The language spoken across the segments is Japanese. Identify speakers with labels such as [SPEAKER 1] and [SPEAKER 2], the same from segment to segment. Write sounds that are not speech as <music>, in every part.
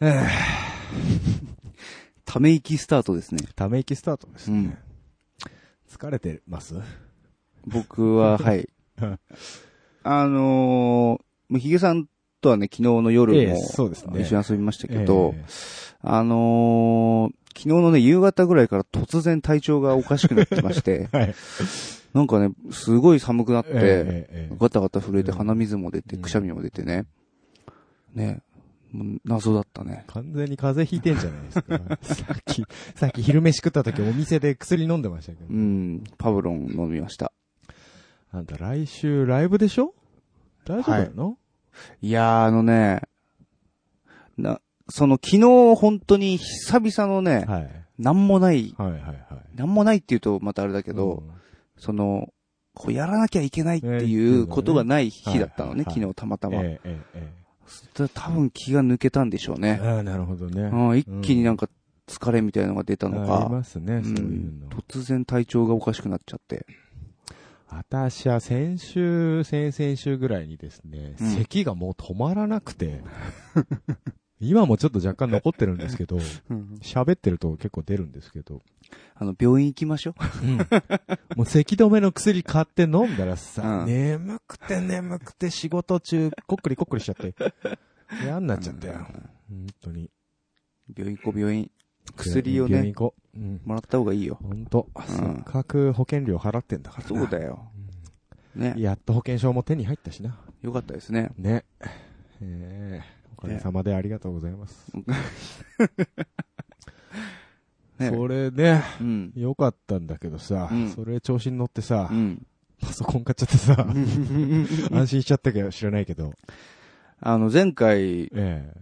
[SPEAKER 1] えー <sighs> ため息スタートですね。
[SPEAKER 2] ため息スタートです
[SPEAKER 1] うん
[SPEAKER 2] ね。疲れてます
[SPEAKER 1] 僕
[SPEAKER 2] <laughs>
[SPEAKER 1] は、はい。あのー、ヒゲさんとはね、昨日の夜
[SPEAKER 2] え
[SPEAKER 1] も
[SPEAKER 2] えそうですね
[SPEAKER 1] 一緒に遊びましたけど、
[SPEAKER 2] え
[SPEAKER 1] あのー、昨日のね、夕方ぐらいから突然体調がおかしくなってま
[SPEAKER 2] <laughs>
[SPEAKER 1] して、
[SPEAKER 2] えはい。
[SPEAKER 1] なんかね、すごい寒くなって、
[SPEAKER 2] ええええ
[SPEAKER 1] ガタガタ震えて
[SPEAKER 2] うん
[SPEAKER 1] 鼻水も出て、
[SPEAKER 2] うん
[SPEAKER 1] くしゃみも出てね。ね。もう謎だったね。
[SPEAKER 2] 完全に風邪ひいてんじゃないです
[SPEAKER 1] <laughs>
[SPEAKER 2] か。さっき、さっき昼飯食った時お店で薬飲んでましたけど
[SPEAKER 1] う。ん。パブロン飲みました。
[SPEAKER 2] あんた来週ライブでしょ大丈夫なの、
[SPEAKER 1] いやー、あのね、な、その昨日本当に久々のね、
[SPEAKER 2] はい、
[SPEAKER 1] なんもない、
[SPEAKER 2] はいはいはい
[SPEAKER 1] なんもないって言うとまたあれだけ
[SPEAKER 2] け
[SPEAKER 1] ど、その、こうやらなきゃいけないって
[SPEAKER 2] えーっていう
[SPEAKER 1] い
[SPEAKER 2] の
[SPEAKER 1] う
[SPEAKER 2] ね
[SPEAKER 1] ことがない日だったのね、
[SPEAKER 2] はいはいはい
[SPEAKER 1] 昨日たまたま。
[SPEAKER 2] ええええ
[SPEAKER 1] そしたら多分気が抜けたんでしょう
[SPEAKER 2] ええ
[SPEAKER 1] ね。
[SPEAKER 2] ああ、なるほどね。
[SPEAKER 1] うん、一気になんか疲れみたいなのが出たの
[SPEAKER 2] あり
[SPEAKER 1] か、
[SPEAKER 2] ますね、そういうの。
[SPEAKER 1] 突然体調がおかしくなっちゃって。
[SPEAKER 2] 私は先週、先々週ぐらいにですね、
[SPEAKER 1] うん
[SPEAKER 2] 咳がもう止まらなくて、 <laughs> 今もちょっと若干残ってるんです
[SPEAKER 1] <laughs>
[SPEAKER 2] けど、喋ってると結構出るんですけど、
[SPEAKER 1] あの、病院行きましょ
[SPEAKER 2] <laughs> もう咳止めの薬買って飲んだら
[SPEAKER 1] う
[SPEAKER 2] さ、
[SPEAKER 1] ん
[SPEAKER 2] 眠くて眠くて仕事中、こっくりこっくりしちゃって、嫌になっちゃったよ。本当に。
[SPEAKER 1] う。病院行こう、病院。薬を
[SPEAKER 2] 病
[SPEAKER 1] ね
[SPEAKER 2] 院、行こう。うん。
[SPEAKER 1] もらった方がいいよ。
[SPEAKER 2] 本当、せっかく保険料払ってんだからな。
[SPEAKER 1] そうだよ。ね。
[SPEAKER 2] やっと保険証も手に入ったしな。
[SPEAKER 1] よかったですね。
[SPEAKER 2] ね。ええおかげさまでありがとうございます。
[SPEAKER 1] ね
[SPEAKER 2] <laughs> それね、
[SPEAKER 1] うん。
[SPEAKER 2] よかったんだけどさ、
[SPEAKER 1] うん
[SPEAKER 2] それ調子に乗ってさ、
[SPEAKER 1] うん。
[SPEAKER 2] パソコン買っちゃって
[SPEAKER 1] <laughs>
[SPEAKER 2] さ、安心しちゃったけど知らないけど。
[SPEAKER 1] あの、前回、
[SPEAKER 2] え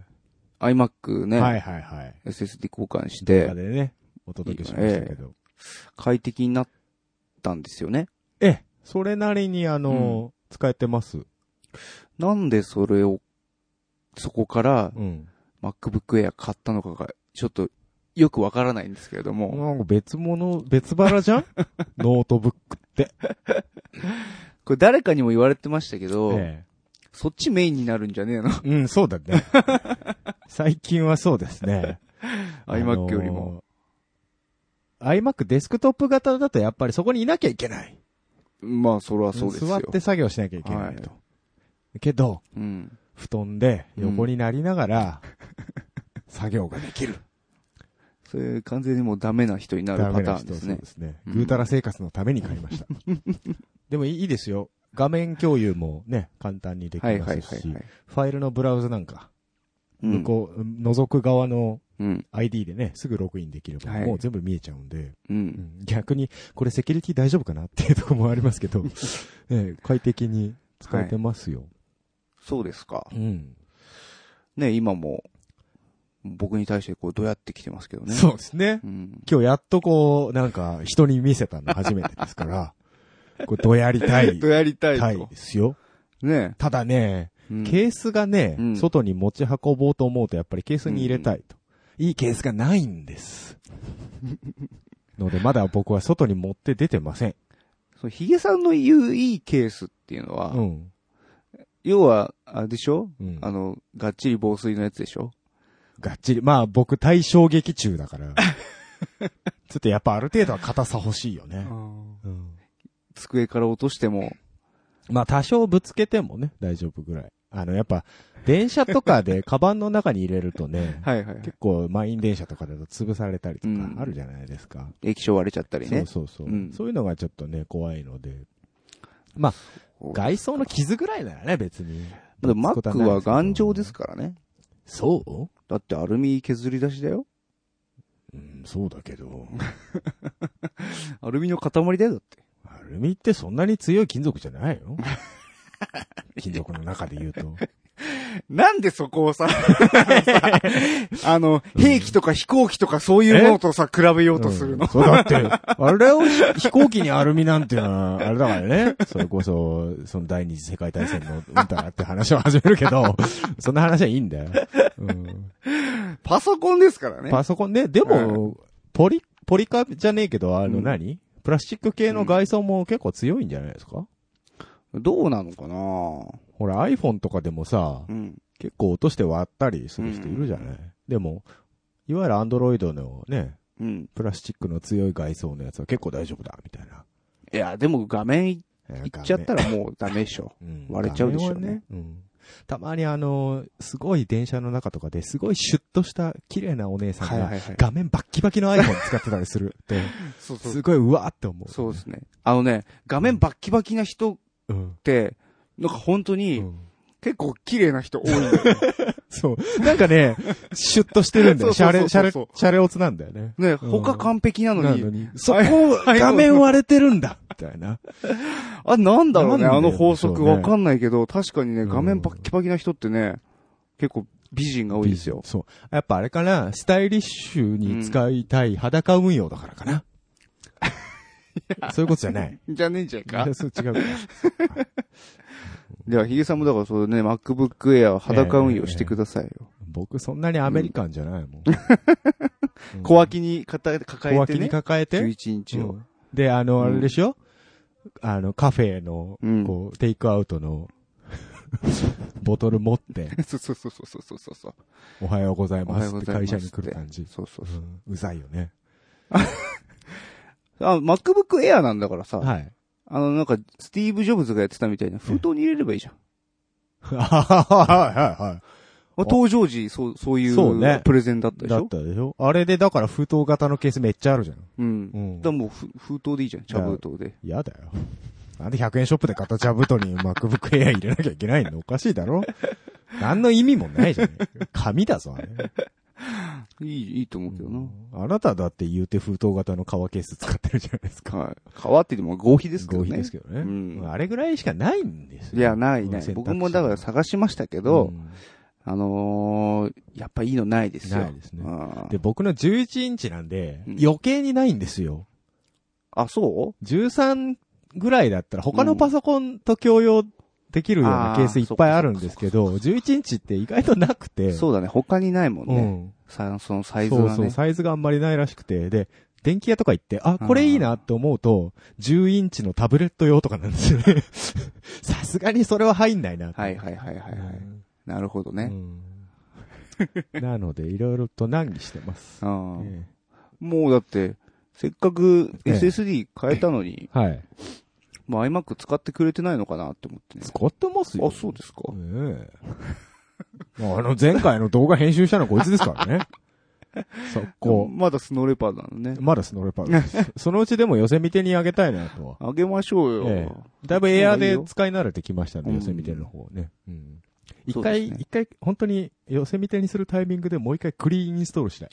[SPEAKER 1] iMac
[SPEAKER 2] え
[SPEAKER 1] ね、
[SPEAKER 2] はいはいはい。
[SPEAKER 1] SSD 交換し
[SPEAKER 2] 動画
[SPEAKER 1] て、
[SPEAKER 2] でね、お届けしましたけど。
[SPEAKER 1] 快適になったんですよね。
[SPEAKER 2] ええ、それなりにあの、使えてます。
[SPEAKER 1] なんでそれを、そこから
[SPEAKER 2] うん。
[SPEAKER 1] MacBook Air 買ったのかが、ちょっと、よくわからないんですけれども、
[SPEAKER 2] なんか別物、別
[SPEAKER 1] <laughs>
[SPEAKER 2] 腹じゃんノートブックって。
[SPEAKER 1] これ誰かにも言われてましたけど、
[SPEAKER 2] え
[SPEAKER 1] そっちメインになるんじゃねえの
[SPEAKER 2] えうん、そうだ
[SPEAKER 1] <laughs>
[SPEAKER 2] ね。最近はそうですね。
[SPEAKER 1] ?iMac よりも。
[SPEAKER 2] あのー。iMac デスクトップ型だとやっぱりそこにいなきゃいけない。
[SPEAKER 1] まあ、それはそうですよ。
[SPEAKER 2] 座って作業しなきゃいけないと。
[SPEAKER 1] は
[SPEAKER 2] けど、
[SPEAKER 1] うん。
[SPEAKER 2] 布団で横になりな
[SPEAKER 1] <laughs>
[SPEAKER 2] がら、作業ができる。
[SPEAKER 1] それ、完全にもうダメな人になるパターンです
[SPEAKER 2] ダメな人そう
[SPEAKER 1] ね
[SPEAKER 2] で。すね。
[SPEAKER 1] うん
[SPEAKER 2] ぐうたら生活のために買い
[SPEAKER 1] <laughs>
[SPEAKER 2] ました。でもいいですよ。画面共有もね、簡単にでき
[SPEAKER 1] はい
[SPEAKER 2] ま
[SPEAKER 1] はい
[SPEAKER 2] す
[SPEAKER 1] は
[SPEAKER 2] し
[SPEAKER 1] い、はい。
[SPEAKER 2] ファイルのブラウザなんか、
[SPEAKER 1] うん
[SPEAKER 2] 向こう、覗く側の
[SPEAKER 1] うん。
[SPEAKER 2] ID でね、すぐログインできれば、
[SPEAKER 1] はい
[SPEAKER 2] もう全部見えちゃうんで、
[SPEAKER 1] う。
[SPEAKER 2] うんん逆に、これセキュリティ大丈夫かなっていうところもありますけ <laughs> ど、ええ快適に使えてますよ。
[SPEAKER 1] そうですか。
[SPEAKER 2] うん。
[SPEAKER 1] ね、今も、僕に対してこう、どうやって来てますけどね。
[SPEAKER 2] そうですね。
[SPEAKER 1] うん。
[SPEAKER 2] 今日やっとこう、なんか、人に見せたの初めてです <laughs> から、これどうやりた
[SPEAKER 1] <laughs>
[SPEAKER 2] い
[SPEAKER 1] ど、うやりたい
[SPEAKER 2] たい
[SPEAKER 1] と。
[SPEAKER 2] ですよ。
[SPEAKER 1] ね。
[SPEAKER 2] ただね、
[SPEAKER 1] うん
[SPEAKER 2] ケースがね、
[SPEAKER 1] うん
[SPEAKER 2] 外に持ち運ぼうと思うとやっぱりケースに入れたいと。いいケースがないんです。ので、まだ僕は外に持って出てません。
[SPEAKER 1] そうヒゲさんの言ういいケースっていうのは、
[SPEAKER 2] うん。
[SPEAKER 1] 要は、あれでしょ
[SPEAKER 2] うん。
[SPEAKER 1] あの、がっちり防水のやつでしょ
[SPEAKER 2] がっちり。まあ僕、対衝撃中だ
[SPEAKER 1] <laughs>
[SPEAKER 2] から。ちょっとやっぱある程度は硬さ欲しいよね。うん。
[SPEAKER 1] 机から落としても、
[SPEAKER 2] まあ多少ぶつけてもね、大丈夫ぐらい。あの、やっぱ、電車とかでカバンの中に入れるとね、
[SPEAKER 1] <laughs> はいはいはい。
[SPEAKER 2] 結構満員電車とかだと潰されたりと
[SPEAKER 1] うん
[SPEAKER 2] かあるじゃないですか。
[SPEAKER 1] 液晶割れちゃったりね。
[SPEAKER 2] そうそうそう、
[SPEAKER 1] うん
[SPEAKER 2] そういうのがちょっとね、怖いので。まあ、
[SPEAKER 1] そう
[SPEAKER 2] 外装の傷ぐらいならね、別に。
[SPEAKER 1] でも Mac は頑丈ですからね。
[SPEAKER 2] そ
[SPEAKER 1] だってアルミ削り出しだよ。
[SPEAKER 2] ううん、そうだけど。
[SPEAKER 1] アルミの塊だよ、だって。
[SPEAKER 2] アルミってそんなに強い金属じゃない
[SPEAKER 1] <laughs>
[SPEAKER 2] よ。金属の中で言うと。
[SPEAKER 1] なんでそこをさ、 <laughs> あの、兵器とか飛行機とかそういうものとさ、比べようとするの
[SPEAKER 2] うん。そうだって、あれを飛行機にアルミなんていうのは、あれだから
[SPEAKER 1] <laughs>
[SPEAKER 2] ね。それこそ、その第二次世界大戦のうんたらって話を始めるけど、 <laughs> そんな話はいいんだよ。うん
[SPEAKER 1] パソコンですからね。
[SPEAKER 2] パソコンね、でも、ポリ、ポリカじゃねえけど、あ
[SPEAKER 1] う
[SPEAKER 2] の
[SPEAKER 1] ん
[SPEAKER 2] 何、プラスチック系の外装も結構強いんじゃないですか、
[SPEAKER 1] どうなのかな
[SPEAKER 2] ほら iPhone とかでもさ、
[SPEAKER 1] うん。
[SPEAKER 2] 結構落として割ったりする人いるじゃない、でも、いわゆるアンドロイドのね、
[SPEAKER 1] うん。
[SPEAKER 2] プラスチックの強い外装のやつは結構大丈夫だ、みたいな。
[SPEAKER 1] いや、でも画面い
[SPEAKER 2] えー
[SPEAKER 1] いっちゃったらもうダメでしょ。
[SPEAKER 2] うん
[SPEAKER 1] 割れちゃうでしょうね
[SPEAKER 2] 画面はうんたまにあの、すごい電車の中とかですごいシュッとした綺麗なお姉さん
[SPEAKER 1] はいは
[SPEAKER 2] が
[SPEAKER 1] いはい。
[SPEAKER 2] 画面バッキバキの iPhone 使ってたりするって、
[SPEAKER 1] そうそ
[SPEAKER 2] す
[SPEAKER 1] う。
[SPEAKER 2] ごいうわーって思う。
[SPEAKER 1] そうですね。あのね、画面バッキバキな人っ
[SPEAKER 2] うん。
[SPEAKER 1] て、なんか本当
[SPEAKER 2] う
[SPEAKER 1] に、
[SPEAKER 2] ん。
[SPEAKER 1] 結構綺麗な人多いんだよ
[SPEAKER 2] そう。なんかね、シュッとしてるんだよ。シ
[SPEAKER 1] そ
[SPEAKER 2] ャ
[SPEAKER 1] うそうそ
[SPEAKER 2] レ、
[SPEAKER 1] う
[SPEAKER 2] シ
[SPEAKER 1] そ
[SPEAKER 2] ャ
[SPEAKER 1] う
[SPEAKER 2] レ、シャレオツなんだよね。
[SPEAKER 1] ね。ね、
[SPEAKER 2] うん
[SPEAKER 1] 他完璧なの
[SPEAKER 2] な
[SPEAKER 1] に、
[SPEAKER 2] のに、そこ、画面割れてるんだみたいな。
[SPEAKER 1] あ、なんだろうね、
[SPEAKER 2] なんで
[SPEAKER 1] あの法則
[SPEAKER 2] そうね
[SPEAKER 1] わかんないけど、確かにね、
[SPEAKER 2] うん
[SPEAKER 1] 画面バッキバキな人ってね、結構美人が多いですよ。
[SPEAKER 2] そう。やっぱあれかな、スタイリッシュに使いたい裸運用だからかな。そういうことじゃない。
[SPEAKER 1] じゃねえんじゃんか。
[SPEAKER 2] そう違うか。
[SPEAKER 1] では、ヒゲさんもだからそうね、MacBook Air を裸運用してくださいよ。
[SPEAKER 2] 僕そんなにアメリカンじゃないもん。うん
[SPEAKER 1] 小脇に抱え抱
[SPEAKER 2] 小
[SPEAKER 1] え
[SPEAKER 2] 脇
[SPEAKER 1] て
[SPEAKER 2] に
[SPEAKER 1] ね、
[SPEAKER 2] 抱えて。
[SPEAKER 1] 11インチ
[SPEAKER 2] う
[SPEAKER 1] を。
[SPEAKER 2] んで、あの、
[SPEAKER 1] う
[SPEAKER 2] あ
[SPEAKER 1] ん
[SPEAKER 2] れでしょあの、カフェの
[SPEAKER 1] うん、
[SPEAKER 2] こう、テイクアウトの、 <laughs> ボトル持って、
[SPEAKER 1] そうそうそうそうそうそうそう。
[SPEAKER 2] おはようございます
[SPEAKER 1] おはよ
[SPEAKER 2] って
[SPEAKER 1] うござい
[SPEAKER 2] 会
[SPEAKER 1] ます
[SPEAKER 2] 社
[SPEAKER 1] って
[SPEAKER 2] に来る感じ。
[SPEAKER 1] そうそううそ
[SPEAKER 2] んうざいよね。
[SPEAKER 1] う。あ、MacBook Air なんだからさ、
[SPEAKER 2] はい。
[SPEAKER 1] あの、なんか、スティーブ・ジョブズがやってたみたいな、封筒に入れればいいじゃん。
[SPEAKER 2] はいはいはい。
[SPEAKER 1] まあ登場時、そう、そうい
[SPEAKER 2] そうね
[SPEAKER 1] うプレゼンだったでし
[SPEAKER 2] だ
[SPEAKER 1] ょ
[SPEAKER 2] ったでしょあれでだから封筒型のケースめっちゃあるじゃん。
[SPEAKER 1] うん
[SPEAKER 2] う。ん
[SPEAKER 1] だからもうふ封筒でいいじゃん、茶封筒で。
[SPEAKER 2] 嫌だよ。なんで100円ショップで片茶太
[SPEAKER 1] <laughs>
[SPEAKER 2] に MacBook Air 入れなきゃいけないのおかしいだろ何の意味もないじゃん。紙だぞ、あれ。
[SPEAKER 1] いい、いいと思うけどな。
[SPEAKER 2] あなただって言うて封筒型の革ケース使ってるじゃないですか。
[SPEAKER 1] はい。変わってても合皮ですけど
[SPEAKER 2] 合
[SPEAKER 1] ね。
[SPEAKER 2] 皮ですけどね。
[SPEAKER 1] うん
[SPEAKER 2] あれぐらいしかないんですよ。
[SPEAKER 1] いや、ないな
[SPEAKER 2] 選択肢
[SPEAKER 1] い。
[SPEAKER 2] が
[SPEAKER 1] 僕もだから探しましたけ
[SPEAKER 2] う
[SPEAKER 1] ど、
[SPEAKER 2] ん
[SPEAKER 1] あのー、やっぱいいのないですよ。
[SPEAKER 2] ないですね
[SPEAKER 1] うん
[SPEAKER 2] で、僕の11インチなんで、
[SPEAKER 1] うん
[SPEAKER 2] 余計にないんですよ。
[SPEAKER 1] あ、そう
[SPEAKER 2] 13ぐらいだったら他のパソコンと共用できるようなケースいっぱいあるんですけど、11インチって意外となくて、
[SPEAKER 1] そうだね。他にないもん
[SPEAKER 2] う
[SPEAKER 1] ね。
[SPEAKER 2] ん。
[SPEAKER 1] さそのサイズ
[SPEAKER 2] そう
[SPEAKER 1] が
[SPEAKER 2] そう、
[SPEAKER 1] ね。
[SPEAKER 2] サイズがあんまりないらしくて、で、電気屋とか行って、あ、これいいなって思うと、10インチのタブレット用とかなんですよ
[SPEAKER 1] <laughs>
[SPEAKER 2] ね。さすがにそれは入んない
[SPEAKER 1] は
[SPEAKER 2] な。
[SPEAKER 1] いはいはいはいは
[SPEAKER 2] う
[SPEAKER 1] い。
[SPEAKER 2] ん
[SPEAKER 1] なるほど
[SPEAKER 2] う
[SPEAKER 1] ね。 <laughs>
[SPEAKER 2] んなので、いろいろと難儀してます。
[SPEAKER 1] うん。
[SPEAKER 2] え
[SPEAKER 1] もうだって、せっかく
[SPEAKER 2] ええ
[SPEAKER 1] SSD 変えたのに、
[SPEAKER 2] えはい。
[SPEAKER 1] もう iMac 使ってくれてないのかなって思ってね。
[SPEAKER 2] 使ってますよ。
[SPEAKER 1] あ、そうですか。
[SPEAKER 2] ねえ。 <laughs> あの、前回の動画編集したのはこいつですから
[SPEAKER 1] <laughs>
[SPEAKER 2] ね。速攻。
[SPEAKER 1] まだスノーレパーなのね。
[SPEAKER 2] まだスノーレパードです。そのうちでも寄せ見てにあげたいなとは。
[SPEAKER 1] あげましょうよ。
[SPEAKER 2] ええだいぶエアー
[SPEAKER 1] いい
[SPEAKER 2] で
[SPEAKER 1] よ
[SPEAKER 2] 使い慣れてきましたんで、
[SPEAKER 1] うん
[SPEAKER 2] 寄せ見ての方をね。うん一
[SPEAKER 1] そう
[SPEAKER 2] 回、
[SPEAKER 1] ですね
[SPEAKER 2] 一回、本当に、寄せ見てにするタイミングでもう一回クリーンインストールしたい。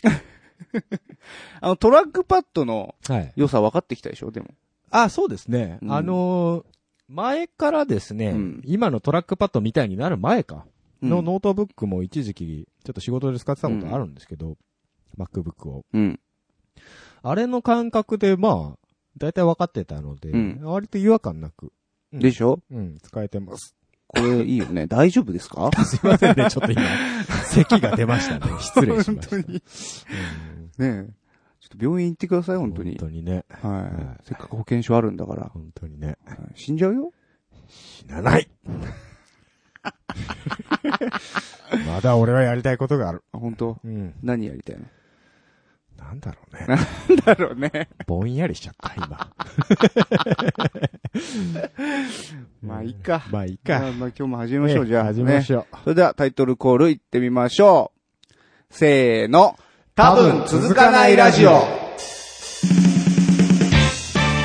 [SPEAKER 1] あの、トラックパッドの
[SPEAKER 2] はい。
[SPEAKER 1] 良さ分かってきたでしょでも。
[SPEAKER 2] あ、そうですね。
[SPEAKER 1] うん
[SPEAKER 2] あのー、前からですね
[SPEAKER 1] うん、
[SPEAKER 2] 今のトラックパッドみたいになる前か。
[SPEAKER 1] う
[SPEAKER 2] の
[SPEAKER 1] ん
[SPEAKER 2] ノートブックも一時期、ちょっと仕事で使ってたことあるんですけど、MacBook を。
[SPEAKER 1] うん。
[SPEAKER 2] あれの感覚で、まあ、大体分かってたので、
[SPEAKER 1] うん
[SPEAKER 2] 割と違和感なく、うん
[SPEAKER 1] でしょ
[SPEAKER 2] うん、使えてます。
[SPEAKER 1] これいいよね。大丈夫ですか
[SPEAKER 2] すいませんね、ちょっと今、咳が出ましたね。 <laughs> 失礼しました。
[SPEAKER 1] 本当に
[SPEAKER 2] うん
[SPEAKER 1] ねえ。ちょっと病院行ってください、本当に。
[SPEAKER 2] ね。は
[SPEAKER 1] はいい。せっかく保険証あるんだから。
[SPEAKER 2] 本当にね。
[SPEAKER 1] はい死んじゃうよ
[SPEAKER 2] 死なない
[SPEAKER 1] <laughs>
[SPEAKER 2] まだ俺はやりたいことがある。
[SPEAKER 1] あ、本当
[SPEAKER 2] うん。
[SPEAKER 1] 何やりたいの
[SPEAKER 2] なんだろうね。
[SPEAKER 1] <laughs> だろうね。
[SPEAKER 2] ぼんやりしちゃった、今。
[SPEAKER 1] <laughs> まあいいか。
[SPEAKER 2] まあいい
[SPEAKER 1] じゃあ
[SPEAKER 2] か。
[SPEAKER 1] まあ今日も始めましょう、
[SPEAKER 2] ね
[SPEAKER 1] じゃあ。
[SPEAKER 2] 始めま
[SPEAKER 1] ょ
[SPEAKER 2] しょう。
[SPEAKER 1] う。それではタイトルコール行ってみましょう。せーの。多分続かないラジオ。こ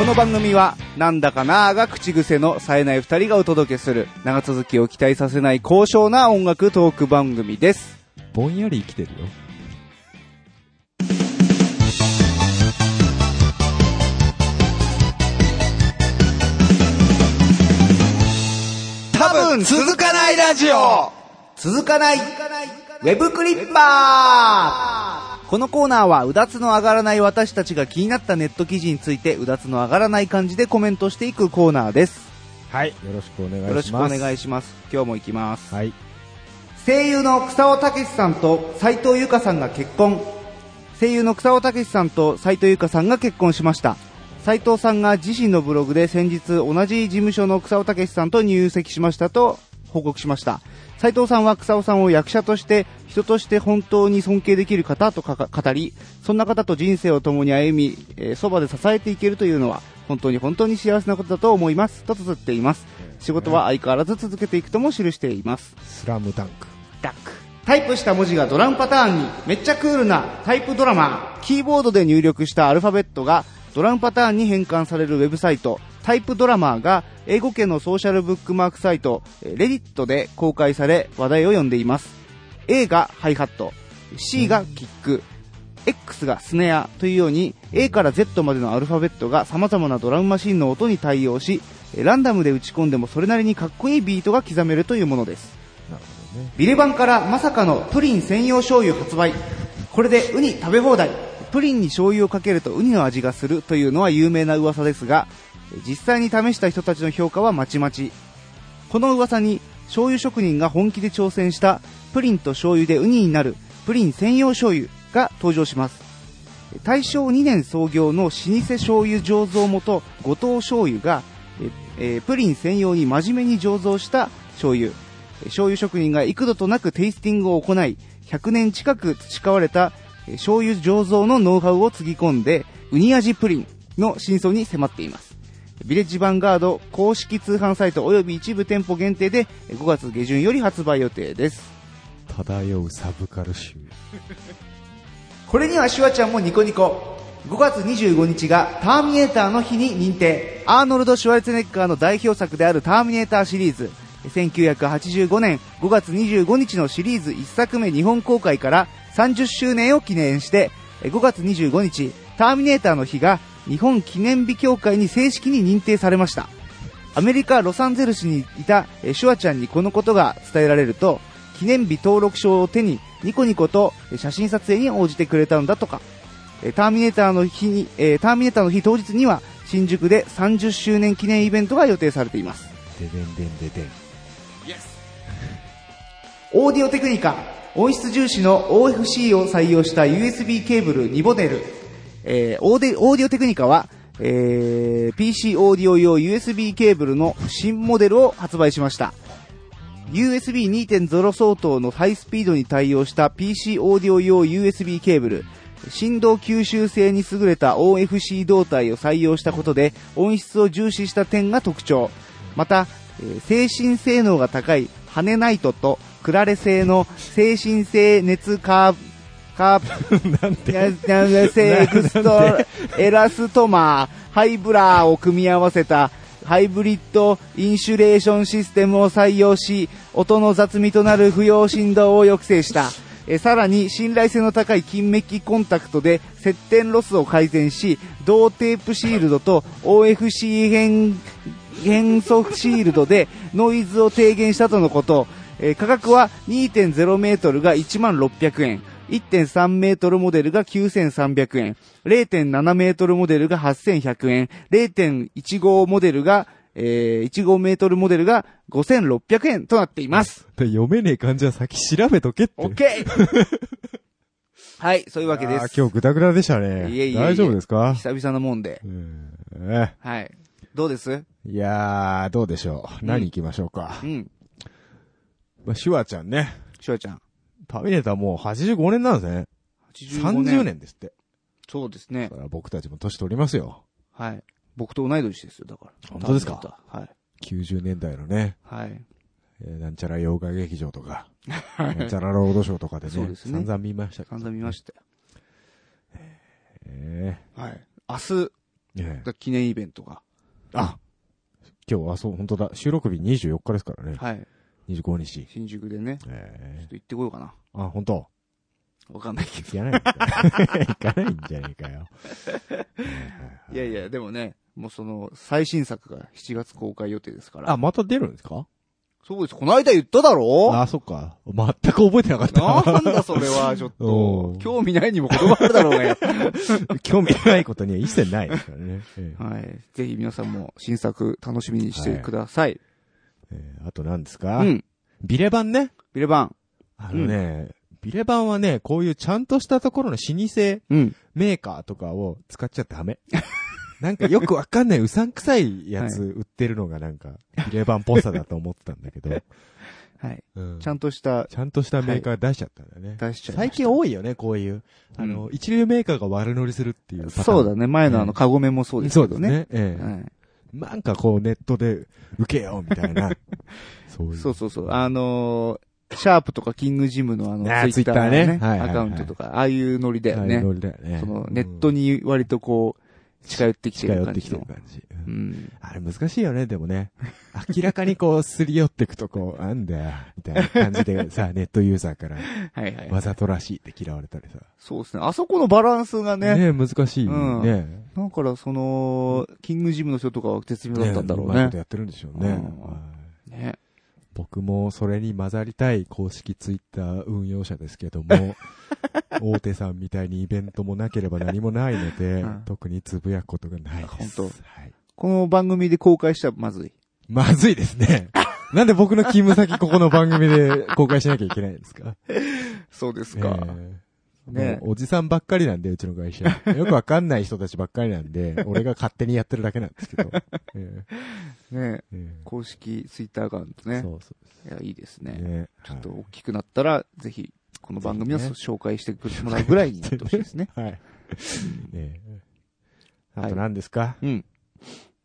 [SPEAKER 1] の番組は、なんだかなーが口癖の冴えない二人がお届けする、長続きを期待させない高尚な音楽トーク番組です。
[SPEAKER 2] ぼんやり生きてるよ。
[SPEAKER 1] 多分続かないラジオ続かないウェブクリッパーこのコーナーはうだつの上がらない私たちが気になったネット記事についてうだつの上がらない感じでコメントしていくコーナーです。
[SPEAKER 2] はい。よろしくお願いします。
[SPEAKER 1] よろしくお願
[SPEAKER 2] い
[SPEAKER 1] いします。今日も行きます。
[SPEAKER 2] はい。
[SPEAKER 1] 声優の草尾武さんと斉藤由香さんが結婚声優の草尾武さんと斉藤由香さんが結婚しました斉藤さんが自身のブログで先日同じ事務所の草尾武さんと入籍しましたと報告しました。斉藤さんは草尾さんを役者として、人として本当に尊敬できる方とかか語り、そんな方と人生を共に歩み、えーそばで支えていけるというのは、本当に本当に幸せなことだと思います。と綴っています。仕事は相変わらず続けていくとも記しています。
[SPEAKER 2] スラムダンク。
[SPEAKER 1] ダック。タイプした文字がドラムパターンに、めっちゃクールなタイプドラマー。キーボードで入力したアルファベットがドラムパターンに変換されるウェブサイト、タイプドラマーが英語圏のソーシャルブックマークサイト、レディットで公開され話題を呼んでいます。A がハイハット、C がキック、X がスネアというように A から Z までのアルファベットが様々なドラムマシンの音に対応し、ランダムで打ち込んでもそれなりにかっこいいビートが刻めるというものです。
[SPEAKER 2] なるほどね。
[SPEAKER 1] ビレバンからまさかのプリン専用醤油発売。これでウニ食べ放題。プリンに醤油をかけるとウニの味がするというのは有名な噂ですが、実際に試した人たちの評価はまちまち。この噂に醤油職人が本気で挑戦したプリンと醤油でウニになるプリン専用醤油が登場します。大正2年創業の老舗醤油醸造元後藤醤油が、ええープリン専用に真面目に醸造した醤油。醤油職人が幾度となくテイスティングを行い、100年近く培われたえー醤油醸造のノウハウをつぎ込んで、ウニ味プリンの真相に迫っています。ビレッジヴァンガード公式通販サイト及び一部店舗限定でえー5月下旬より発売予定です。
[SPEAKER 2] 漂うサブカル集。
[SPEAKER 1] これにはシュワちゃんもニコニコ。5月25日がターミネーターの日に認定。アーノルド・シュワルツェネッガーの代表作であるターミネーターシリーズ。1985年5月25日のシリーズ1作目日本公開から30周年を記念して、5月25日、ターミネーターの日が日本記念日協会に正式に認定されました。アメリカ・ロサンゼルスにいたえーシュワちゃんにこのことが伝えられると、記念日登録証を手に、ニコニコとえー写真撮影に応じてくれたんだとか、えーターミネーターの日に、えーターミネーターの日当日には、新宿で30周年記念イベントが予定されています。
[SPEAKER 2] ででんでんででん。
[SPEAKER 1] オーディオテクニカ、音質重視の OFC を採用した USB ケーブル2モデル。えーオーデオーディオテクニカは、えー PC オーディオ用 USB ケーブルの新モデルを発売しました。USB2.0 相当のハイスピードに対応した PC オーディオ用 USB ケーブル、振動吸収性に優れた OFC 胴体を採用したことで音質を重視した点が特徴。また、えー精神性能が高いハネナイトとクラレ製の精神性熱カーブ、カーブ、
[SPEAKER 2] なん
[SPEAKER 1] いや <laughs> なんでセークスとエラストマー、ハイブラーを組み合わせたハイブリッドインシュレーションシステムを採用し、音の雑味となる不要振動を抑制した。えさらに、信頼性の高い金メッキコンタクトで接点ロスを改善し、銅テープシールドと OFC 変、変速シールドでノイズを低減したとのこと。えー価格は2.0メートルが1万600円。1.3メートルモデルが9300円。0.7メートルモデルが8100円。0.15モデルが、えー、15メートルモデルが5600円となっています。
[SPEAKER 2] で読めねえ感じは先調べとけって。
[SPEAKER 1] オッケー <laughs> はい、そういうわけで
[SPEAKER 2] あー
[SPEAKER 1] す。
[SPEAKER 2] 今日グダグダでしたね。
[SPEAKER 1] いえいえいえ
[SPEAKER 2] 大丈夫ですか
[SPEAKER 1] 久々のもんで。
[SPEAKER 2] うんえ
[SPEAKER 1] はい。どうです
[SPEAKER 2] えいやー、どうでしょう。何行きましょうか
[SPEAKER 1] う。ん。
[SPEAKER 2] まあ、シュワちゃんね。
[SPEAKER 1] しょうちゃん。
[SPEAKER 2] ターミネーターもう85年なんですね。
[SPEAKER 1] 85
[SPEAKER 2] 30。年ですって。
[SPEAKER 1] そうですね
[SPEAKER 2] だか。ら僕たちも年取りますよ。
[SPEAKER 1] はい。僕と同い年ですよ、だから。
[SPEAKER 2] 本当ですか
[SPEAKER 1] はい。
[SPEAKER 2] 90年代のね、
[SPEAKER 1] はい。
[SPEAKER 2] えーなんちゃら洋画劇場とか、なんちゃらロードショーとかでね、
[SPEAKER 1] そうですね
[SPEAKER 2] 散々見ましたけど
[SPEAKER 1] 散々見ましたよ。
[SPEAKER 2] え
[SPEAKER 1] はい。明日
[SPEAKER 2] えええ
[SPEAKER 1] が記念イベントが。
[SPEAKER 2] あ今日はそう、本当だ。収録日24日ですからね。
[SPEAKER 1] はい。
[SPEAKER 2] 25日。
[SPEAKER 1] 新宿でね。ちょ
[SPEAKER 2] え
[SPEAKER 1] っと行ってこようかな。
[SPEAKER 2] えあ、本当
[SPEAKER 1] わかんないけど。
[SPEAKER 2] 行 <laughs> かないんか。行かないんじゃねえかよ。
[SPEAKER 1] いやいや、でもね、もうその、最新作が7月公開予定ですから。
[SPEAKER 2] あ、、また出るんですか
[SPEAKER 1] そうです。この間言っただろ
[SPEAKER 2] あ、そっか。全く覚えてなかった。
[SPEAKER 1] なんだそれ
[SPEAKER 2] <laughs>
[SPEAKER 1] は、ちょっ
[SPEAKER 2] お
[SPEAKER 1] と
[SPEAKER 2] う。
[SPEAKER 1] 興味ないにも言葉あるだろうがよ。
[SPEAKER 2] 興味ないことには一切ないですから
[SPEAKER 1] <laughs>
[SPEAKER 2] ね。ええ
[SPEAKER 1] はい。ぜひ皆さんも新作楽しみにしてください。
[SPEAKER 2] ええあと何ですか、
[SPEAKER 1] うん。
[SPEAKER 2] ビレ版ね。
[SPEAKER 1] ビレバン。
[SPEAKER 2] あのね、ビレ版はね、こういうちゃんとしたところの老舗
[SPEAKER 1] うん。 <laughs>
[SPEAKER 2] メーカーとかを使っちゃダメ。なんかよくわかんない、うさんくさいやつ売ってるのがなんか、ビレバンっぽさだと思ってたんだ
[SPEAKER 1] <laughs>
[SPEAKER 2] けど。
[SPEAKER 1] はい。
[SPEAKER 2] うん
[SPEAKER 1] ちゃんとした、
[SPEAKER 2] ちゃんとしたメーカー出しちゃったんだよね。
[SPEAKER 1] 出しちゃいました
[SPEAKER 2] 最近多いよね、こういう。あの、一流メーカーが悪乗りするっていうパターン。
[SPEAKER 1] そうだね。前のあの、カゴメもそうです
[SPEAKER 2] そう
[SPEAKER 1] け
[SPEAKER 2] で
[SPEAKER 1] ど
[SPEAKER 2] す
[SPEAKER 1] ね。
[SPEAKER 2] ね。ええ
[SPEAKER 1] はい
[SPEAKER 2] なんかこうネットで受けようみた
[SPEAKER 1] <laughs>
[SPEAKER 2] いな。そういう。
[SPEAKER 1] そうそうそう。あのー、シャープとかキングジムのあの、
[SPEAKER 2] ね
[SPEAKER 1] ツイッターのね、
[SPEAKER 2] ツイッターねはいはいはい
[SPEAKER 1] アカウントとか、ああいうノリだよ
[SPEAKER 2] ああいう
[SPEAKER 1] ね。
[SPEAKER 2] ノリだよね。
[SPEAKER 1] その、ネットに割とこう、近寄ってきて
[SPEAKER 2] 近
[SPEAKER 1] る
[SPEAKER 2] 寄っ
[SPEAKER 1] 感
[SPEAKER 2] てき
[SPEAKER 1] じ
[SPEAKER 2] てる
[SPEAKER 1] の。
[SPEAKER 2] 感じ。う
[SPEAKER 1] うんん。
[SPEAKER 2] あれ難しいよね、でもね。明らかにこう、すり寄ってくとこう、なんだよ、みたいな感じ
[SPEAKER 1] <laughs>
[SPEAKER 2] でさ、ネットユーザーから、
[SPEAKER 1] はいはい。
[SPEAKER 2] わざとらしいって嫌われたりさ。
[SPEAKER 1] そうですね。あそこのバランスがね、
[SPEAKER 2] ね難しいよね。
[SPEAKER 1] だからその、キングジムの人とかは絶妙だ
[SPEAKER 2] ね
[SPEAKER 1] ったんだろう
[SPEAKER 2] まい
[SPEAKER 1] ね
[SPEAKER 2] こと。やってるんでしょうね。
[SPEAKER 1] うん
[SPEAKER 2] はい
[SPEAKER 1] ね。
[SPEAKER 2] 僕もそれに混ざりたい公式ツイッター運用者ですけど
[SPEAKER 1] <laughs>
[SPEAKER 2] も、大手さんみたいにイベントもなければ何もないので、
[SPEAKER 1] うん
[SPEAKER 2] 特につぶやくことがないです。
[SPEAKER 1] 本
[SPEAKER 2] はい。
[SPEAKER 1] この番組で公開したらまずい。
[SPEAKER 2] まずいですね。なんで僕の勤務先ここの番組
[SPEAKER 1] <laughs>
[SPEAKER 2] で公開しなきゃいけないんですか
[SPEAKER 1] そうです
[SPEAKER 2] ええ
[SPEAKER 1] ね
[SPEAKER 2] もうおじさんばっかりなんで、うちの会社。よくわかんない人たちばっかりなんで、俺が勝手にやってるだけなんで
[SPEAKER 1] <laughs>
[SPEAKER 2] すけど。ええ
[SPEAKER 1] ね。
[SPEAKER 2] ええ
[SPEAKER 1] 公式ツイッターアカウントね
[SPEAKER 2] そ。うそ
[SPEAKER 1] いや、いいです
[SPEAKER 2] う
[SPEAKER 1] ね。
[SPEAKER 2] ね。
[SPEAKER 1] ちょっと
[SPEAKER 2] はい
[SPEAKER 1] 大きくなったら、ぜひ、この番組を
[SPEAKER 2] ぜひね
[SPEAKER 1] 紹介してもらうぐらいになってほしい
[SPEAKER 2] <laughs>
[SPEAKER 1] ですね。
[SPEAKER 2] はい。ええ
[SPEAKER 1] はい
[SPEAKER 2] あと何ですか
[SPEAKER 1] うん。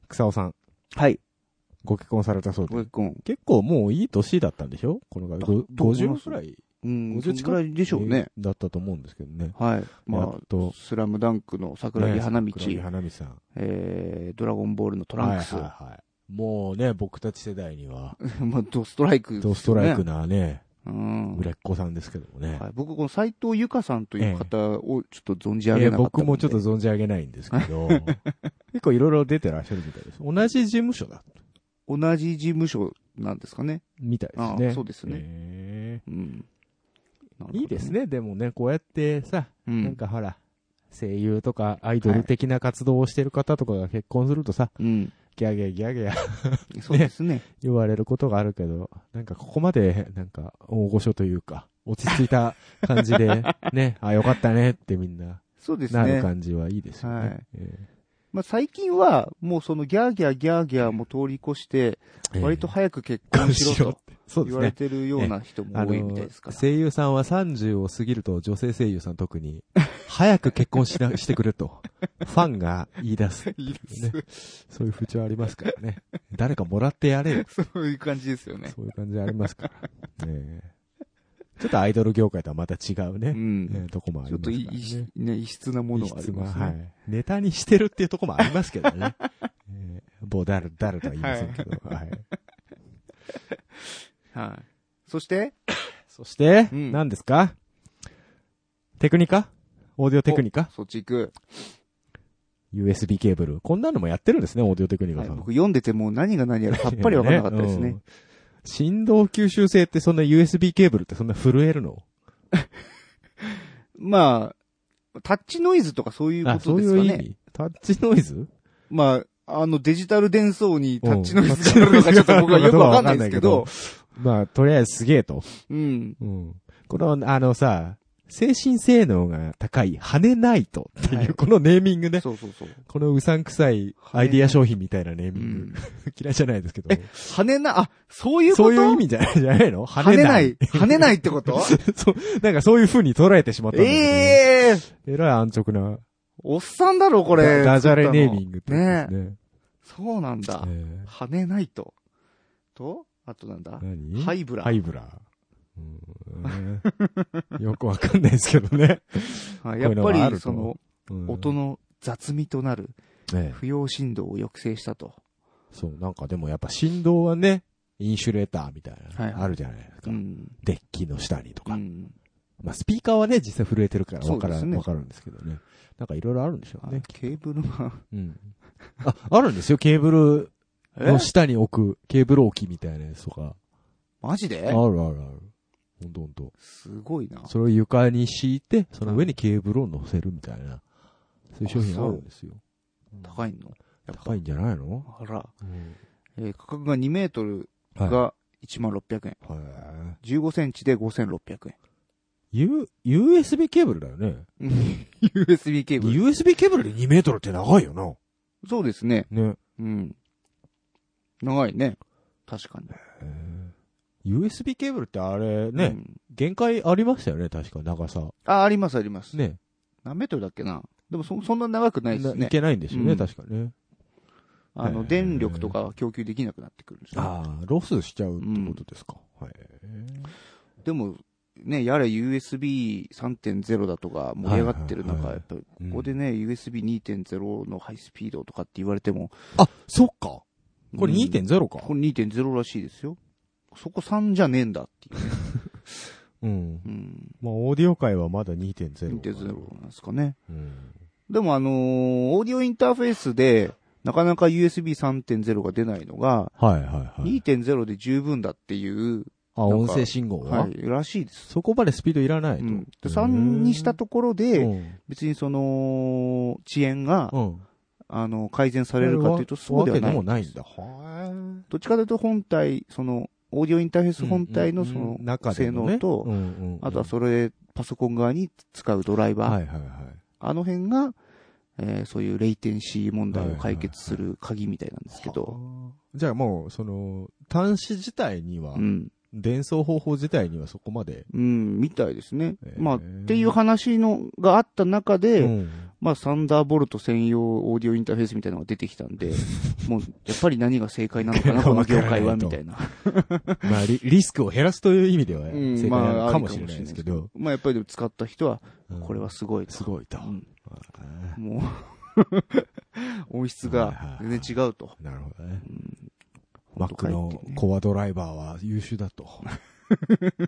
[SPEAKER 2] 草尾さん、
[SPEAKER 1] はい。
[SPEAKER 2] ご結婚されたそう
[SPEAKER 1] ご
[SPEAKER 2] で
[SPEAKER 1] 結。婚。
[SPEAKER 2] 結構もういい年だったんでしょこの方ご
[SPEAKER 1] と思い
[SPEAKER 2] 50
[SPEAKER 1] ます
[SPEAKER 2] くらい
[SPEAKER 1] うん。
[SPEAKER 2] 50近く
[SPEAKER 1] ぐらいでしょうね。
[SPEAKER 2] だったと思うんですけどね。
[SPEAKER 1] はい。
[SPEAKER 2] や
[SPEAKER 1] ま
[SPEAKER 2] っと
[SPEAKER 1] あ、スラムダンクの桜木花道
[SPEAKER 2] ね、桜木花道さん。
[SPEAKER 1] えー、ドラゴンボールのトランクス、
[SPEAKER 2] はいはいはい。もうね、僕たち世代には、
[SPEAKER 1] <laughs> まあ、ドストライクですよね、
[SPEAKER 2] ドストライクなね、
[SPEAKER 1] うん。
[SPEAKER 2] 売れっ子さんですけどもね
[SPEAKER 1] は。い、僕、この斎藤由香さんという方をちょっと存じ上
[SPEAKER 2] い
[SPEAKER 1] げ
[SPEAKER 2] や
[SPEAKER 1] なかった
[SPEAKER 2] 僕
[SPEAKER 1] もん
[SPEAKER 2] も
[SPEAKER 1] で、
[SPEAKER 2] ちょっと存じ上げないんですけ
[SPEAKER 1] <laughs>
[SPEAKER 2] ど、結構いろいろ出てらっしゃるみたいです。同じ事務所だ、
[SPEAKER 1] 同じ事務所なんですかね。
[SPEAKER 2] みたいです
[SPEAKER 1] あ
[SPEAKER 2] ね。
[SPEAKER 1] あそうですね
[SPEAKER 2] ね。
[SPEAKER 1] うん。なるほど
[SPEAKER 2] いいです。ね、でもね、こうやってさ、
[SPEAKER 1] うん。
[SPEAKER 2] なんかほら、声優とかアイドル的な活動をしてる方とかが結婚するとさ、
[SPEAKER 1] うん。
[SPEAKER 2] ギャーギャーギャーギャー <laughs>
[SPEAKER 1] そうですね。
[SPEAKER 2] 言われることがあるけど、なんかここまで、なんか大御所というか、落ち着いた感じ
[SPEAKER 1] <laughs>
[SPEAKER 2] で、ね、あ、よかったねってみんな、
[SPEAKER 1] そうです
[SPEAKER 2] なる
[SPEAKER 1] ね。
[SPEAKER 2] 感じはいいですよね。
[SPEAKER 1] はい
[SPEAKER 2] え
[SPEAKER 1] まあ、最近は、もうそのギャーギャーギャーギャーも通り越して、
[SPEAKER 2] え
[SPEAKER 1] 割と早く結
[SPEAKER 2] ええ
[SPEAKER 1] 婚しろと
[SPEAKER 2] って。そうで
[SPEAKER 1] 言
[SPEAKER 2] す
[SPEAKER 1] われ
[SPEAKER 2] ね。
[SPEAKER 1] てるような人も多いみたいですから。
[SPEAKER 2] 声優さんは30を過ぎると、女性声優さん特に、早く結婚
[SPEAKER 1] <laughs>
[SPEAKER 2] しな、してくれと、ファンが言い出す。
[SPEAKER 1] いいで
[SPEAKER 2] ね。そういう風潮ありますからね。誰かもらってやれよ。
[SPEAKER 1] そういう感じですよね。
[SPEAKER 2] そういう感じありますから。 <laughs> ねえちょっとアイドル業界とはまた違う
[SPEAKER 1] う
[SPEAKER 2] ね。え
[SPEAKER 1] ん。
[SPEAKER 2] えとこもあ
[SPEAKER 1] ち
[SPEAKER 2] り
[SPEAKER 1] ょっ
[SPEAKER 2] ますか
[SPEAKER 1] と
[SPEAKER 2] らね。
[SPEAKER 1] いい、いね、異質なものはありますね。
[SPEAKER 2] ははい。ネタにしてるっていうとこもありますけどね。 <laughs> ええもう誰、誰とは言いませんけ
[SPEAKER 1] <laughs>
[SPEAKER 2] ど。はい。
[SPEAKER 1] はい。そして、
[SPEAKER 2] そして、
[SPEAKER 1] うん
[SPEAKER 2] 何ですかテクニカオーディオテクニカ
[SPEAKER 1] そっち行く。
[SPEAKER 2] ?USB ケーブル。こんなのもやってるんですね、オーディオテクニカ
[SPEAKER 1] はい
[SPEAKER 2] さん。
[SPEAKER 1] 僕読んでてもう何が何やらさっぱりわからなかったです
[SPEAKER 2] う
[SPEAKER 1] ね
[SPEAKER 2] ん。振動吸収性ってそんな USB ケーブルってそんな震えるの
[SPEAKER 1] まあ、タッチノイズとかそういうこ
[SPEAKER 2] あ、そ
[SPEAKER 1] と
[SPEAKER 2] う
[SPEAKER 1] で
[SPEAKER 2] い
[SPEAKER 1] す
[SPEAKER 2] う
[SPEAKER 1] か
[SPEAKER 2] 意
[SPEAKER 1] ね。
[SPEAKER 2] 味タッチノイズ
[SPEAKER 1] まあ、あのデジタル伝送にタッチノイズがあるのかちょっと僕はよくわかんないですけど、
[SPEAKER 2] まあ、とりあえずすげえと。
[SPEAKER 1] うん。
[SPEAKER 2] うん。この、あのさ、精神性能が高い、跳ねないとっていう、
[SPEAKER 1] はい
[SPEAKER 2] このネーミングね。
[SPEAKER 1] そうそうそう。
[SPEAKER 2] このうさんくさいアイディア商品みたいなネー
[SPEAKER 1] う
[SPEAKER 2] ミング。
[SPEAKER 1] ん。
[SPEAKER 2] 嫌いじゃないですけど。
[SPEAKER 1] 跳ねな、あ、そういうこと
[SPEAKER 2] そういう意味じゃないじゃないの跳
[SPEAKER 1] 跳
[SPEAKER 2] ね
[SPEAKER 1] ね
[SPEAKER 2] な
[SPEAKER 1] ないい。。跳ねないってこと
[SPEAKER 2] <laughs> そう、なんかそういう風に捉えてしまったんだけど。
[SPEAKER 1] ええー、
[SPEAKER 2] えらい安直な、
[SPEAKER 1] おっさんだろ、これ。
[SPEAKER 2] ダジャレネー
[SPEAKER 1] 作った
[SPEAKER 2] ミ
[SPEAKER 1] の
[SPEAKER 2] ングってことですね。
[SPEAKER 1] そうなんだ。
[SPEAKER 2] え
[SPEAKER 1] 跳ねないと。と、あとなんだ
[SPEAKER 2] え。何
[SPEAKER 1] ハイブラ。
[SPEAKER 2] ハイブラうんよくわかんないですけどね。
[SPEAKER 1] はいやっ
[SPEAKER 2] こういうのがあ
[SPEAKER 1] ぱり、
[SPEAKER 2] ると
[SPEAKER 1] その、
[SPEAKER 2] うん
[SPEAKER 1] 音の雑味となる
[SPEAKER 2] ええ
[SPEAKER 1] 不要振動を抑制したと。
[SPEAKER 2] そう、なんかでもやっぱ振動はね、インシュレーターみたいな、
[SPEAKER 1] はいはい
[SPEAKER 2] あるじゃないですか。
[SPEAKER 1] うん。
[SPEAKER 2] デッキの下にと
[SPEAKER 1] う
[SPEAKER 2] か。
[SPEAKER 1] ん。
[SPEAKER 2] まあスピーカーはね、実際震えてるからわか
[SPEAKER 1] そう
[SPEAKER 2] ら
[SPEAKER 1] です
[SPEAKER 2] ん、
[SPEAKER 1] ね
[SPEAKER 2] わかるんですけどね。なんかいろいろあるんでしょうね。
[SPEAKER 1] ケーブルは、
[SPEAKER 2] うん。あ、あるんですよ。ケーブル
[SPEAKER 1] え
[SPEAKER 2] の下に置くケーブル置きみたいなやつとか。
[SPEAKER 1] <laughs> マジ
[SPEAKER 2] あ
[SPEAKER 1] で
[SPEAKER 2] るあるある。ほんとほんと。
[SPEAKER 1] すごいな。
[SPEAKER 2] それを床に敷いて、その上にケーブルを乗せるみたいな。そういう商品あるんですよ。
[SPEAKER 1] 高いのやっぱ
[SPEAKER 2] 高いんじゃないの
[SPEAKER 1] あら。
[SPEAKER 2] うん
[SPEAKER 1] えー価格が2メートル
[SPEAKER 2] は
[SPEAKER 1] が1600円。
[SPEAKER 2] い。は
[SPEAKER 1] 15センチで5600円。 <laughs>
[SPEAKER 2] い。U、USB ケーブルだよね。
[SPEAKER 1] うん USB ケーブル。
[SPEAKER 2] USB ケーブルで2メートルって長いよな。
[SPEAKER 1] そうですね。
[SPEAKER 2] ね。
[SPEAKER 1] うん。長いね。確かに。
[SPEAKER 2] USB ケーブルってあれ
[SPEAKER 1] う
[SPEAKER 2] ね、
[SPEAKER 1] ん
[SPEAKER 2] 限界ありましたよね、確か長さ。
[SPEAKER 1] あ、ありますあります。
[SPEAKER 2] ね。
[SPEAKER 1] 何メートルだっけなでもそ、そんな長くないです
[SPEAKER 2] な
[SPEAKER 1] ね
[SPEAKER 2] い。けないんですよね、
[SPEAKER 1] うん
[SPEAKER 2] 確かね。
[SPEAKER 1] あ
[SPEAKER 2] へ
[SPEAKER 1] の、
[SPEAKER 2] ー
[SPEAKER 1] 電力とかは供給できなくなってくるんですよ。
[SPEAKER 2] ああ、ロスしちゃうってことですか。はい。
[SPEAKER 1] でも、ね、やれ USB3.0 だとか盛り上がってる
[SPEAKER 2] はい
[SPEAKER 1] 中、
[SPEAKER 2] はいはい
[SPEAKER 1] やっぱり
[SPEAKER 2] う
[SPEAKER 1] こ
[SPEAKER 2] ん
[SPEAKER 1] こでね、USB2.0 のハイスピードとかって言われても。
[SPEAKER 2] あ、そっか。これ
[SPEAKER 1] うん
[SPEAKER 2] 2.0か
[SPEAKER 1] こ。れ2.0らしいですよ。そこ3じゃねえんだっていう。
[SPEAKER 2] うん。
[SPEAKER 1] うん。
[SPEAKER 2] まあ、オーディオ界はまだ2.0。
[SPEAKER 1] 2.0なんですかね。
[SPEAKER 2] うん。
[SPEAKER 1] でもあのーオーディオインターフェースで、なかなか USB3.0 が出ないのが、
[SPEAKER 2] はいはいはい。
[SPEAKER 1] 2.0で十分だっていう、
[SPEAKER 2] あ、
[SPEAKER 1] なんか
[SPEAKER 2] 音声信号は、
[SPEAKER 1] はい、らしいです。
[SPEAKER 2] そこまでスピードいらないと。
[SPEAKER 1] うん、で3にしたところ
[SPEAKER 2] う
[SPEAKER 1] で、
[SPEAKER 2] ん。
[SPEAKER 1] 別にその、遅延が、
[SPEAKER 2] うん。
[SPEAKER 1] あの、改善されるかというと、そうではな
[SPEAKER 2] わけでも
[SPEAKER 1] い。
[SPEAKER 2] ないんだ。は
[SPEAKER 1] どっちかというと本体、その、オーディオインターフェー
[SPEAKER 2] い
[SPEAKER 1] ス本体のその、性能と、あとは
[SPEAKER 2] れ
[SPEAKER 1] それ、パソコン側に使うドライバー、
[SPEAKER 2] はいはいはい。
[SPEAKER 1] あの辺が、えーそういうレイテンシー問題を解決する鍵みたいなんですけど、
[SPEAKER 2] はあ。じゃあもう、その、端子自体には
[SPEAKER 1] う、ん、
[SPEAKER 2] 伝送方法自体にはそこまで。
[SPEAKER 1] うん、みたいですね
[SPEAKER 2] え。ー
[SPEAKER 1] まあ、っていう話の、があった中で、
[SPEAKER 2] うん
[SPEAKER 1] まあ、サンダーボルト専用オーディオインターフェースみたいなのが出てきたん
[SPEAKER 2] <laughs>
[SPEAKER 1] で、もう、やっぱり何が正解なのかな、この業界は、みたいな。
[SPEAKER 2] まあリ、リスクを減らすという意味では、
[SPEAKER 1] うん
[SPEAKER 2] 正解
[SPEAKER 1] まあ
[SPEAKER 2] なの
[SPEAKER 1] ある
[SPEAKER 2] か
[SPEAKER 1] か
[SPEAKER 2] も
[SPEAKER 1] も
[SPEAKER 2] し
[SPEAKER 1] し
[SPEAKER 2] れ
[SPEAKER 1] れ
[SPEAKER 2] な
[SPEAKER 1] ないい
[SPEAKER 2] で
[SPEAKER 1] ですす
[SPEAKER 2] け
[SPEAKER 1] け
[SPEAKER 2] ど、
[SPEAKER 1] <laughs> まあ、やっぱりでも使った人は、
[SPEAKER 2] うん
[SPEAKER 1] これはすごいと。
[SPEAKER 2] すごいと。
[SPEAKER 1] うん
[SPEAKER 2] あ
[SPEAKER 1] もう、 <laughs> 音質が全然違うと。
[SPEAKER 2] あなるほどね。
[SPEAKER 1] ほんと
[SPEAKER 2] Mac の
[SPEAKER 1] 書いてね
[SPEAKER 2] コアドライバーは優秀
[SPEAKER 1] <laughs>
[SPEAKER 2] だと。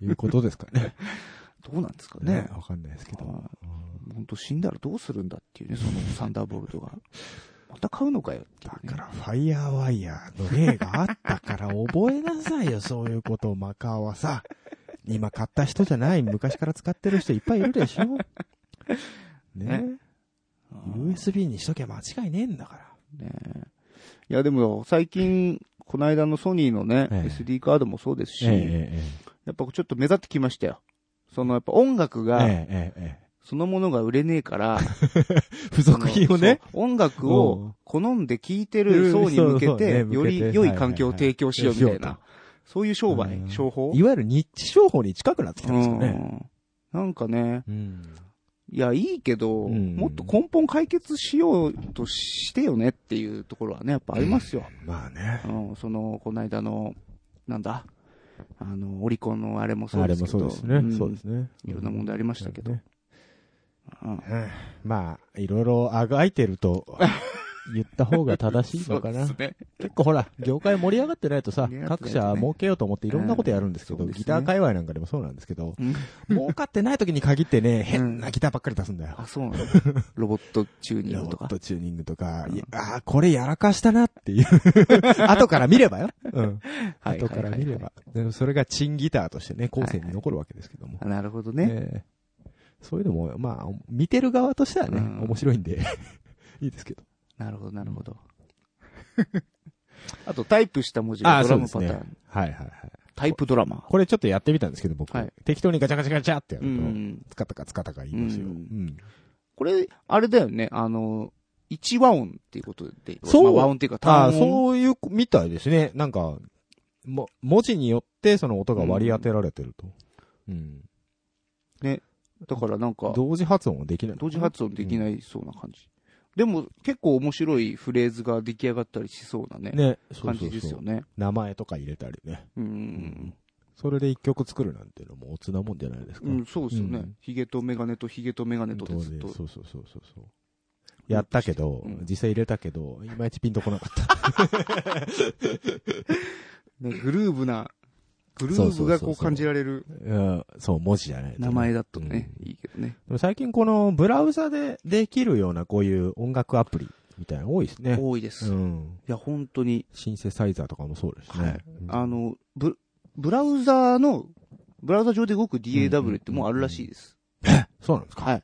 [SPEAKER 2] いうことですかね。
[SPEAKER 1] どうなんですか
[SPEAKER 2] ね
[SPEAKER 1] ね。。
[SPEAKER 2] わかんないですけど。
[SPEAKER 1] はい本当死んだらどうするんだっていうね、そのサンダーボルト
[SPEAKER 2] <laughs>
[SPEAKER 1] が。また買うのかよってい
[SPEAKER 2] だ
[SPEAKER 1] うね
[SPEAKER 2] から、ファイヤーワイヤーの例があったから覚えなさいよ、そういうことをマカオはさ。今買った人じゃない、昔から使ってる人いっぱいいるでしょ。ね
[SPEAKER 1] ね。うん
[SPEAKER 2] USB にしときゃ間違いねえんだから。
[SPEAKER 1] ねいや、でも最近、この間のソニーのね、
[SPEAKER 2] ええ
[SPEAKER 1] SD カードもそうですし、やっぱちょっと目立ってきましたよ。そのやっぱ音楽
[SPEAKER 2] ええ
[SPEAKER 1] が、
[SPEAKER 2] えええ
[SPEAKER 1] そのものが売れねえ
[SPEAKER 2] <laughs>
[SPEAKER 1] から、
[SPEAKER 2] え付属品をね。
[SPEAKER 1] その音楽
[SPEAKER 2] うん
[SPEAKER 1] を好んで聴いてる層に向け
[SPEAKER 2] そうそうね
[SPEAKER 1] て
[SPEAKER 2] 向、けて
[SPEAKER 1] より良い環境を提供しようみた
[SPEAKER 2] はいいはいはい
[SPEAKER 1] な、そういう商売
[SPEAKER 2] う、ん
[SPEAKER 1] 商法
[SPEAKER 2] いわゆるニッチ商法に近くなってきた
[SPEAKER 1] うん
[SPEAKER 2] ですよね。
[SPEAKER 1] んなんかね、
[SPEAKER 2] うん。
[SPEAKER 1] いや、いいけど、
[SPEAKER 2] うん
[SPEAKER 1] もっと根本解決しようとしてよねっていうところはね、やっぱありますよ。
[SPEAKER 2] まあね。
[SPEAKER 1] うん、その、この間の、なんだ、あの、オリコンのあれもそう
[SPEAKER 2] あ
[SPEAKER 1] で
[SPEAKER 2] れ
[SPEAKER 1] す
[SPEAKER 2] も
[SPEAKER 1] けど。
[SPEAKER 2] そうですね。
[SPEAKER 1] ん
[SPEAKER 2] そうですね。
[SPEAKER 1] いろんな問題ありましたけど。う
[SPEAKER 2] ね
[SPEAKER 1] ん
[SPEAKER 2] うん <laughs> まあ、いろいろあがいてると言った方が正しいのか
[SPEAKER 1] <laughs>
[SPEAKER 2] な
[SPEAKER 1] そ。うですね。
[SPEAKER 2] 結構ほら、業界盛り上がってないとさ
[SPEAKER 1] 盛り、上がって
[SPEAKER 2] 各
[SPEAKER 1] ないとね
[SPEAKER 2] 社儲けようと思っていろんなことやるんですけ
[SPEAKER 1] う
[SPEAKER 2] ど、
[SPEAKER 1] んそうですね
[SPEAKER 2] ギター界隈なんかでもそうなんですけ
[SPEAKER 1] <laughs>
[SPEAKER 2] ど、
[SPEAKER 1] うん
[SPEAKER 2] 儲かってない時に限ってね、変なギターばっかり出すんだよ。
[SPEAKER 1] あ、そうな <laughs> のロボットチューニン
[SPEAKER 2] ロ
[SPEAKER 1] グ
[SPEAKER 2] ボ
[SPEAKER 1] と
[SPEAKER 2] ッ
[SPEAKER 1] か。
[SPEAKER 2] トチューニングとか、
[SPEAKER 1] うん
[SPEAKER 2] いや、あーこれやらかしたなっていう。 <laughs> 後から見ればよ。うん。
[SPEAKER 1] はい
[SPEAKER 2] 後から見れば。でもそれがチンギターとしてね、後世に残るわけですけども。
[SPEAKER 1] あなるほどね。
[SPEAKER 2] ええそういうのも、まあ、見てる側としてはね、
[SPEAKER 1] うん
[SPEAKER 2] 面白いんで、 <laughs> いいですけど。
[SPEAKER 1] なるほど、なるほど。 <laughs> あと、タイプした文字
[SPEAKER 2] あ
[SPEAKER 1] が
[SPEAKER 2] あ、
[SPEAKER 1] ド
[SPEAKER 2] そ
[SPEAKER 1] ラ
[SPEAKER 2] うで
[SPEAKER 1] ム
[SPEAKER 2] す
[SPEAKER 1] パタ
[SPEAKER 2] ね。
[SPEAKER 1] ーン。
[SPEAKER 2] はいはいはい。
[SPEAKER 1] タイプドラマ
[SPEAKER 2] これちょっとやってみたんですけど、僕。
[SPEAKER 1] はい
[SPEAKER 2] 適当にガチャガチャガチャってや
[SPEAKER 1] ー。う
[SPEAKER 2] ると、
[SPEAKER 1] ん。
[SPEAKER 2] つかたかつかたか言いますよ。う
[SPEAKER 1] うん
[SPEAKER 2] ん。
[SPEAKER 1] これ、あれだよね、あの、一和音っていうことで、
[SPEAKER 2] そう
[SPEAKER 1] まあ和音っていうか
[SPEAKER 2] ああ、
[SPEAKER 1] 単音。
[SPEAKER 2] そういう、みたいですね。なんか、も、文字によってその音が割り当てられてると。うん。
[SPEAKER 1] だからなんか、
[SPEAKER 2] 同時発音はできない。
[SPEAKER 1] 同時発音できないそうな感じ。でも、結構面白いフレーズが出来上がったりしそうなね、
[SPEAKER 2] ね。そう
[SPEAKER 1] 感
[SPEAKER 2] そう
[SPEAKER 1] じで
[SPEAKER 2] そ
[SPEAKER 1] すよ
[SPEAKER 2] う。
[SPEAKER 1] ね。
[SPEAKER 2] 名前とか入れたりね。
[SPEAKER 1] う。。
[SPEAKER 2] うんそれで一曲作るなんていうのもおつなもんじゃないですか。
[SPEAKER 1] うん、そうですよ
[SPEAKER 2] う
[SPEAKER 1] ね
[SPEAKER 2] ん。
[SPEAKER 1] ヒゲとメガネとヒゲとメガネとでずっと。
[SPEAKER 2] そうそうそうそうそう。やったけど、
[SPEAKER 1] うん
[SPEAKER 2] 実際入れたけど、いまいちピンとこなかった。
[SPEAKER 1] ね、グルーブな、グル
[SPEAKER 2] そう
[SPEAKER 1] ー
[SPEAKER 2] そ
[SPEAKER 1] ブが
[SPEAKER 2] うそうそう
[SPEAKER 1] <laughs> こう感じられる
[SPEAKER 2] うん、そう、文字じゃないとね。
[SPEAKER 1] 名前だとね、
[SPEAKER 2] うん
[SPEAKER 1] いいけどね。
[SPEAKER 2] でも最近このブラウザでできるようなこういう音楽アプリみたいなの多いですね。
[SPEAKER 1] 多いです。
[SPEAKER 2] う
[SPEAKER 1] い
[SPEAKER 2] ん。
[SPEAKER 1] や、本当に、
[SPEAKER 2] シンセサイザーとかもそうですね。
[SPEAKER 1] はい
[SPEAKER 2] うん
[SPEAKER 1] あの、ブ、ブラウザーの、ブラウザ上で動く DAW ってもうあるらしいです。
[SPEAKER 2] そうなんですか
[SPEAKER 1] はい。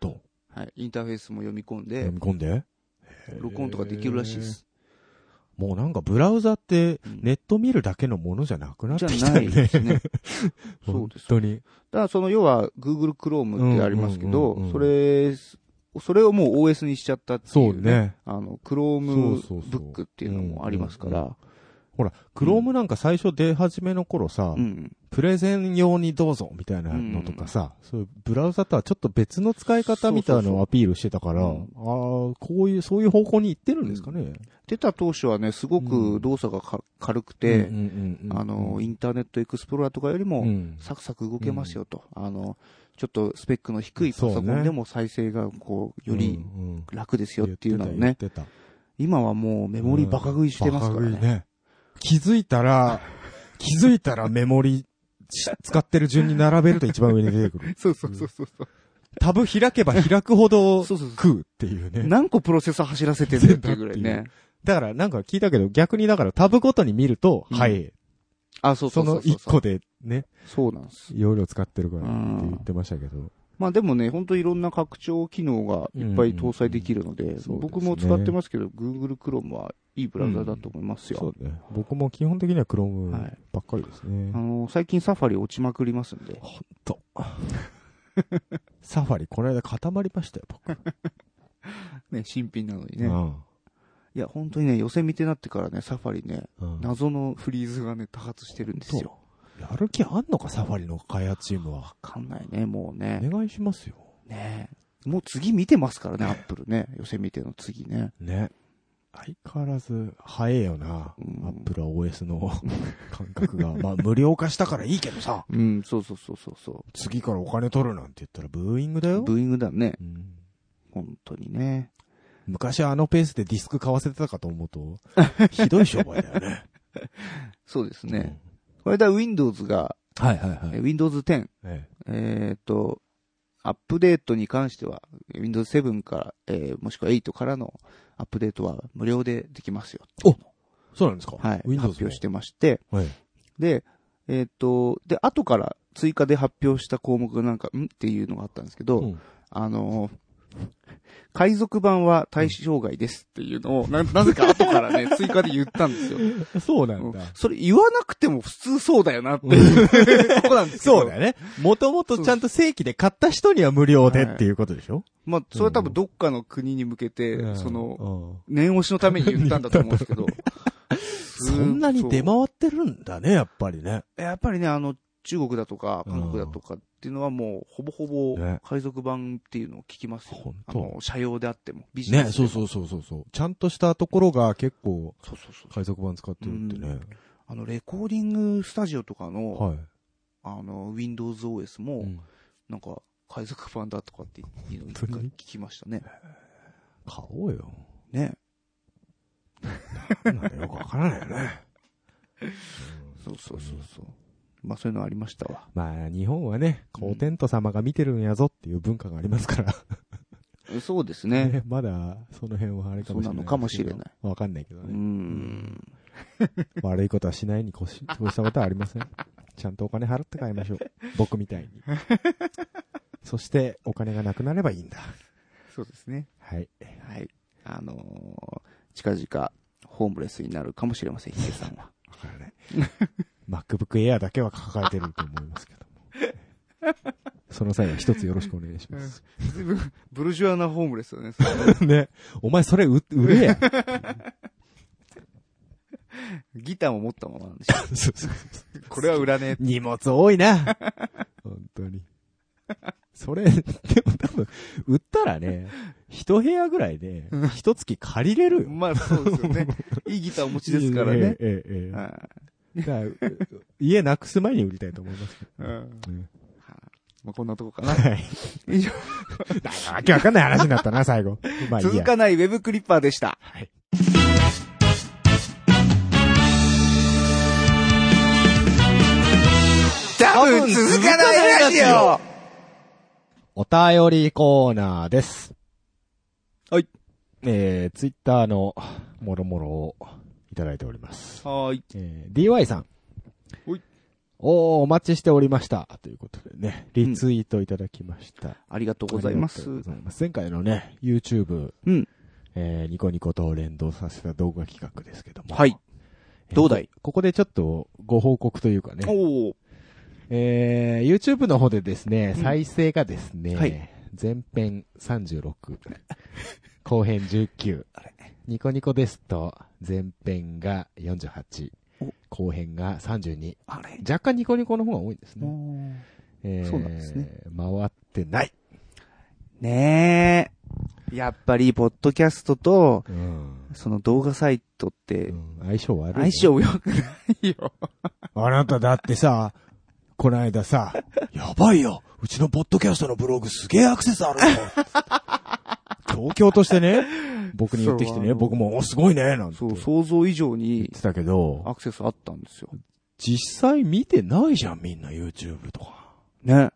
[SPEAKER 2] どう
[SPEAKER 1] はい。インターフェースも読み込んで
[SPEAKER 2] 読、み込んで
[SPEAKER 1] 録音とかできるらしいで。
[SPEAKER 2] へー
[SPEAKER 1] す。
[SPEAKER 2] もうなんかブラウザって
[SPEAKER 1] うん
[SPEAKER 2] ネット見るだけのものじゃなくなっ
[SPEAKER 1] じ
[SPEAKER 2] て
[SPEAKER 1] ゃ
[SPEAKER 2] きた
[SPEAKER 1] ない
[SPEAKER 2] ね
[SPEAKER 1] で。すね。そう
[SPEAKER 2] <laughs> 本
[SPEAKER 1] です。だか
[SPEAKER 2] 当に。
[SPEAKER 1] らその要は Google Chrome ってありますけど
[SPEAKER 2] うんうんうんうん、
[SPEAKER 1] それそれをもう OS にしちゃったってい、
[SPEAKER 2] そうう。ね。
[SPEAKER 1] あの、Chrome
[SPEAKER 2] そうそう
[SPEAKER 1] ブ
[SPEAKER 2] そう
[SPEAKER 1] ックっていうのもありますから。
[SPEAKER 2] ほら、クロームなんか最初出始めの頃さ、
[SPEAKER 1] うん。
[SPEAKER 2] プレゼン用にどうぞみたいなのとかさ、そういうブラウザとはちょっと別の使い方みたいなのをアピールしてたから、
[SPEAKER 1] そうそう
[SPEAKER 2] ああ、こういう、そういう方向に行ってるんですかね。
[SPEAKER 1] 出た当初はね、すご
[SPEAKER 2] う
[SPEAKER 1] く
[SPEAKER 2] ん
[SPEAKER 1] 動作がか軽くて、
[SPEAKER 2] うんうんうんうん
[SPEAKER 1] あの、インターネットエクスプローラーとかよりも、
[SPEAKER 2] うん
[SPEAKER 1] サクサク動けますよと。あの、ちょっとスペックの低いパソコ
[SPEAKER 2] そう
[SPEAKER 1] ン
[SPEAKER 2] ね
[SPEAKER 1] でも再生がこう、より
[SPEAKER 2] うんうん
[SPEAKER 1] 楽ですよっていうのを
[SPEAKER 2] 言
[SPEAKER 1] ね
[SPEAKER 2] っ、てた言って
[SPEAKER 1] 今はもうメ
[SPEAKER 2] た
[SPEAKER 1] モリバカ食いしてますから
[SPEAKER 2] バカ食い
[SPEAKER 1] ね。
[SPEAKER 2] 気づい
[SPEAKER 1] <laughs>
[SPEAKER 2] たら、気づいたらメモリし使ってる順に並べると一番上に出てくる。
[SPEAKER 1] そうそうそうそう。
[SPEAKER 2] タブ開けば開くほど
[SPEAKER 1] <laughs> そうそうそう
[SPEAKER 2] 食うっていうね。
[SPEAKER 1] 何個プロセッサー走らせてんだよっていうぐらいね。
[SPEAKER 2] だからなんか聞いたけど逆にだからタブごとに見ると
[SPEAKER 1] うん
[SPEAKER 2] 早い。
[SPEAKER 1] あ、そうそ
[SPEAKER 2] そう
[SPEAKER 1] そう
[SPEAKER 2] の
[SPEAKER 1] そうそう。
[SPEAKER 2] 一個でね、
[SPEAKER 1] そうなんです。
[SPEAKER 2] 容量使ってるからって
[SPEAKER 1] うん
[SPEAKER 2] 言ってましたけど。
[SPEAKER 1] まあでもね、ほんといろんな拡張機能がいっぱい搭載できるので、
[SPEAKER 2] そうですね
[SPEAKER 1] 僕も使ってますけど、Google Chrome はいいブラウザだと思いますよ。
[SPEAKER 2] そうね。僕も基本的には Chrome
[SPEAKER 1] はい
[SPEAKER 2] ばっかりですね
[SPEAKER 1] あ。の、最近サファリ落ちまくりますんで。
[SPEAKER 2] と。サファリこの間固まりましたよ、僕。
[SPEAKER 1] ね、新品なのに
[SPEAKER 2] う
[SPEAKER 1] ね。
[SPEAKER 2] ん
[SPEAKER 1] いや、本当にね、寄せ見てなってからね、サファリね、
[SPEAKER 2] うん
[SPEAKER 1] 謎のフリーズがね、多発してるんですよ。
[SPEAKER 2] やる気あんのか、サファリの開発チームは。
[SPEAKER 1] わかんないね、もう
[SPEAKER 2] お
[SPEAKER 1] ね。
[SPEAKER 2] 願いしますよ。
[SPEAKER 1] ねもう次見てますからね、アップルね。寄せ見ての次ね。
[SPEAKER 2] ね。相変わらず、早えよな。
[SPEAKER 1] うん
[SPEAKER 2] アップルは OS
[SPEAKER 1] <laughs>
[SPEAKER 2] の感覚が。まあ、無料化したからいいけどさ。
[SPEAKER 1] うん、そうそうそうそうそ
[SPEAKER 2] 次からお金取るなんて言ったらブーイングだ
[SPEAKER 1] う。
[SPEAKER 2] よ。
[SPEAKER 1] ブーイングだね。
[SPEAKER 2] うん
[SPEAKER 1] 本当にね。
[SPEAKER 2] 昔あのペースでディスク買わせてたかと思
[SPEAKER 1] <laughs>
[SPEAKER 2] うと、ひどい商売だよね。
[SPEAKER 1] そうですね。これだ Windows が、
[SPEAKER 2] うん。はいはいは
[SPEAKER 1] え
[SPEAKER 2] い。
[SPEAKER 1] Windows 10、
[SPEAKER 2] え
[SPEAKER 1] えーっと、アップデートに関しては、Windows 7から、えーもしくは8からのアップデートは無料でできますよ。
[SPEAKER 2] えそうなんですか
[SPEAKER 1] はい。発
[SPEAKER 2] Windows
[SPEAKER 1] 表してまして。
[SPEAKER 2] はい。
[SPEAKER 1] で、えーっと、で、後から追加で発表した項目がなんか、んっていうのがあったんですけど、
[SPEAKER 2] うん
[SPEAKER 1] あのー海賊版は対象外ですっていうのを、
[SPEAKER 2] <laughs>
[SPEAKER 1] な、なぜか後からね、追加で言ったんですよ。
[SPEAKER 2] そうな
[SPEAKER 1] うんん
[SPEAKER 2] だ。
[SPEAKER 1] それ言わなくても普通そうだよなっていう、 <laughs> とこなんですけど。
[SPEAKER 2] そうだよね。もともとちゃんと正規で買った人には無料でっていうことでしょ
[SPEAKER 1] まあ、それは多分どっかの国に向けて、
[SPEAKER 2] うん
[SPEAKER 1] その、
[SPEAKER 2] うん
[SPEAKER 1] 念押しのために言ったんだと思うんですけど。
[SPEAKER 2] <laughs> そんなに出
[SPEAKER 1] そう
[SPEAKER 2] 回ってるんだね、やっぱりね。
[SPEAKER 1] やっぱりね、あの、中国だとか、韓国だとかっていうのはもう、ほぼほぼ
[SPEAKER 2] ね、
[SPEAKER 1] 海賊版っていうのを聞きますよ。
[SPEAKER 2] ほんと
[SPEAKER 1] あの、社用であっても、ビジネスでも。
[SPEAKER 2] ね、そうそうそうそうそう。ちゃんとしたところが結構、
[SPEAKER 1] そうそうそう。
[SPEAKER 2] 海賊版使ってるってね。
[SPEAKER 1] あの、レコーディングスタジオとかの、
[SPEAKER 2] はい。
[SPEAKER 1] あの、Windows OS も、
[SPEAKER 2] うん
[SPEAKER 1] なんか、海賊版だとかっていうのを一回聞きましたね。
[SPEAKER 2] 買おうよ。
[SPEAKER 1] ね。
[SPEAKER 2] なんだよくわからないよね。
[SPEAKER 1] そうそうそうそう。まあ、そういうのありましたわ。
[SPEAKER 2] まあ、日本はね、コテント様が見てるんやぞっていう文化がありますから。
[SPEAKER 1] そうですね。
[SPEAKER 2] <laughs> ね <laughs> まだ、その辺はあれか
[SPEAKER 1] そう
[SPEAKER 2] もしれない。
[SPEAKER 1] なのかもしれない。
[SPEAKER 2] わかんないけど
[SPEAKER 1] う
[SPEAKER 2] ね。
[SPEAKER 1] ん。
[SPEAKER 2] 悪いことはしないに越し、越したことはありま
[SPEAKER 1] <laughs>
[SPEAKER 2] せん。ちゃんとお金払って買いましょう。僕みたいに。そして、お金がなくなればいいんだ。
[SPEAKER 1] そうですね。
[SPEAKER 2] はい。
[SPEAKER 1] はい。あのー近々、ホームレスになるかもしれません、ヒデさんは。
[SPEAKER 2] わからない。MacBook Air だけは抱えてると思いますけども。
[SPEAKER 1] <laughs>
[SPEAKER 2] その際は一つよろしくお願いします。
[SPEAKER 1] <laughs> ずいぶん、ブルジュアなホームレスだね。
[SPEAKER 2] <laughs> ね。お前それ売、売れ
[SPEAKER 1] <laughs>
[SPEAKER 2] や。 <laughs>
[SPEAKER 1] ギターも持ったままなんでしょ。
[SPEAKER 2] そうそう
[SPEAKER 1] <laughs> これは売らねえ。
[SPEAKER 2] 荷物多いな。本当に。それ、でも多分、売ったらね、一部屋ぐらいで、一月借りれるよ。
[SPEAKER 1] <laughs> まあ、そうですよね。いいギターお持ちですからね。
[SPEAKER 2] ええ。ええ、え
[SPEAKER 1] は
[SPEAKER 2] え。だからう家なくす前に売りたいと思いますけ
[SPEAKER 1] いうん
[SPEAKER 2] どね。
[SPEAKER 1] まあ、こんなとこかな。
[SPEAKER 2] はい。
[SPEAKER 1] 以上、
[SPEAKER 2] だからわけわかんない話になった
[SPEAKER 1] <laughs>
[SPEAKER 2] な、最後。まあいい
[SPEAKER 1] 続
[SPEAKER 2] や。
[SPEAKER 1] かないウェブクリッパーでした。
[SPEAKER 2] はい。
[SPEAKER 1] 多分続かないラジオ
[SPEAKER 2] お便りコーナーです。
[SPEAKER 1] はい。
[SPEAKER 2] えー、ツイッターのもろもろをいただいております。
[SPEAKER 1] はーい。
[SPEAKER 2] えー、DY さん。
[SPEAKER 1] ほい。
[SPEAKER 2] おー、お待ちしておりました。ということでね、リツイートいただきました。
[SPEAKER 1] ありがとうございま
[SPEAKER 2] あ
[SPEAKER 1] す
[SPEAKER 2] り。がとうございます前回のね、YouTube、
[SPEAKER 1] うん。
[SPEAKER 2] えー、ニコニコと連動させた動画企画ですけども。
[SPEAKER 1] はい。
[SPEAKER 2] えー。
[SPEAKER 1] どうだい
[SPEAKER 2] こここでちょっとご報告というかね。
[SPEAKER 1] おー。
[SPEAKER 2] えー、YouTube の方でですね、
[SPEAKER 1] うん
[SPEAKER 2] 再生がですね、
[SPEAKER 1] はい
[SPEAKER 2] 前編36、後編19、ニコニコですと、前編が48
[SPEAKER 1] お、
[SPEAKER 2] 後編が32。
[SPEAKER 1] あれ
[SPEAKER 2] 若干ニコニコの方が多いですね。えー
[SPEAKER 1] そうなんですね。
[SPEAKER 2] 回ってない。
[SPEAKER 1] ねえ。やっぱり、ポッドキャストと、
[SPEAKER 2] うん。
[SPEAKER 1] その動画サイトって、
[SPEAKER 2] 相性悪い、
[SPEAKER 1] 相。性良くないよ。
[SPEAKER 2] あなただってさ、こないだ <laughs> さ、やばいよ。うちのポッドキャストのブログすげえアクセスあるよ。 <laughs> 東京としてね、僕に言ってきて
[SPEAKER 1] そうあ
[SPEAKER 2] ね、
[SPEAKER 1] の
[SPEAKER 2] 僕も、お、すごいね、なんて
[SPEAKER 1] そ
[SPEAKER 2] 言
[SPEAKER 1] う、
[SPEAKER 2] っ
[SPEAKER 1] 想像以上に
[SPEAKER 2] てたけど、
[SPEAKER 1] アクセスあったんですよ。
[SPEAKER 2] 実際見てないじゃん、みんな YouTube とか。
[SPEAKER 1] ね。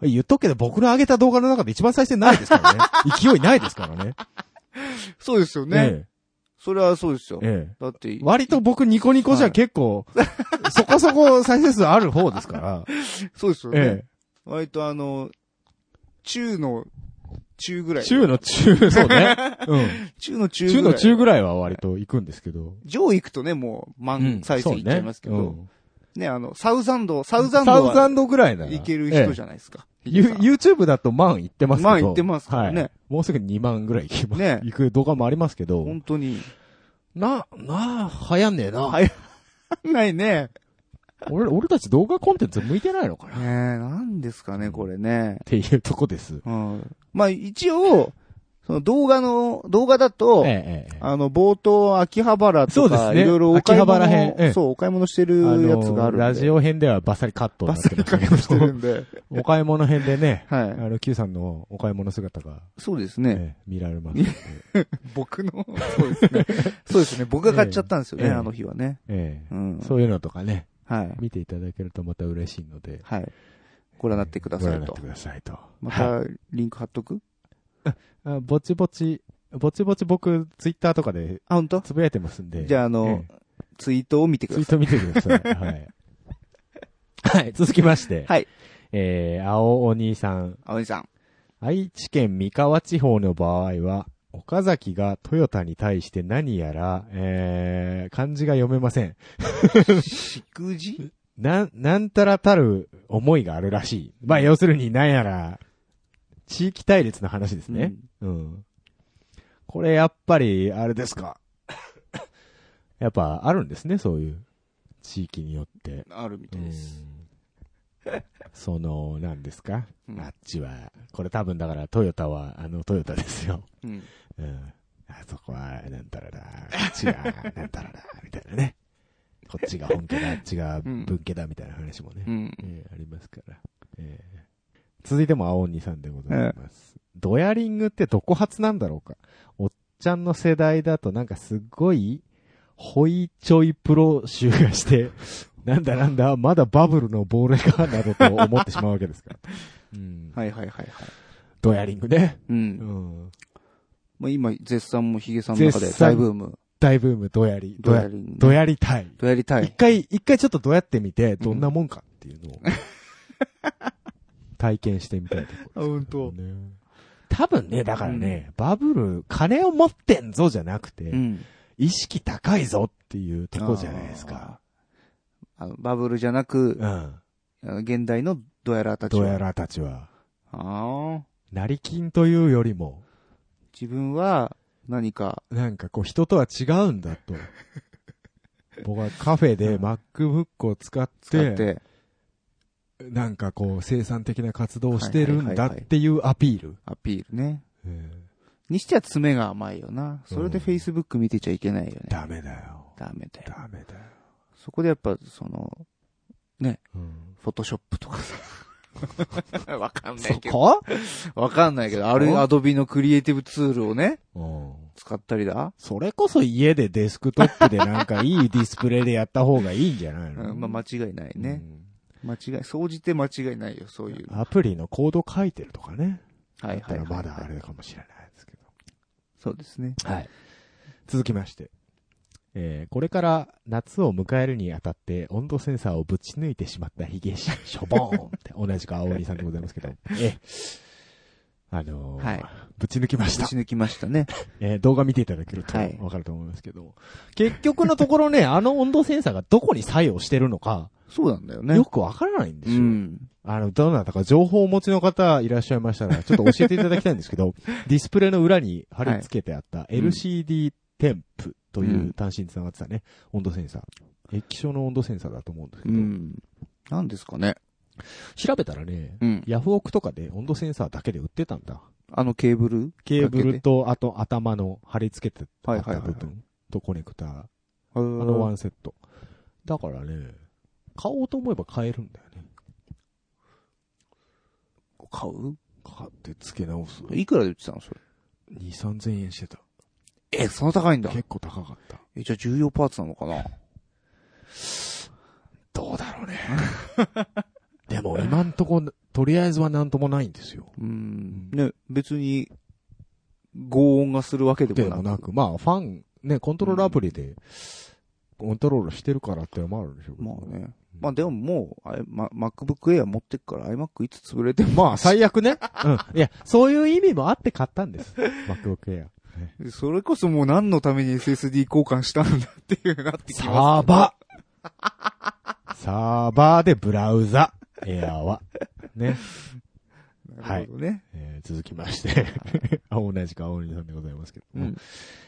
[SPEAKER 2] 言っとくけど、僕の上げた動画の中で一番再生ないです <laughs> からね。勢いないですからね。
[SPEAKER 1] そうですよね。それはそうですよ
[SPEAKER 2] ええ。。ええ。
[SPEAKER 1] だって、
[SPEAKER 2] 割と僕ニコニコじ
[SPEAKER 1] は
[SPEAKER 2] ゃ
[SPEAKER 1] い
[SPEAKER 2] 結構、そこそこ再生数ある方ですから。
[SPEAKER 1] そうですよね
[SPEAKER 2] <laughs> え。
[SPEAKER 1] 割とあの、中の、中ぐら
[SPEAKER 2] え。
[SPEAKER 1] い。
[SPEAKER 2] 中の中、そ
[SPEAKER 1] <laughs>
[SPEAKER 2] うね。うん。
[SPEAKER 1] 中の中ぐら
[SPEAKER 2] 中
[SPEAKER 1] い。
[SPEAKER 2] の中ぐらいは割と行くんですけど。
[SPEAKER 1] 上行くとね、もう、満再生いっちゃいますけど、
[SPEAKER 2] そう
[SPEAKER 1] ね
[SPEAKER 2] ねうん
[SPEAKER 1] あの、サウザンド、サウザン
[SPEAKER 2] サ
[SPEAKER 1] ド
[SPEAKER 2] ウザ
[SPEAKER 1] は
[SPEAKER 2] ンドぐらいなら。
[SPEAKER 1] いける人
[SPEAKER 2] ええ
[SPEAKER 1] じゃないですか。ヒ
[SPEAKER 2] ゆ
[SPEAKER 1] デさん
[SPEAKER 2] YouTube だと万いってますけど。
[SPEAKER 1] 万いってますからね
[SPEAKER 2] はい。もうすぐ2万ぐらいいきます。
[SPEAKER 1] ね
[SPEAKER 2] 行く動画もありますけど。
[SPEAKER 1] 本当に。
[SPEAKER 2] な、なあ、流行んねえな。
[SPEAKER 1] 流行んないね。
[SPEAKER 2] 俺、俺たち動画コンテンツ向いてないのか
[SPEAKER 1] <laughs> ね
[SPEAKER 2] な
[SPEAKER 1] え、なんですかね、これね
[SPEAKER 2] っ。ていうとこです。
[SPEAKER 1] うん。まあ、一応、その動画の、動画だと、
[SPEAKER 2] ええええ
[SPEAKER 1] あの、冒頭、秋葉原とか、
[SPEAKER 2] そうですね
[SPEAKER 1] いろいろお買い
[SPEAKER 2] 秋葉
[SPEAKER 1] 物、
[SPEAKER 2] 原編ええ
[SPEAKER 1] そう、お買い物してるやつがあるんで。
[SPEAKER 2] ラジオ編ではバッサリカットに
[SPEAKER 1] バ
[SPEAKER 2] なっ
[SPEAKER 1] ス
[SPEAKER 2] て
[SPEAKER 1] で
[SPEAKER 2] ました
[SPEAKER 1] 買い物し
[SPEAKER 2] けど
[SPEAKER 1] てるんで。
[SPEAKER 2] お買い物編で
[SPEAKER 1] <laughs>
[SPEAKER 2] ね、あ
[SPEAKER 1] はい。
[SPEAKER 2] の、Q さんのお買い物姿が、
[SPEAKER 1] そうですね。
[SPEAKER 2] ええ見られますの
[SPEAKER 1] <laughs>
[SPEAKER 2] で。
[SPEAKER 1] 僕の、そうですね。そうですね。僕が買っちゃったんですよね、
[SPEAKER 2] ええ
[SPEAKER 1] あの日はね。
[SPEAKER 2] ええ
[SPEAKER 1] うん。
[SPEAKER 2] そういうのとかね、
[SPEAKER 1] はい。
[SPEAKER 2] 見ていただけるとまた嬉しいので、
[SPEAKER 1] はい。ご覧になってくだ
[SPEAKER 2] ご
[SPEAKER 1] さ
[SPEAKER 2] 覧
[SPEAKER 1] い
[SPEAKER 2] にな
[SPEAKER 1] と
[SPEAKER 2] って。くださいと。
[SPEAKER 1] ま
[SPEAKER 2] はい
[SPEAKER 1] た、リンク貼っとく
[SPEAKER 2] あぼちぼち、ぼちぼち僕、ツイッターとかで
[SPEAKER 1] あ、本当？
[SPEAKER 2] つぶやいてますんで。
[SPEAKER 1] じゃあ、あの
[SPEAKER 2] え、
[SPEAKER 1] ツイートを見て
[SPEAKER 2] え
[SPEAKER 1] く
[SPEAKER 2] ツ
[SPEAKER 1] だ
[SPEAKER 2] イー
[SPEAKER 1] さい。
[SPEAKER 2] ト見てくだ
[SPEAKER 1] <laughs>
[SPEAKER 2] さい。はい。はい、続きまして。
[SPEAKER 1] はい。
[SPEAKER 2] えー、青お兄さん。
[SPEAKER 1] 青井さん。
[SPEAKER 2] 愛知県三河地方の場合は、岡崎がトヨタに対して何やら、えー、漢字が読めません。
[SPEAKER 1] しくじ
[SPEAKER 2] なん、なんたらたる思いがあるらしい。まあ、要するになんやら、地域対立の話ですね。うん。これやっぱり、あれですか。 <laughs> やっぱあるんですね、そういう。地域によって。
[SPEAKER 1] あるみ
[SPEAKER 2] う
[SPEAKER 1] たい
[SPEAKER 2] ん
[SPEAKER 1] です。
[SPEAKER 2] その、なんですか、
[SPEAKER 1] うん
[SPEAKER 2] あっちは、これ多分だからトヨタは、あのトヨタですよ。
[SPEAKER 1] うん。
[SPEAKER 2] うん。あそこは、なんたらだ、あっちが、なんたらだ、みたいなね。こっちが本家だ、あっちが文家だ、みたいな話もね。
[SPEAKER 1] うん。
[SPEAKER 2] えーありますから。えー続いても青鬼さんでございます。ドヤリングってどこ発なんだろうかおっちゃんの世代だとなんかすごい、ホイちょいプロ集が
[SPEAKER 1] <laughs>
[SPEAKER 2] して、なんだなんだ、まだバブルの亡霊か、などと思ってしまうわけですから。うん。
[SPEAKER 1] はいはいはいはい。
[SPEAKER 2] ドヤリングね。
[SPEAKER 1] う。
[SPEAKER 2] うんん。
[SPEAKER 1] まあ今、絶賛もヒゲさんの中で大ブーム。
[SPEAKER 2] 大ブーム、ドヤリ、ド
[SPEAKER 1] ドヤ
[SPEAKER 2] ヤ、
[SPEAKER 1] リン。
[SPEAKER 2] ドヤりたい。
[SPEAKER 1] ドヤりた
[SPEAKER 2] 一
[SPEAKER 1] い。
[SPEAKER 2] <laughs> 回、一回ちょっとどうやってみて、どんなもんかっていうのを、体験してみたいところですけどね、多分ね、だからね、バブル、金を持ってんぞじゃなくて、
[SPEAKER 1] うん。
[SPEAKER 2] 意識高いぞっていうとこじゃないですか。
[SPEAKER 1] あの、バブルじゃなく
[SPEAKER 2] う、ん。
[SPEAKER 1] あの現代のドヤラーたち
[SPEAKER 2] どうや
[SPEAKER 1] は。
[SPEAKER 2] らたちは。
[SPEAKER 1] ああ。
[SPEAKER 2] 成金というよりも、
[SPEAKER 1] 自分は、何か、
[SPEAKER 2] なんかこう人とは違うんだ <laughs> と。僕はカフェで MacBook を使っ
[SPEAKER 1] 使
[SPEAKER 2] て、
[SPEAKER 1] って、
[SPEAKER 2] なんかこう生産的な活動をしてるんだっていうアピール。
[SPEAKER 1] アピールね。
[SPEAKER 2] うん
[SPEAKER 1] にしちゃ爪が甘いよな。それで
[SPEAKER 2] うん
[SPEAKER 1] Facebook 見てちゃいけないよね。
[SPEAKER 2] ダメだよ。
[SPEAKER 1] ダメだよ。
[SPEAKER 2] ダメだよ。
[SPEAKER 1] そこでやっぱ、その、
[SPEAKER 2] うん、
[SPEAKER 1] フォトショップとかさ。 <laughs> わかんな
[SPEAKER 2] そ
[SPEAKER 1] いけど。
[SPEAKER 2] こ
[SPEAKER 1] わかんないけど、あ
[SPEAKER 2] そ
[SPEAKER 1] る
[SPEAKER 2] こ
[SPEAKER 1] アドビのクリエイティブツールをね、
[SPEAKER 2] うん。
[SPEAKER 1] 使ったりだ。
[SPEAKER 2] それこそ家でデスクトップでなんかいいディスプレイでやった方がいいんじゃない
[SPEAKER 1] う
[SPEAKER 2] の、
[SPEAKER 1] ん、まあ間違いないね。間違い、総じて間違いないよ、そういう
[SPEAKER 2] う
[SPEAKER 1] の。
[SPEAKER 2] んアプリのコード書いてるとかね。
[SPEAKER 1] はいはいはい、
[SPEAKER 2] だ
[SPEAKER 1] はい。
[SPEAKER 2] からまだあれかもしれないですけど。
[SPEAKER 1] そうですね。
[SPEAKER 2] はい。続きまして。えー、これから夏を迎えるにあたって温度センサーをぶち抜いてしまったヒゲし、しょぼーんって同じく青鬼さんでございます
[SPEAKER 1] <laughs>
[SPEAKER 2] けど。ええあのー
[SPEAKER 1] はい
[SPEAKER 2] ぶち抜きまし
[SPEAKER 1] ぶ
[SPEAKER 2] た
[SPEAKER 1] ち。抜きましたね。
[SPEAKER 2] えー動画見ていただけると
[SPEAKER 1] はい
[SPEAKER 2] <laughs> わかると思いますけど、結局のところね、あの温度センサーがどこに作用してるのか、
[SPEAKER 1] そうなんだよね。
[SPEAKER 2] よくわからないんです
[SPEAKER 1] う
[SPEAKER 2] よ。
[SPEAKER 1] ん。
[SPEAKER 2] あの、どなたか情報をお持ちの方いらっしゃいましたら、ちょっと教えていただきたいんです
[SPEAKER 1] <laughs>
[SPEAKER 2] けど、ディスプレイの裏に貼り付けてあった
[SPEAKER 1] い
[SPEAKER 2] LCD テンプとい
[SPEAKER 1] うん
[SPEAKER 2] う単身つながってたね、温度センサー。液晶の温度センサーだと思うんですけ
[SPEAKER 1] う
[SPEAKER 2] ど、
[SPEAKER 1] ん。なんですかね。
[SPEAKER 2] 調べたらね、
[SPEAKER 1] うん。
[SPEAKER 2] ヤフオクとかで温度センサーだけで売ってたんだ。
[SPEAKER 1] あのケーブル
[SPEAKER 2] ケーブル
[SPEAKER 1] か
[SPEAKER 2] と、あと頭の貼り付けてあっ
[SPEAKER 1] はい
[SPEAKER 2] た
[SPEAKER 1] はいはい
[SPEAKER 2] 部
[SPEAKER 1] はい
[SPEAKER 2] 分とコネクター、
[SPEAKER 1] けて、あ
[SPEAKER 2] あのワンセット。だからね、買おうと思えば買えるんだよね。
[SPEAKER 1] 買う
[SPEAKER 2] 買って付け直す。
[SPEAKER 1] いくらで売ってたのそれ。
[SPEAKER 2] 2、3000円してた。
[SPEAKER 1] え、そんな高いんだ。
[SPEAKER 2] 結構高かった。
[SPEAKER 1] え、じゃあ重要パーツなのかな
[SPEAKER 2] どうだろうね。 <laughs> でも今んとこ、とりあえずはなんともないんですよ。
[SPEAKER 1] うん。ね、別に、轟音がするわけで
[SPEAKER 2] で
[SPEAKER 1] もな
[SPEAKER 2] も
[SPEAKER 1] く。
[SPEAKER 2] なく、まあファン、ね、コントロールアプリで、コントロールしてるからってのもあるんでしょうけど
[SPEAKER 1] まあね。まあでももう、あれ、ま、MacBook Air 持ってっから iMac いつ潰れても、
[SPEAKER 2] まあ最悪ね。うん。いや、そういう意味もあって買ったん <laughs> です。MacBook Air。
[SPEAKER 1] それこそもう何のために SSD 交換したんだっていうなってきますけど。
[SPEAKER 2] サーバー <laughs> サーバーでブラウザ。エアーは。ね。
[SPEAKER 1] なるほどね。
[SPEAKER 2] えー続きま <laughs> して。同じく青鬼さんでございますけども。
[SPEAKER 1] うん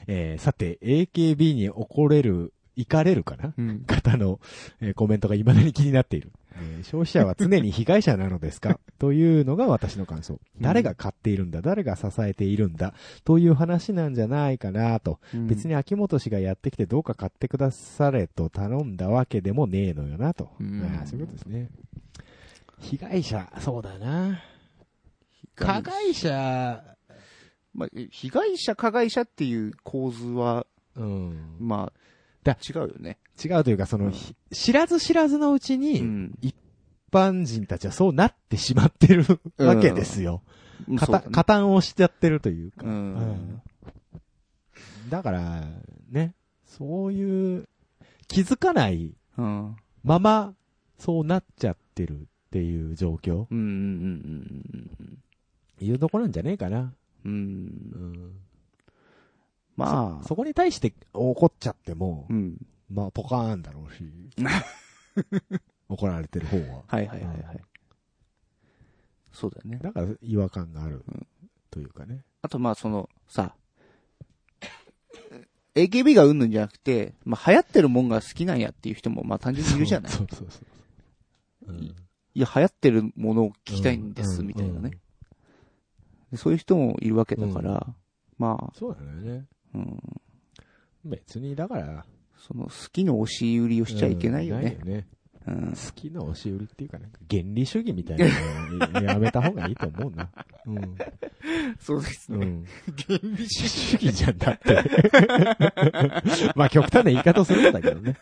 [SPEAKER 2] えーさて、AKB に怒れる、怒れるかな
[SPEAKER 1] うん。
[SPEAKER 2] 方の、えーコメントが未だに気になっている。えー消費者は常に被害者なのです <laughs> かというのが私の感想。誰が買っているんだ誰が支えているんだという話なんじゃないかなと。別
[SPEAKER 1] に。
[SPEAKER 2] に秋元氏がやってきてどうか買ってくだされと頼んだわけでもねえのよなと。
[SPEAKER 1] うん
[SPEAKER 2] ああそういうことですね。被害者、そうだな。加害者、
[SPEAKER 1] まあ、被害者、加害者っていう構図は、
[SPEAKER 2] うん。
[SPEAKER 1] まあ、
[SPEAKER 2] だ
[SPEAKER 1] 違うよね。
[SPEAKER 2] 違うというか、その、
[SPEAKER 1] うん
[SPEAKER 2] ひ知らず知らずのうちに、
[SPEAKER 1] ん。
[SPEAKER 2] 一般人たちはそうなってしまってる
[SPEAKER 1] うん
[SPEAKER 2] わけですよ。かた加担をしちゃってるというか。
[SPEAKER 1] う
[SPEAKER 2] うんん。だから、ね、そういう、気づかない
[SPEAKER 1] うん。
[SPEAKER 2] まま、そうなっちゃってるっていう状況、
[SPEAKER 1] うん。うん。うん。
[SPEAKER 2] いうとこなんじゃねえかな。
[SPEAKER 1] うん。
[SPEAKER 2] うん。
[SPEAKER 1] まあ、
[SPEAKER 2] そこに対して怒っちゃっても、
[SPEAKER 1] うん。
[SPEAKER 2] まあ、ポカーンだ
[SPEAKER 1] <laughs>
[SPEAKER 2] ろうし。怒られてる方は。
[SPEAKER 1] はいはいはいはい。そうだよね。
[SPEAKER 2] だから違和感がある
[SPEAKER 1] うん。
[SPEAKER 2] というかね。
[SPEAKER 1] あとまあその、さ、AKB がうんぬんじゃなくて、まあ流行ってるもんが好きなんやっていう人もまあ単純にいるじゃない
[SPEAKER 2] そうそうそうそう。うん
[SPEAKER 1] いや、流行ってるものを聞きたいんです、みたいな。
[SPEAKER 2] うんうん
[SPEAKER 1] ね。でそういう人もいるわけだから、まあ、
[SPEAKER 2] そうだよね。
[SPEAKER 1] うん、
[SPEAKER 2] 別に、だから。
[SPEAKER 1] その好きの押し売りをしちゃいけないよね。
[SPEAKER 2] うんないよね。
[SPEAKER 1] うん。
[SPEAKER 2] 好きな押し売りっていうか、なんか原理主義みたいなのをやめた方がいいと思うな。うん。
[SPEAKER 1] そうです
[SPEAKER 2] う。ん。原理主義じゃんだって。 <laughs> まあ極端な言い方をするんだけどね。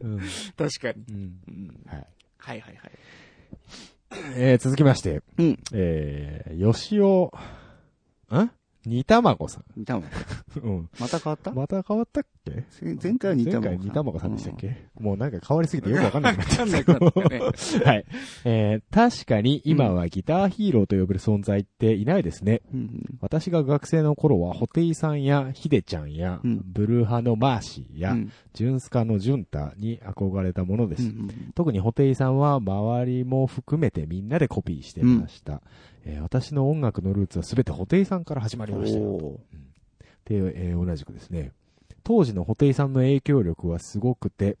[SPEAKER 2] うん。
[SPEAKER 1] 確かに。
[SPEAKER 2] うん。
[SPEAKER 1] うん。
[SPEAKER 2] はい。
[SPEAKER 1] はいはいはい。
[SPEAKER 2] えー、続きまして。
[SPEAKER 1] うん。
[SPEAKER 2] えー、吉尾、ん煮卵さん。
[SPEAKER 1] 煮卵。
[SPEAKER 2] うん。
[SPEAKER 1] また変わった、
[SPEAKER 2] また変わったっけ
[SPEAKER 1] せ前回は煮卵。
[SPEAKER 2] 前回煮卵さんでしたっけ、もうなんか変わりすぎてよくわかんなくなっちゃ
[SPEAKER 1] わか
[SPEAKER 2] っ
[SPEAKER 1] ん
[SPEAKER 2] た。
[SPEAKER 1] なくなったね
[SPEAKER 2] <laughs> はい。えー、確かに今はギターヒーローと呼べる存在っていないですね。
[SPEAKER 1] うん。
[SPEAKER 2] 私が学生の頃は、ホテイさんやヒデちゃんや、
[SPEAKER 1] うん
[SPEAKER 2] ブルーハのマーシー
[SPEAKER 1] う
[SPEAKER 2] や、
[SPEAKER 1] ん。
[SPEAKER 2] ジュンスカのジュンタに憧れたもので
[SPEAKER 1] う
[SPEAKER 2] す。
[SPEAKER 1] ん。
[SPEAKER 2] 特にホテイさんは周りも含めてみんなでコピーしてました。えー私の音楽のルーツは全てホテイさんから始まりましたよ。
[SPEAKER 1] お
[SPEAKER 2] で、えー同じくですね。当時のホテイさんの影響力はすごくて、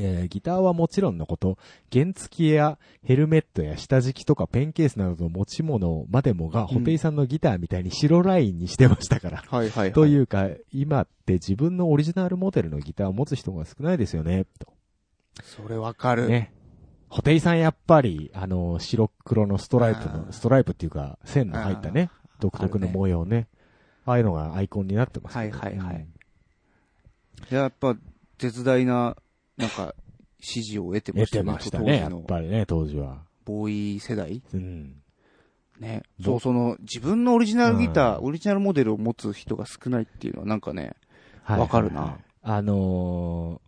[SPEAKER 2] えーギターはもちろんのこと、原付きやヘルメットや下敷きとかペンケースなどの持ち物までもが、ホテイさんのギターみたいに白ラインにしてましたから。
[SPEAKER 1] ーはいはいはい。。
[SPEAKER 2] といううか、今って自分のオリジナルモデルのギターを持つ人が少ないですよね、と。
[SPEAKER 1] それわかる。
[SPEAKER 2] ね。ホテイさんやっぱり、あの、白黒のストライプ
[SPEAKER 1] あー
[SPEAKER 2] の、ストライプっていうか、線の入ったね、独特の模様ね。ああいうのがアイコンになってますけど
[SPEAKER 1] はいはいはい
[SPEAKER 2] うん
[SPEAKER 1] やっぱ、絶大な、なんか、支持を得てま
[SPEAKER 2] 得
[SPEAKER 1] した
[SPEAKER 2] て
[SPEAKER 1] ね。
[SPEAKER 2] ましたね、や
[SPEAKER 1] 当時
[SPEAKER 2] っ
[SPEAKER 1] の
[SPEAKER 2] ぱりね、当時は。
[SPEAKER 1] ボーイ世代
[SPEAKER 2] うん。
[SPEAKER 1] ね。
[SPEAKER 2] ど
[SPEAKER 1] そう、その、自分のオリジナルギター、
[SPEAKER 2] う
[SPEAKER 1] オリジナルモデルを持つ人が少ないっていうのは、なんかね、
[SPEAKER 2] はい
[SPEAKER 1] わかるな。
[SPEAKER 2] あのー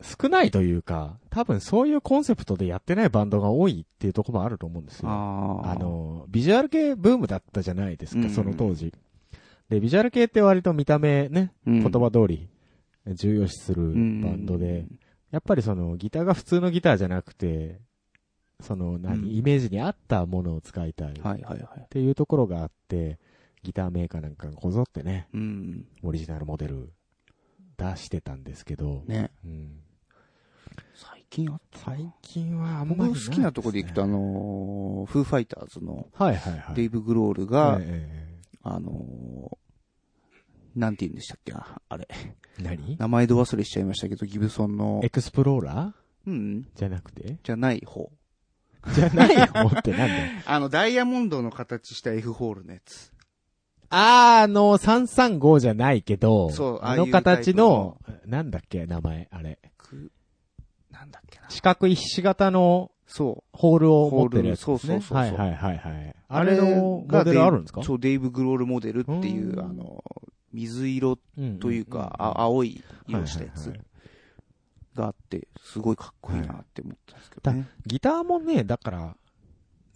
[SPEAKER 2] 少ないというか、多分そういうコンセプトでやってないバンドが多いっていうところもあると思うんですよ。
[SPEAKER 1] ああ。
[SPEAKER 2] あ、の、ビジュアル系ブームだったじゃないです
[SPEAKER 1] うんう
[SPEAKER 2] か、
[SPEAKER 1] ん
[SPEAKER 2] その当時。で、ビジュアル系って割と見た目ね、
[SPEAKER 1] 言
[SPEAKER 2] 言葉通り重要視するバンドで、やっぱりその、ギターが普通のギターじゃなくて、その何、
[SPEAKER 1] うん
[SPEAKER 2] イメージに合ったものを使いたい。
[SPEAKER 1] はいはいはい
[SPEAKER 2] っていうところがあって、ギターメーカーなんかがこぞってね、
[SPEAKER 1] うん。
[SPEAKER 2] オリジナルモデル出してたんですけど、
[SPEAKER 1] ね。
[SPEAKER 2] うん、
[SPEAKER 1] 最近あった
[SPEAKER 2] 最近はあんまり
[SPEAKER 1] 僕
[SPEAKER 2] い
[SPEAKER 1] 好
[SPEAKER 2] ですね
[SPEAKER 1] きなとこで行くと、あのー、フーファイターズの
[SPEAKER 2] はいはいはい。
[SPEAKER 1] デイブ・グロールが
[SPEAKER 2] え、え
[SPEAKER 1] あのー、なんて言うんでしたっけなあれ。
[SPEAKER 2] ええ何
[SPEAKER 1] 名前ど忘れしちゃいましたけど、ギブソンの
[SPEAKER 2] エ、クスプローラー
[SPEAKER 1] うん、
[SPEAKER 2] じゃなく <laughs> て
[SPEAKER 1] じゃない方。
[SPEAKER 2] じゃない方ってなんだよ。
[SPEAKER 1] あの、ダイヤモンドの形した F ホールのやつ。
[SPEAKER 2] あー、あの、335じゃないけど、
[SPEAKER 1] そう
[SPEAKER 2] あ
[SPEAKER 1] ああ
[SPEAKER 2] の
[SPEAKER 1] いう
[SPEAKER 2] 形の、なんだっけ、名前、あれ。
[SPEAKER 1] くなんだっけな。
[SPEAKER 2] 四角いひし形の
[SPEAKER 1] そ
[SPEAKER 2] ホールを持ってるやつ
[SPEAKER 1] ホ
[SPEAKER 2] で
[SPEAKER 1] ール
[SPEAKER 2] すね。
[SPEAKER 1] そうそうそうそう
[SPEAKER 2] はいはいはいはい。
[SPEAKER 1] う。
[SPEAKER 2] あれのモ
[SPEAKER 1] が
[SPEAKER 2] デルあるんですか
[SPEAKER 1] デイそう、デイブ・グロールモデルっていうう、
[SPEAKER 2] ん
[SPEAKER 1] あの、水色というか、あ青い色したやつ
[SPEAKER 2] はいはいはい
[SPEAKER 1] があって、すごいかっこいいなって思ったんですけどね。
[SPEAKER 2] ギターもね、だから、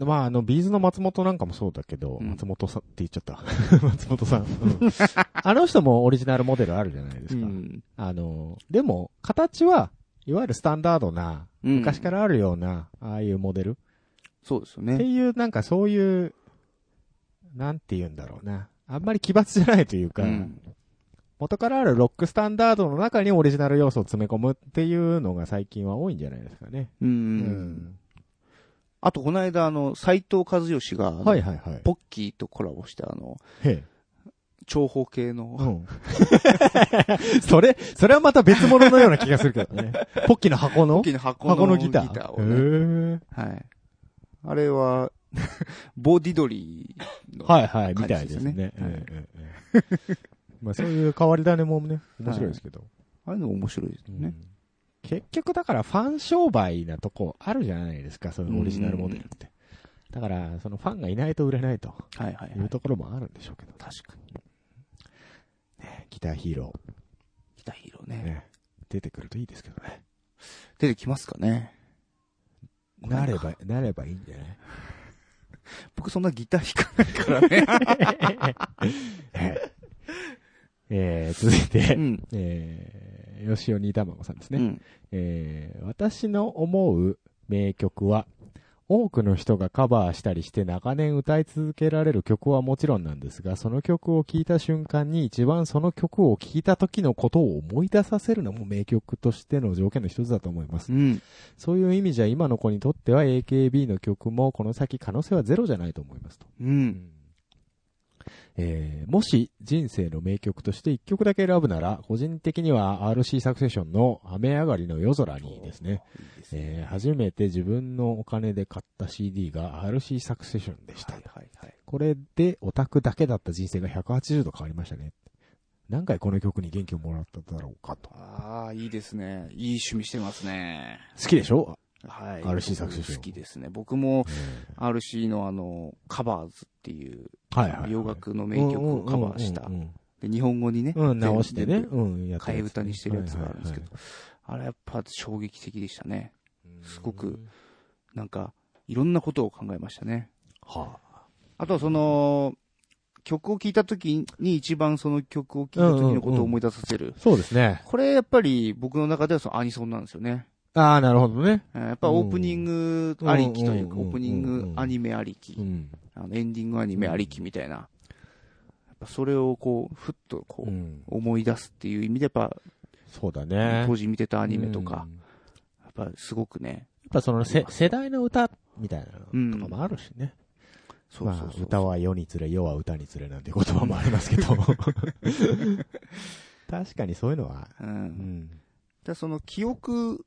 [SPEAKER 2] まあ、あの、ビーズの松本なんかもそうだけど、
[SPEAKER 1] うん
[SPEAKER 2] 松本さんって言っちゃった。 <laughs> 松本さん。うんあの人もオリジナルモデルあるじゃないですか。
[SPEAKER 1] うん
[SPEAKER 2] あの、でも、形は、いわゆるスタンダードな、
[SPEAKER 1] うん
[SPEAKER 2] 昔からあるような、ああいうモデル。
[SPEAKER 1] そうですよ
[SPEAKER 2] っ
[SPEAKER 1] ね。
[SPEAKER 2] ていう、なんかそういう、なんて言うんだろうな。あんまり奇抜じゃないというか、
[SPEAKER 1] うん
[SPEAKER 2] 元からあるロックスタンダードの中にオリジナル要素を詰め込むっていうのが最近は多いんじゃないですかね。
[SPEAKER 1] うんあと、この間、あの、斎藤和義が、あ
[SPEAKER 2] うん
[SPEAKER 1] の
[SPEAKER 2] はいはいはい。
[SPEAKER 1] ポッキーとコラボして、あの、
[SPEAKER 2] へえ
[SPEAKER 1] 長方形の、
[SPEAKER 2] うん。 <laughs> それ、それはまた別物のような気がするけどね。ポッキーの箱
[SPEAKER 1] ポッ
[SPEAKER 2] の
[SPEAKER 1] キーの箱の
[SPEAKER 2] 箱のギター。
[SPEAKER 1] をね、
[SPEAKER 2] へえ
[SPEAKER 1] はい。あれは、 <laughs> ボディドリーの、
[SPEAKER 2] はいはい、み
[SPEAKER 1] 感
[SPEAKER 2] た
[SPEAKER 1] じ
[SPEAKER 2] い
[SPEAKER 1] で
[SPEAKER 2] ですすね
[SPEAKER 1] ね。
[SPEAKER 2] ええええええまあそういう変わり種もね、面白いですけど。
[SPEAKER 1] あれの面白いです
[SPEAKER 2] う
[SPEAKER 1] ね
[SPEAKER 2] ん。結局だからファン商売なとこあるじゃないですか、そのオリジナルモデルって。だから、そのファンがいないと売れないと
[SPEAKER 1] はいはいはい
[SPEAKER 2] い。うところもあるんでしょうけど。
[SPEAKER 1] 確かに。
[SPEAKER 2] ギターヒーロ
[SPEAKER 1] ギターヒーロー
[SPEAKER 2] ー、
[SPEAKER 1] ね。
[SPEAKER 2] ね、出てくるといいですけどね。
[SPEAKER 1] 出てきますかね。
[SPEAKER 2] なれば、なればいいんじゃ <laughs> ない
[SPEAKER 1] 僕そんなギター弾かないか
[SPEAKER 2] <laughs> えー、続い
[SPEAKER 1] ら。
[SPEAKER 2] て、
[SPEAKER 1] うん。
[SPEAKER 2] えー、吉尾に玉子さんです
[SPEAKER 1] う
[SPEAKER 2] ね。
[SPEAKER 1] ん。
[SPEAKER 2] えー私の思う名曲は、多くの人がカバーしたりして長年歌い続けられる曲はもちろんなんですが、その曲を聴いた瞬間に一番その曲を聴いた時のことを思い出させるのも名曲としての条件の一つだと思います
[SPEAKER 1] う。ん。
[SPEAKER 2] そういう意味じゃ今の子にとっては AKB の曲もこの先可能性はゼロじゃないと思いますと。
[SPEAKER 1] うん。
[SPEAKER 2] えーもし人生の名曲として1曲だけ選ぶなら、個人的には RC サクセションの雨上がりの夜空にですね、えー初めて自分のお金で買った CD が RC サクセションでした。
[SPEAKER 1] はいはいはい。
[SPEAKER 2] これでオタクだけだった人生が180度変わりましたね。何回この曲に元気をもらっただろうかと。
[SPEAKER 1] ああ、いいですね。いい趣味してますね。
[SPEAKER 2] 好きでしょ、
[SPEAKER 1] はい。
[SPEAKER 2] RC 作詞賞
[SPEAKER 1] 好きですね。僕も
[SPEAKER 2] え
[SPEAKER 1] RC のあの、カバーズっていう
[SPEAKER 2] ーはいはいはい。
[SPEAKER 1] 洋楽の名曲をカバーした
[SPEAKER 2] うんうんうんうん
[SPEAKER 1] で、日本語に <laughs> ね。
[SPEAKER 2] うん、直してね。
[SPEAKER 1] 全部
[SPEAKER 2] うん、やった
[SPEAKER 1] 替え
[SPEAKER 2] やつ
[SPEAKER 1] 歌にしてるやつがあるんですけど
[SPEAKER 2] は、
[SPEAKER 1] あれやっぱ衝撃的でしたね。
[SPEAKER 2] いはいはい
[SPEAKER 1] すごく。なんか、いろんなことを考えましたね。
[SPEAKER 2] は
[SPEAKER 1] あとはその、曲を聴いた時に一番その曲を聴いた時のことを思い出させる。
[SPEAKER 2] あ、そうですね。
[SPEAKER 1] これやっぱり僕の中ではそのアニソンなんですよね。
[SPEAKER 2] ああ、なるほどね。
[SPEAKER 1] えーやっぱオープニングありきというか、
[SPEAKER 2] うんうんうんう
[SPEAKER 1] オ
[SPEAKER 2] ん
[SPEAKER 1] ープニングアニメありき
[SPEAKER 2] う、ん。
[SPEAKER 1] あのエンディングアニメありきみたいな。やっぱそれをこう、ふっとこ
[SPEAKER 2] う、
[SPEAKER 1] うん思い出すっていう意味でやっぱ、
[SPEAKER 2] そうだね。
[SPEAKER 1] 当時見てたアニメとか
[SPEAKER 2] う、んや
[SPEAKER 1] やっぱすごくね、
[SPEAKER 2] っぱそのせ世代の歌みたいなのとかもあるしね。
[SPEAKER 1] そうそ
[SPEAKER 2] ま
[SPEAKER 1] う
[SPEAKER 2] あ、
[SPEAKER 1] そう。
[SPEAKER 2] 歌は世につれ、世は歌につれなんて言葉もありますけ
[SPEAKER 1] <laughs>
[SPEAKER 2] ど。確かにそういうのは。
[SPEAKER 1] う。
[SPEAKER 2] うんん。
[SPEAKER 1] だその記憶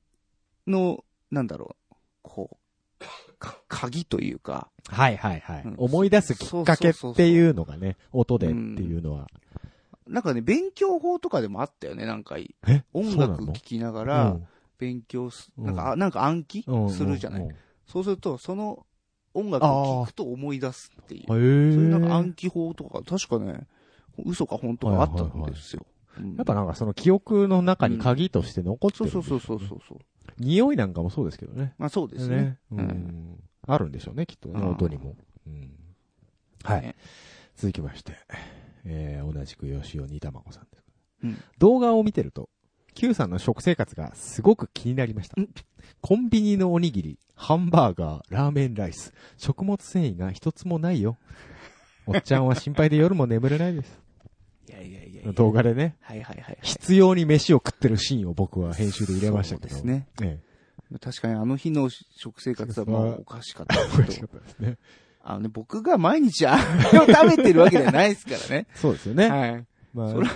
[SPEAKER 1] の、なんだろう、こう、か鍵というか、
[SPEAKER 2] はいはいはい、
[SPEAKER 1] うん
[SPEAKER 2] 思い出すきっかけっ
[SPEAKER 1] そうそうそうそう
[SPEAKER 2] ていうのがね、音でっていうのは。
[SPEAKER 1] なんかね、勉強法とかでもあったよね、なんかい、
[SPEAKER 2] え
[SPEAKER 1] 音
[SPEAKER 2] そうな
[SPEAKER 1] 楽
[SPEAKER 2] の
[SPEAKER 1] 聴きながら
[SPEAKER 2] う、ん
[SPEAKER 1] 勉強す、
[SPEAKER 2] うん
[SPEAKER 1] なんか、あなんか暗記
[SPEAKER 2] うん
[SPEAKER 1] するじゃな
[SPEAKER 2] う
[SPEAKER 1] い
[SPEAKER 2] ん。へ
[SPEAKER 1] そうすると、その音楽を聴くと思い出すっていう。そう
[SPEAKER 2] え。
[SPEAKER 1] いうなんか暗記法とか、確かね、嘘か本当かあったんですよ。うん
[SPEAKER 2] やっぱなんかその記憶の中に鍵として残って
[SPEAKER 1] そ
[SPEAKER 2] る
[SPEAKER 1] うん
[SPEAKER 2] でしょ
[SPEAKER 1] そうそ
[SPEAKER 2] ね、
[SPEAKER 1] うそうそう。
[SPEAKER 2] 匂いなんかもそうですけどね。
[SPEAKER 1] まあそうですね。
[SPEAKER 2] うん
[SPEAKER 1] うん
[SPEAKER 2] あるんでしょうね、きっとね、
[SPEAKER 1] うん
[SPEAKER 2] 音にも。うんはい、
[SPEAKER 1] ね
[SPEAKER 2] 続きまして、えー、同じく吉尾にたまこさんです、
[SPEAKER 1] うん
[SPEAKER 2] 動画を見てると、 Q さんの食生活がすごく気になりました。コンビニのおにぎり、ハンバーガー、ラーメンライス、食物繊維が一つもないよ。おっちゃんは心配で夜も眠れない
[SPEAKER 1] <laughs>
[SPEAKER 2] です。
[SPEAKER 1] いやいやいや
[SPEAKER 2] 動画でね、
[SPEAKER 1] はいはいはい。
[SPEAKER 2] 必要に飯を食ってるシーンを僕は編集で入れましたけど。
[SPEAKER 1] そうですね。
[SPEAKER 2] え
[SPEAKER 1] 確かにあの日の食生活はもうおかしかった
[SPEAKER 2] え。美味し
[SPEAKER 1] <laughs>
[SPEAKER 2] かったですね。。
[SPEAKER 1] あのね、僕が毎日あれを食べてるわけじゃないですからね
[SPEAKER 2] そうですよ
[SPEAKER 1] <laughs>
[SPEAKER 2] ね。
[SPEAKER 1] はい。
[SPEAKER 2] まあ
[SPEAKER 1] そら、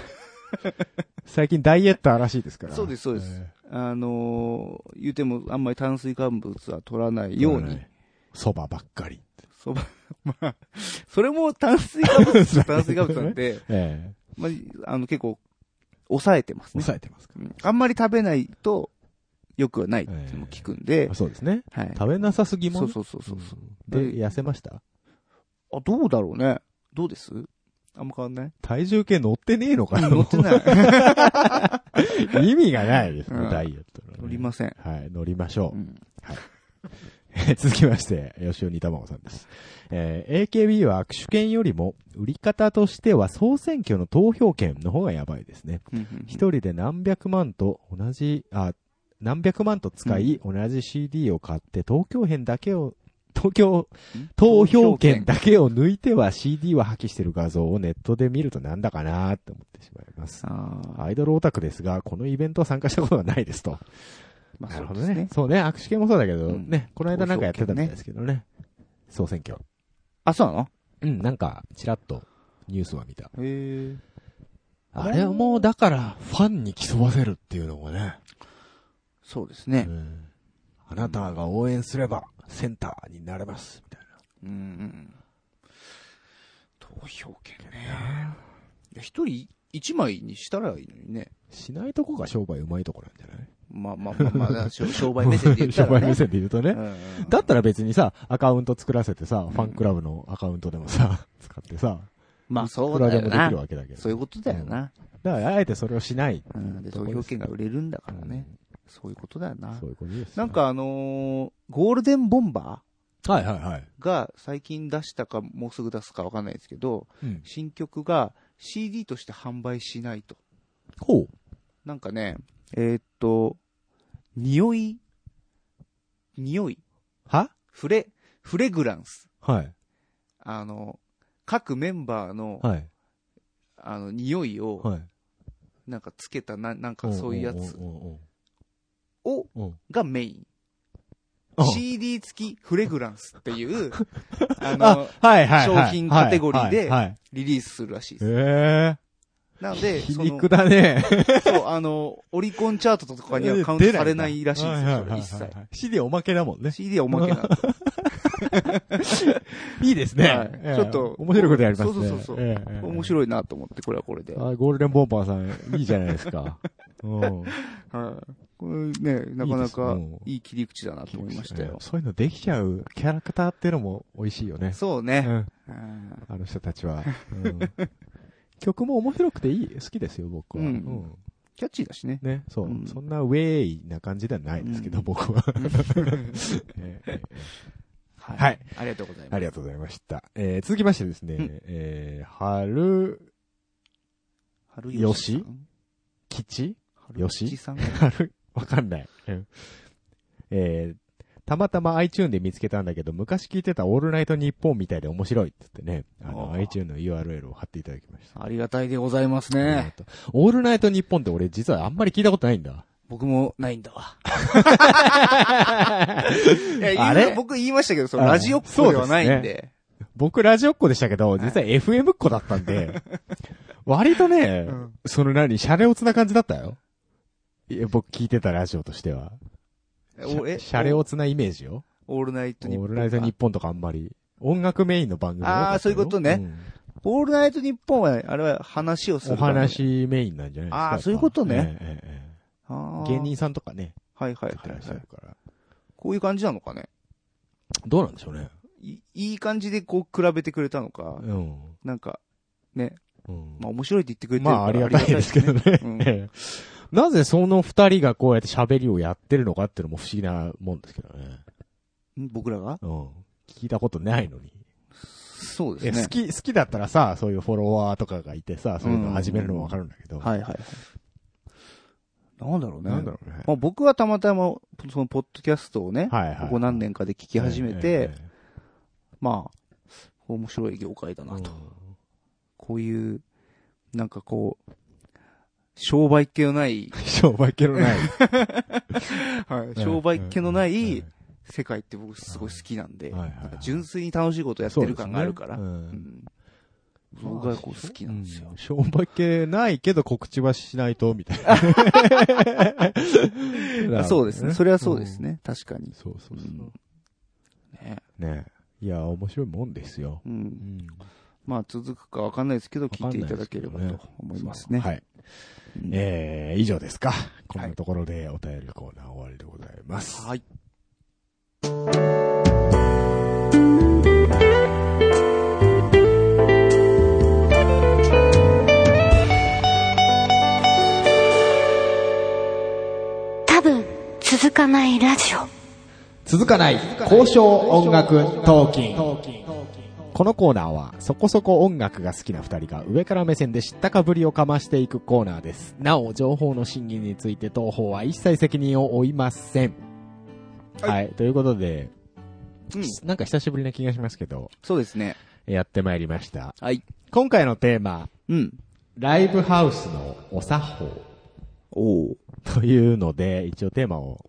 [SPEAKER 2] <laughs> 最近ダイエッターらしいですから。
[SPEAKER 1] そうですそうです
[SPEAKER 2] ええ
[SPEAKER 1] あのー言うてもあんまり炭水化物は取らないように。。
[SPEAKER 2] そばばっかり。
[SPEAKER 1] そば、 <laughs> まあ、それも炭水 <laughs> 化物っちゃ炭水化物なんで、
[SPEAKER 2] ええ。
[SPEAKER 1] まあ、あの結構、抑えてますね。
[SPEAKER 2] 抑えてますか
[SPEAKER 1] うんあんまり食べないと、良くはないっていうのも聞くんで
[SPEAKER 2] ら。、そうですね。
[SPEAKER 1] はい。
[SPEAKER 2] 食べなさすぎも
[SPEAKER 1] そ
[SPEAKER 2] ね
[SPEAKER 1] うそうそうそうそう。で
[SPEAKER 2] で、痩せました
[SPEAKER 1] あ、どうだろうね。どうですあんま変わん <laughs> ない
[SPEAKER 2] 体重計乗ってねえのかな
[SPEAKER 1] 乗ってない。
[SPEAKER 2] 意味がないです
[SPEAKER 1] う
[SPEAKER 2] ね、
[SPEAKER 1] ん
[SPEAKER 2] ダイエットのね。
[SPEAKER 1] 乗りません。
[SPEAKER 2] はい、乗りましょ
[SPEAKER 1] う
[SPEAKER 2] う。
[SPEAKER 1] ん
[SPEAKER 2] 続きまして、吉尾にたまごさんです。えー AKB は握手券よりも、売り方としては総選挙の投票券の方がやばいですね。
[SPEAKER 1] うんうん
[SPEAKER 2] 一人で何百万と同じ、あ、何百万と使い、同じ CD を買って、東京編だけを、東京、投票券だけを抜いては CD は破棄してる画像をネットで見るとなんだかなーって思ってしまいます。
[SPEAKER 1] ああ、
[SPEAKER 2] アイドルオタクですが、このイベントは参加したことがないですと。
[SPEAKER 1] まあ
[SPEAKER 2] な
[SPEAKER 1] そ
[SPEAKER 2] るほ
[SPEAKER 1] う
[SPEAKER 2] ど
[SPEAKER 1] です
[SPEAKER 2] ね
[SPEAKER 1] ね。。
[SPEAKER 2] そうね、握手券もそうだけど、
[SPEAKER 1] うん
[SPEAKER 2] ね、この間なんかやってた
[SPEAKER 1] 投票券
[SPEAKER 2] みた
[SPEAKER 1] ね
[SPEAKER 2] いですけどね。総選挙。
[SPEAKER 1] あ、そうなの
[SPEAKER 2] うん、なんか、ちらっとニュースは見た。
[SPEAKER 1] へえ。
[SPEAKER 2] あれはもうだから、ファンに競わせるっていうのもね、
[SPEAKER 1] そうですね。
[SPEAKER 2] うんあなたが応援すれば、センターになれます、みたい
[SPEAKER 1] うんうん。投票券ね。
[SPEAKER 2] な。
[SPEAKER 1] いや一人一枚にしたらいいのにね。
[SPEAKER 2] しないとこが商売うまいとこなんじゃない
[SPEAKER 1] まあまあまあまあ、
[SPEAKER 2] <laughs>
[SPEAKER 1] 商商売目線で言った
[SPEAKER 2] 商
[SPEAKER 1] ら
[SPEAKER 2] 売目
[SPEAKER 1] ね。
[SPEAKER 2] 線で言うとね。
[SPEAKER 1] うんうん
[SPEAKER 2] だったら別にさ、アカウント作らせてさ、ファンクラブのアカウントでもさ、 <laughs> 使ってさ、
[SPEAKER 1] まあそ
[SPEAKER 2] いうくら
[SPEAKER 1] だ
[SPEAKER 2] で
[SPEAKER 1] よ
[SPEAKER 2] もでき
[SPEAKER 1] な
[SPEAKER 2] る。わけだけど。
[SPEAKER 1] そういうことだよな。
[SPEAKER 2] だから、あえてそれをしない。
[SPEAKER 1] うん、で投票券が売れるんだからね。そういうことだよな
[SPEAKER 2] そ。ういうことです。
[SPEAKER 1] なん、かあのーゴールデンボンバ
[SPEAKER 2] はいはいはい。
[SPEAKER 1] ーが最近出したか、もうすぐ出すかわかんないですけど、
[SPEAKER 2] うん。
[SPEAKER 1] 新曲が CD として販売しないと。
[SPEAKER 2] ほう。
[SPEAKER 1] なんかね、えーっと、匂い、匂い、
[SPEAKER 2] は
[SPEAKER 1] フレ、フレグランス。
[SPEAKER 2] はい。
[SPEAKER 1] あの、各メンバーの、
[SPEAKER 2] はい。
[SPEAKER 1] あの、匂いを、
[SPEAKER 2] はい。
[SPEAKER 1] なんかつけたな、なんかそういうやつ
[SPEAKER 2] うんうん
[SPEAKER 1] を、
[SPEAKER 2] うんうん。
[SPEAKER 1] がメイン。
[SPEAKER 2] あ
[SPEAKER 1] CD 付きフレグランスって
[SPEAKER 2] <laughs>
[SPEAKER 1] いう、あ
[SPEAKER 2] あ
[SPEAKER 1] の、、
[SPEAKER 2] はいはいはい。
[SPEAKER 1] 商品カテゴリーで
[SPEAKER 2] はいはい。
[SPEAKER 1] リリースするらしいです。
[SPEAKER 2] え
[SPEAKER 1] なの
[SPEAKER 2] え。
[SPEAKER 1] で、
[SPEAKER 2] 皮
[SPEAKER 1] その
[SPEAKER 2] 肉、だね。
[SPEAKER 1] そう、あの、オリコンチャートとかにはカウントされないらしいんですよ、それ一切。
[SPEAKER 2] 切。CD おまけだもんね。
[SPEAKER 1] CD はおまけなんで。
[SPEAKER 2] <laughs> いいです
[SPEAKER 1] はい
[SPEAKER 2] ね。え
[SPEAKER 1] ち
[SPEAKER 2] え
[SPEAKER 1] ょっと
[SPEAKER 2] 面白いことやりますね。
[SPEAKER 1] そうそうそうそう
[SPEAKER 2] ええ
[SPEAKER 1] 面白いなと思って、これはこれで。
[SPEAKER 2] あゴールデンボンバーさん、いいじゃないです
[SPEAKER 1] <laughs>
[SPEAKER 2] か。うん。
[SPEAKER 1] はい。これね、なかなか
[SPEAKER 2] いいですね
[SPEAKER 1] いい切り口だなと思いましたよ。
[SPEAKER 2] そういうのできちゃうキャラクターっていうのも美味しいよね。
[SPEAKER 1] そう
[SPEAKER 2] う
[SPEAKER 1] ね。
[SPEAKER 2] ん。
[SPEAKER 1] うん
[SPEAKER 2] あの人たち
[SPEAKER 1] <laughs>
[SPEAKER 2] は。うん、曲も面白くていい、好きですよ、僕は。
[SPEAKER 1] うん
[SPEAKER 2] うん
[SPEAKER 1] キャッチーだしね。
[SPEAKER 2] ね、そう、
[SPEAKER 1] うん
[SPEAKER 2] そんなウェイな感じではないですけど、
[SPEAKER 1] うん
[SPEAKER 2] 僕
[SPEAKER 1] <laughs>
[SPEAKER 2] は、ええ
[SPEAKER 1] は
[SPEAKER 2] はい。
[SPEAKER 1] ありがとうございま
[SPEAKER 2] あ
[SPEAKER 1] す。
[SPEAKER 2] りがとうございました。えー続きましてですね、
[SPEAKER 1] うん
[SPEAKER 2] えー春
[SPEAKER 1] 春
[SPEAKER 2] 吉吉
[SPEAKER 1] 吉さん春吉さん
[SPEAKER 2] 春わかんない。うんえーたまたま iTune で見つけたんだけど、昔聞いてたオールナイトニッポンみたいで面白いっつってね、あの、
[SPEAKER 1] あー
[SPEAKER 2] iTune の URL を貼っていただきました。
[SPEAKER 1] ありがたいでございます
[SPEAKER 2] ありが
[SPEAKER 1] ね。
[SPEAKER 2] とうオールナイトニッポンって俺実はあんまり聞いたことないんだ。
[SPEAKER 1] 僕もないんだわ。
[SPEAKER 2] あれ
[SPEAKER 1] 僕言いましたけど、その
[SPEAKER 2] あ
[SPEAKER 1] ラジオっ子ではないんで。
[SPEAKER 2] <laughs> 僕ラジオっ子でしたけど、実は FM っ子だったんで、割とね、
[SPEAKER 1] うん
[SPEAKER 2] その何、シャレオツな感じだったよ。いや僕聞いてたラジオとしては。シ
[SPEAKER 1] おえ
[SPEAKER 2] ャシャレオツなイメージよ。
[SPEAKER 1] オールナイ
[SPEAKER 2] オ
[SPEAKER 1] トニッポン
[SPEAKER 2] ー
[SPEAKER 1] か。
[SPEAKER 2] ルナイトニッポンとかあんまり。音楽メインの番組多かったよ
[SPEAKER 1] あーそういうことね
[SPEAKER 2] ん
[SPEAKER 1] オールナイトニッポンはね、あれは話をする。
[SPEAKER 2] お。話メインなんじゃないですか。
[SPEAKER 1] あー
[SPEAKER 2] やっぱ
[SPEAKER 1] そういうことね。
[SPEAKER 2] えええ
[SPEAKER 1] あ
[SPEAKER 2] え
[SPEAKER 1] ー
[SPEAKER 2] 芸人さんとかね、
[SPEAKER 1] はいはい
[SPEAKER 2] 出
[SPEAKER 1] は
[SPEAKER 2] て
[SPEAKER 1] い
[SPEAKER 2] らっしゃ
[SPEAKER 1] は
[SPEAKER 2] る
[SPEAKER 1] い。
[SPEAKER 2] から。
[SPEAKER 1] こういう感じなのかね。
[SPEAKER 2] どうなんでしょうね。
[SPEAKER 1] いいい感じでこう比べてくれたのか
[SPEAKER 2] う、ん。
[SPEAKER 1] なんか、ね、
[SPEAKER 2] うん
[SPEAKER 1] まあ面白いって言ってくれてる
[SPEAKER 2] ま
[SPEAKER 1] から
[SPEAKER 2] あ、ありがたいですけどね。
[SPEAKER 1] うん
[SPEAKER 2] ええなぜその二人がこうやって喋りをやってるのかっていうのも不思議なもんですけどね。
[SPEAKER 1] ん僕らが
[SPEAKER 2] うん。聞いたことないのに。
[SPEAKER 1] そう
[SPEAKER 2] い
[SPEAKER 1] で
[SPEAKER 2] や
[SPEAKER 1] すね
[SPEAKER 2] 好。き、好きだったらさ、そういうフォロワーとかがいてさ、そういうの始めるのもわかるんだけど。
[SPEAKER 1] はいはいはい。なんだろうね。
[SPEAKER 2] なんだろうね。
[SPEAKER 1] まあ、僕はたまたま、その、ポッドキャストをね、
[SPEAKER 2] はいはい。
[SPEAKER 1] ここ何年かで聞き始め
[SPEAKER 2] え
[SPEAKER 1] て
[SPEAKER 2] え、、
[SPEAKER 1] まあ、面白い業界だ
[SPEAKER 2] ええ
[SPEAKER 1] なと。
[SPEAKER 2] うん
[SPEAKER 1] こういう、なんかこう、商売っ気のない、
[SPEAKER 2] <laughs> 商売系のない。
[SPEAKER 1] <laughs> 商売っ気のな
[SPEAKER 2] うん
[SPEAKER 1] い世界って僕すごい好きなんで、
[SPEAKER 2] はいはい
[SPEAKER 1] なんか純粋に楽しいことやってる感があるから、
[SPEAKER 2] そうですね
[SPEAKER 1] う
[SPEAKER 2] うん
[SPEAKER 1] ん僕がこう好きなんですよ
[SPEAKER 2] う。ん商売系ないけど告知はしないと、
[SPEAKER 1] <laughs>
[SPEAKER 2] みたいな
[SPEAKER 1] あ
[SPEAKER 2] なるほどね。
[SPEAKER 1] そうですね。それはそうですね。確か
[SPEAKER 2] う
[SPEAKER 1] に
[SPEAKER 2] ん。。そうそうそう。
[SPEAKER 1] ね
[SPEAKER 2] ねいや、面白いもんですよ。
[SPEAKER 1] う、
[SPEAKER 2] うんん。
[SPEAKER 1] まあ続くかわかんないですけど、聞いていただければ
[SPEAKER 2] わかんない
[SPEAKER 1] と
[SPEAKER 2] ですけどね
[SPEAKER 1] 思いますね。
[SPEAKER 2] はい。
[SPEAKER 1] うん
[SPEAKER 2] えー、以上ですか。こんなところでお便りコーナー終わりでございます。
[SPEAKER 1] はい。
[SPEAKER 3] 多分続かないラジオ
[SPEAKER 2] 続かない交渉音楽トーキンこのコーナーはそこそこ音楽が好きな2人が上から目線で知ったかぶりをかましていくコーナーですなお情報の審議について当方は一切責任を負いませんはい、ということで、
[SPEAKER 1] うん、
[SPEAKER 2] なんか久しぶりな気がしますけど
[SPEAKER 1] そうですね。
[SPEAKER 2] やってまいりました
[SPEAKER 1] はい。
[SPEAKER 2] 今回のテーマ
[SPEAKER 1] うん。
[SPEAKER 2] ライブハウスのお作法
[SPEAKER 1] おお。
[SPEAKER 2] というので一応テーマを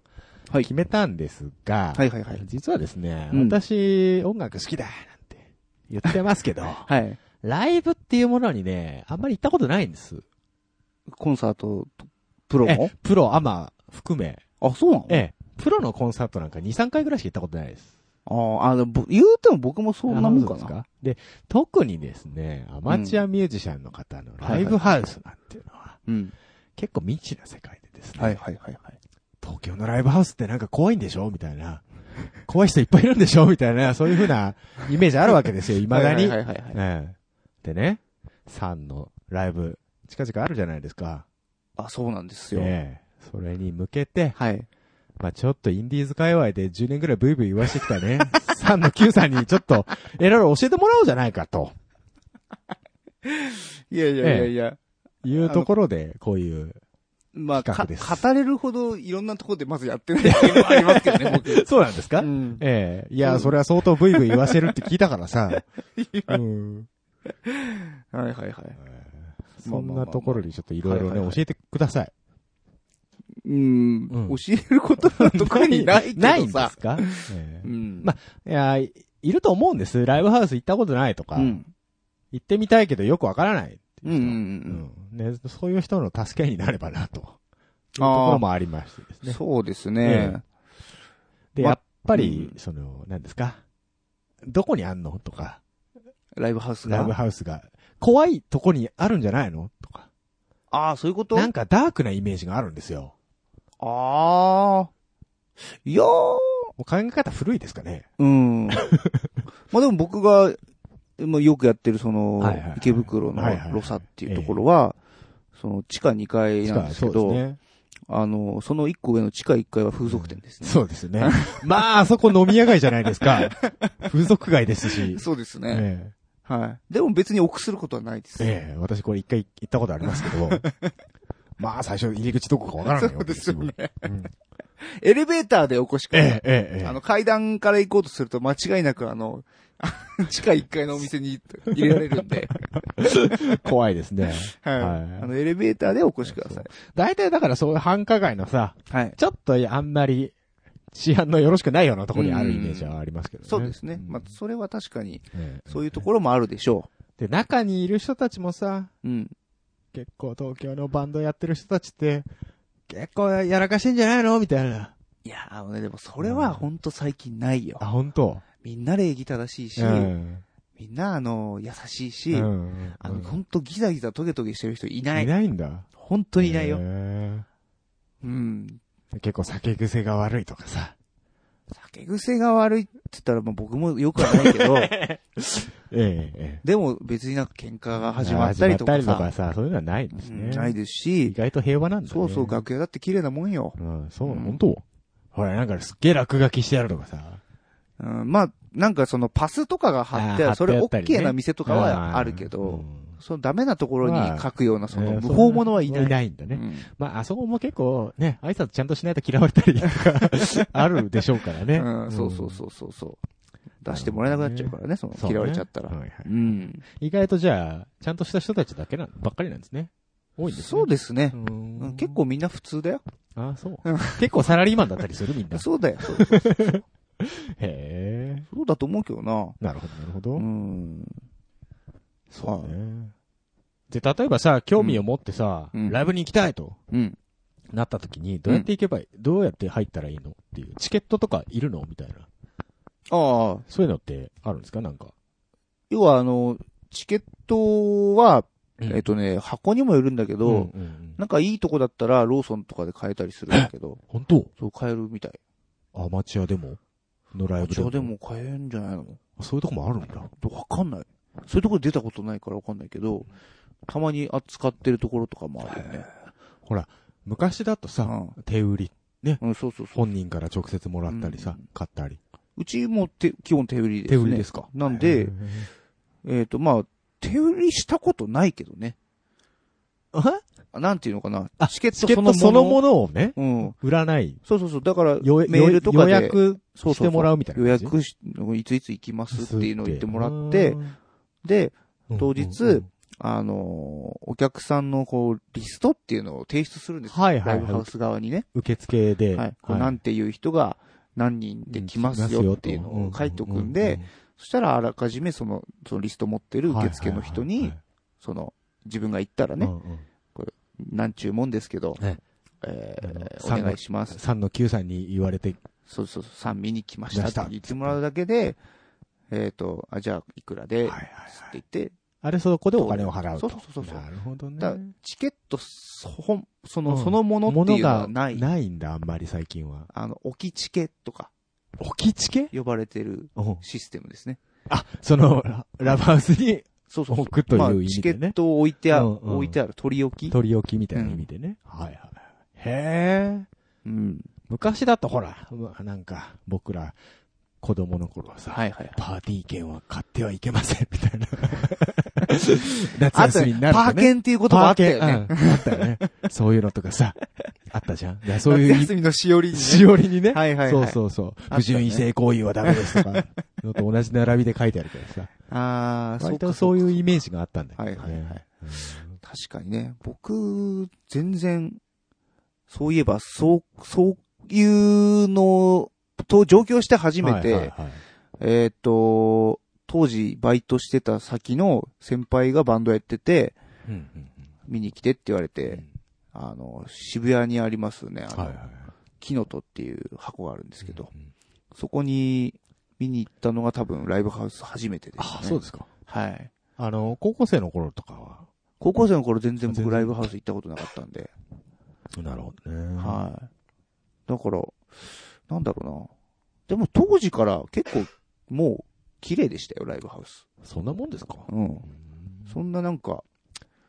[SPEAKER 1] はい
[SPEAKER 2] 決。めたんですが、
[SPEAKER 1] はいはいはい
[SPEAKER 2] 実はですね、
[SPEAKER 1] うん
[SPEAKER 2] 私、音楽好きだなんて言ってま
[SPEAKER 1] <laughs>
[SPEAKER 2] すけど、
[SPEAKER 1] はい。
[SPEAKER 2] ライブっていうものにね、あんまり行ったことないんです。
[SPEAKER 1] コンサート、プロも
[SPEAKER 2] えプロ、アマ、含め、
[SPEAKER 1] あ、そうなの
[SPEAKER 2] ええ、プロのコンサートなんか2、3回ぐらいしか行ったことないです。
[SPEAKER 1] あーあの、ぼ言うても僕もそんなもんか
[SPEAKER 2] あそうです
[SPEAKER 1] な。
[SPEAKER 2] かで、特にですね、アマチュアミュージシャンの方のライブハウスなんていうのは、
[SPEAKER 1] うん。
[SPEAKER 2] 結構未知な世界でですね、
[SPEAKER 1] はいはいはいはい。
[SPEAKER 2] 東京のライブハウスってなんか怖いんでしょみたいな。怖い人いっぱいいるんでしょみたいな、そういうふうなイメージあるわけですよ、未だに
[SPEAKER 1] <laughs> は。いはいはいはい。
[SPEAKER 2] ええでね、サンのライブ、近々あるじゃないですか。
[SPEAKER 1] あ、そうなんですよ。
[SPEAKER 2] ええそれに向けて、
[SPEAKER 1] はい。
[SPEAKER 2] まあちょっとインディーズ界隈で10年ぐらいブイブイ言わしてき
[SPEAKER 1] <laughs>
[SPEAKER 2] たね、サンの Q さんにちょっと、いろいろ教えてもらおうじゃないかと。
[SPEAKER 1] いやいやいやいや。
[SPEAKER 2] いうところで、こういう。
[SPEAKER 1] まあ、か
[SPEAKER 2] 企画です
[SPEAKER 1] 語れるほどいろんなところでまずや
[SPEAKER 2] <laughs>
[SPEAKER 1] ってないっていうのもありますけどね、僕。
[SPEAKER 2] そうなんですか、
[SPEAKER 1] うん。
[SPEAKER 2] ええいうや、
[SPEAKER 1] ん
[SPEAKER 2] それは相当ブイブイ言わせるって聞いたか
[SPEAKER 1] <laughs>
[SPEAKER 2] らさ。うん
[SPEAKER 1] はいはいはい。
[SPEAKER 2] そんなところにちょっといろ
[SPEAKER 1] は
[SPEAKER 2] いろ
[SPEAKER 1] いはいは
[SPEAKER 2] ね
[SPEAKER 1] い、
[SPEAKER 2] 教えてください。
[SPEAKER 1] うん。
[SPEAKER 2] うん
[SPEAKER 1] 教えることは <laughs> 特にないけどさ。
[SPEAKER 2] <laughs> ないんですか、え
[SPEAKER 1] う
[SPEAKER 2] え
[SPEAKER 1] ん。
[SPEAKER 2] まいや、いいると思うんです。ライブハウス行ったことないとか。
[SPEAKER 1] うん。
[SPEAKER 2] 行ってみたいけどよくわからないって
[SPEAKER 1] うん
[SPEAKER 2] い
[SPEAKER 1] うんう
[SPEAKER 2] うん人。うんね、そういう人の助けになればなと。いうと
[SPEAKER 1] あー
[SPEAKER 2] ころもありましてです
[SPEAKER 1] うん。
[SPEAKER 2] ね。
[SPEAKER 1] そうですね。
[SPEAKER 2] で、
[SPEAKER 1] ま
[SPEAKER 2] やっぱり、
[SPEAKER 1] う
[SPEAKER 2] その、何ですかどこにあんのとか、
[SPEAKER 1] ライブハウス
[SPEAKER 2] ライブ
[SPEAKER 1] が。
[SPEAKER 2] ハウスが。怖いとこにあるんじゃないのとか。
[SPEAKER 1] ああ、そういうこと
[SPEAKER 2] なんかダークなイメージがあるんですよ。
[SPEAKER 1] ああ。いやー。
[SPEAKER 2] もう考え方古いですかね。 <laughs>
[SPEAKER 1] うん。まあでも僕が、まあ、よくやってるその、
[SPEAKER 2] はいはいはい
[SPEAKER 1] 池袋の
[SPEAKER 2] はいはいはい
[SPEAKER 1] ロサっていうところは、その地下2階なんですけ
[SPEAKER 2] そう
[SPEAKER 1] ど、
[SPEAKER 2] ですね。
[SPEAKER 1] あの、その1個上の地下1階は風俗店ですね。
[SPEAKER 2] そうですね。まあ、あそこ飲み屋街じゃないで
[SPEAKER 1] <laughs>
[SPEAKER 2] すか。風俗街ですし。
[SPEAKER 1] そうですね。
[SPEAKER 2] ええ
[SPEAKER 1] はい。でも別に臆することはないです。
[SPEAKER 2] ええ、私これ一回行ったことありますけど、まあ最初入り口どこかわからないわけですよ。
[SPEAKER 1] そうです
[SPEAKER 2] うん
[SPEAKER 1] エレベーターでお越しく
[SPEAKER 2] え
[SPEAKER 1] ださい
[SPEAKER 2] え、ええ、ええ
[SPEAKER 1] あの、階段から行こうとすると間違いなくあの、 <laughs> 地下1階のお店に入れられるん <laughs> で、
[SPEAKER 2] 怖いですね。
[SPEAKER 1] はい。
[SPEAKER 2] はい
[SPEAKER 1] あの、エレベーターでお越しください。
[SPEAKER 2] 大体だからそういう繁華街のさ、
[SPEAKER 1] はい。
[SPEAKER 2] ちょっとあんまり治安のよろしくないようなところにあるイメージはありますけどね。
[SPEAKER 1] そうですね。
[SPEAKER 2] ん
[SPEAKER 1] まあ、それは確かに、
[SPEAKER 2] ええ
[SPEAKER 1] そういうところもあるでしょ
[SPEAKER 2] で、中にいる人たちもさ、
[SPEAKER 1] う。うん。
[SPEAKER 2] 結構東京のバンドやってる人たちって、結構やらかしてんじゃないのみたいな。
[SPEAKER 1] いや、あのね、でもそれはほんと最近ないよ
[SPEAKER 2] あ、。本当。
[SPEAKER 1] みんな礼儀正しいし、
[SPEAKER 2] うん
[SPEAKER 1] みんなあの、優しいし、
[SPEAKER 2] うん
[SPEAKER 1] あの、ほんとギザギザトゲトゲしてる人いないい。
[SPEAKER 2] ないんだ。
[SPEAKER 1] ほんといないよ。
[SPEAKER 2] へえ
[SPEAKER 1] うん。
[SPEAKER 2] 結構酒癖が悪いとかさ。
[SPEAKER 1] 酒癖が悪いって言ったら、まあ僕もよくはないけ <laughs> ど、
[SPEAKER 2] ええ、ええ。
[SPEAKER 1] でも別になんか喧嘩が始まったりとか
[SPEAKER 2] 始まった
[SPEAKER 1] さ、
[SPEAKER 2] りとかさそういうのはないんです
[SPEAKER 1] う
[SPEAKER 2] ね。
[SPEAKER 1] んないです
[SPEAKER 2] 意
[SPEAKER 1] し、
[SPEAKER 2] 外と平和なんだね。
[SPEAKER 1] そうそう、楽屋だって綺麗なもんよ。
[SPEAKER 2] うん、そう、
[SPEAKER 1] うん
[SPEAKER 2] 本当ほら、なんかすっげえ落書きしてあるとかさ。
[SPEAKER 1] うん、まあ、なんかそのパスとかが貼ってあ
[SPEAKER 2] あー
[SPEAKER 1] る、それ
[SPEAKER 2] 貼ってあったりね
[SPEAKER 1] OK な店とかはあるけど、
[SPEAKER 2] うん
[SPEAKER 1] そのダメなところ
[SPEAKER 2] まあ
[SPEAKER 1] に書くような、そ
[SPEAKER 2] え
[SPEAKER 1] の
[SPEAKER 2] ー
[SPEAKER 1] 無法者はいない。
[SPEAKER 2] いないんだ
[SPEAKER 1] う
[SPEAKER 2] ね。
[SPEAKER 1] ん
[SPEAKER 2] まあ、あそこも結構ね、挨拶ちゃんとしないと嫌われたりとか、あるでしょうからね。
[SPEAKER 1] うんそうそうそうそうそう。出してもらえなくなっちゃうからね、その
[SPEAKER 2] そうね
[SPEAKER 1] 嫌われちゃったら
[SPEAKER 2] はい。はい
[SPEAKER 1] うん。
[SPEAKER 2] 意外とじゃあ、ちゃんとした人たちだけなん、ばっかりなんですね。多いんですね。
[SPEAKER 1] そうですね
[SPEAKER 2] う。
[SPEAKER 1] うんん結構みんな普通だよ。
[SPEAKER 2] あ、そう
[SPEAKER 1] うん。
[SPEAKER 2] 結構サラリーマンだったりするみんな。
[SPEAKER 1] <laughs> そうだよ。そうそうそう
[SPEAKER 2] へえ。
[SPEAKER 1] そうだと思うけどな。
[SPEAKER 2] なるほど、なるほ
[SPEAKER 1] う
[SPEAKER 2] ど。
[SPEAKER 1] ん。そうね
[SPEAKER 2] ねで、例えばさ、興味を持ってさ、
[SPEAKER 1] うん
[SPEAKER 2] ライブに行きたいと
[SPEAKER 1] うん。
[SPEAKER 2] なった時に、どうやって行けばいい、どうやって入ったらいいのっていう、チケットとかいるのみたいな。
[SPEAKER 1] ああ、
[SPEAKER 2] そういうのってあるんですかなんか。
[SPEAKER 1] 要はあの、チケットは、
[SPEAKER 2] うん
[SPEAKER 1] えっとね、箱にもよるんだけど、
[SPEAKER 2] うんうんうん
[SPEAKER 1] なんかいいとこだったらローソンとかで買えたりするんだけど、
[SPEAKER 2] 本当
[SPEAKER 1] そう買えるみたい。
[SPEAKER 2] アマチュアでものライ
[SPEAKER 1] こ
[SPEAKER 2] ブ
[SPEAKER 1] ちらで。も買えんじゃないの
[SPEAKER 2] そういうとこもあるんだ。
[SPEAKER 1] わかんない。そういうところ出たことないからわかんないけど、たまに扱ってるところとかもあるよね。
[SPEAKER 2] ほら、昔だとさ、
[SPEAKER 1] う
[SPEAKER 2] 手売り、
[SPEAKER 1] うん、そうそうそう。
[SPEAKER 2] 本人から直接もらったりさ
[SPEAKER 1] う、
[SPEAKER 2] 買ったり。
[SPEAKER 1] うちも手基本手売りですね。
[SPEAKER 2] すか
[SPEAKER 1] なんで、えっ、と、まあ、手売りしたことないけどね。あなんていうのかな。
[SPEAKER 2] あ
[SPEAKER 1] チケッ
[SPEAKER 2] チ
[SPEAKER 1] ト
[SPEAKER 2] ケットそ
[SPEAKER 1] その
[SPEAKER 2] のも
[SPEAKER 1] もの。
[SPEAKER 2] のをね、
[SPEAKER 1] うん。
[SPEAKER 2] 売らない。
[SPEAKER 1] そうそうそう。だから、メ
[SPEAKER 2] よ
[SPEAKER 1] ールとかで。
[SPEAKER 2] 予約
[SPEAKER 1] そう
[SPEAKER 2] してもらうみたいな
[SPEAKER 1] 予
[SPEAKER 2] 感じ
[SPEAKER 1] 約し、いついつ行きますっていうのを言ってもらって、、で、当日
[SPEAKER 2] うんうんうん
[SPEAKER 1] あのーお客さんのこう、リストっていうのを提出するんですよ。
[SPEAKER 2] はいは
[SPEAKER 1] ラ
[SPEAKER 2] い
[SPEAKER 1] イブハ
[SPEAKER 2] は
[SPEAKER 1] ウス側にね。
[SPEAKER 2] い。受付で、
[SPEAKER 1] はい。こうなんていう人が何人で来ますよっていうのを書いておくんで、、そしたらあらかじめその、そのリスト持ってる受付の人に、その、自分が行ったらね、何注文ですけど、
[SPEAKER 2] ね
[SPEAKER 1] えー
[SPEAKER 2] あの
[SPEAKER 1] お願いします。
[SPEAKER 2] 3の9さんに言われて、
[SPEAKER 1] そうそうそう、三見に来ました
[SPEAKER 2] ま
[SPEAKER 1] っ
[SPEAKER 2] した
[SPEAKER 1] て言ってもらうだけで、えっ、と、あ、じゃあ、いくらで、
[SPEAKER 2] はいはいはい
[SPEAKER 1] つって言って、
[SPEAKER 2] あれそこでお金を払うと。
[SPEAKER 1] そうそうそうそう
[SPEAKER 2] なるほどね。
[SPEAKER 1] だチケットそ、ほんその、
[SPEAKER 2] うん
[SPEAKER 1] そのものっていうのはない。
[SPEAKER 2] ないんだ、あんまり最近は。
[SPEAKER 1] あの、置きチケとか、
[SPEAKER 2] 置きチケ
[SPEAKER 1] 呼ばれてる
[SPEAKER 2] うん
[SPEAKER 1] システムですね。
[SPEAKER 2] あ、その、ララブハウスに
[SPEAKER 1] そうそうそう。
[SPEAKER 2] 置くと
[SPEAKER 1] まあ
[SPEAKER 2] いう、意
[SPEAKER 1] チ
[SPEAKER 2] 味
[SPEAKER 1] ケ
[SPEAKER 2] で
[SPEAKER 1] ッ
[SPEAKER 2] ね。
[SPEAKER 1] トを置いてある、
[SPEAKER 2] うんうん
[SPEAKER 1] 置いてある、取り置き。
[SPEAKER 2] 取り置きみたいな意味でね。はいはいはい。へえ。
[SPEAKER 1] うん。
[SPEAKER 2] 昔だとほら、うわなんか、僕ら、子供の頃はさ、
[SPEAKER 1] はいはいはい。
[SPEAKER 2] パーティー券は買ってはいけません、みたい
[SPEAKER 1] <laughs>
[SPEAKER 2] な。夏
[SPEAKER 1] あと
[SPEAKER 2] 休み
[SPEAKER 1] ね
[SPEAKER 2] に、
[SPEAKER 1] パ
[SPEAKER 2] なる
[SPEAKER 1] ー
[SPEAKER 2] と、ね。
[SPEAKER 1] ケンっていう言葉あったよね。
[SPEAKER 2] パーケンうんあったよね。そういうのとかさ、あったじゃん。だからそう
[SPEAKER 1] 夏
[SPEAKER 2] いう
[SPEAKER 1] 休みのしおりに、ね。
[SPEAKER 2] しおりにね。
[SPEAKER 1] はいはいはい
[SPEAKER 2] そうそうそう。
[SPEAKER 1] たね
[SPEAKER 2] 不純異性行為はダメです
[SPEAKER 1] <laughs>
[SPEAKER 2] とか、のと同じ並びで書いてあるからさ。
[SPEAKER 1] ああ、そう
[SPEAKER 2] 割
[SPEAKER 1] か
[SPEAKER 2] とそういうう
[SPEAKER 1] か
[SPEAKER 2] イメージがあったんだけどね。
[SPEAKER 1] はいはいはい
[SPEAKER 2] うん
[SPEAKER 1] 確かにね。僕、全然、そういえば、そう、そういうの、と、上京して初めて、
[SPEAKER 2] はいはいはい
[SPEAKER 1] えーっと、当時バイトしてた先の先輩がバンドやってて、
[SPEAKER 2] うんうん
[SPEAKER 1] 見に来てって言われ
[SPEAKER 2] う
[SPEAKER 1] て、
[SPEAKER 2] ん
[SPEAKER 1] あの、渋谷にありますね、あの、
[SPEAKER 2] はいはいはい
[SPEAKER 1] キノトっていう箱があるんですけど、
[SPEAKER 2] うん
[SPEAKER 1] そこに見に行ったのが多分ライブハウス初めてです、ね。
[SPEAKER 2] あ、そうですか。
[SPEAKER 1] はい。
[SPEAKER 2] あの、高校生の頃とかは。
[SPEAKER 1] 高校生の頃全然
[SPEAKER 2] 全
[SPEAKER 1] 僕
[SPEAKER 2] 然
[SPEAKER 1] ライブハウス行ったことなかったんで、
[SPEAKER 2] なるほどね。
[SPEAKER 1] はい。だから、なんだろうな。でも当時から結構もう綺麗でしたよ、ライブハウス。
[SPEAKER 2] そんなもんですか
[SPEAKER 1] うん。そんななんか、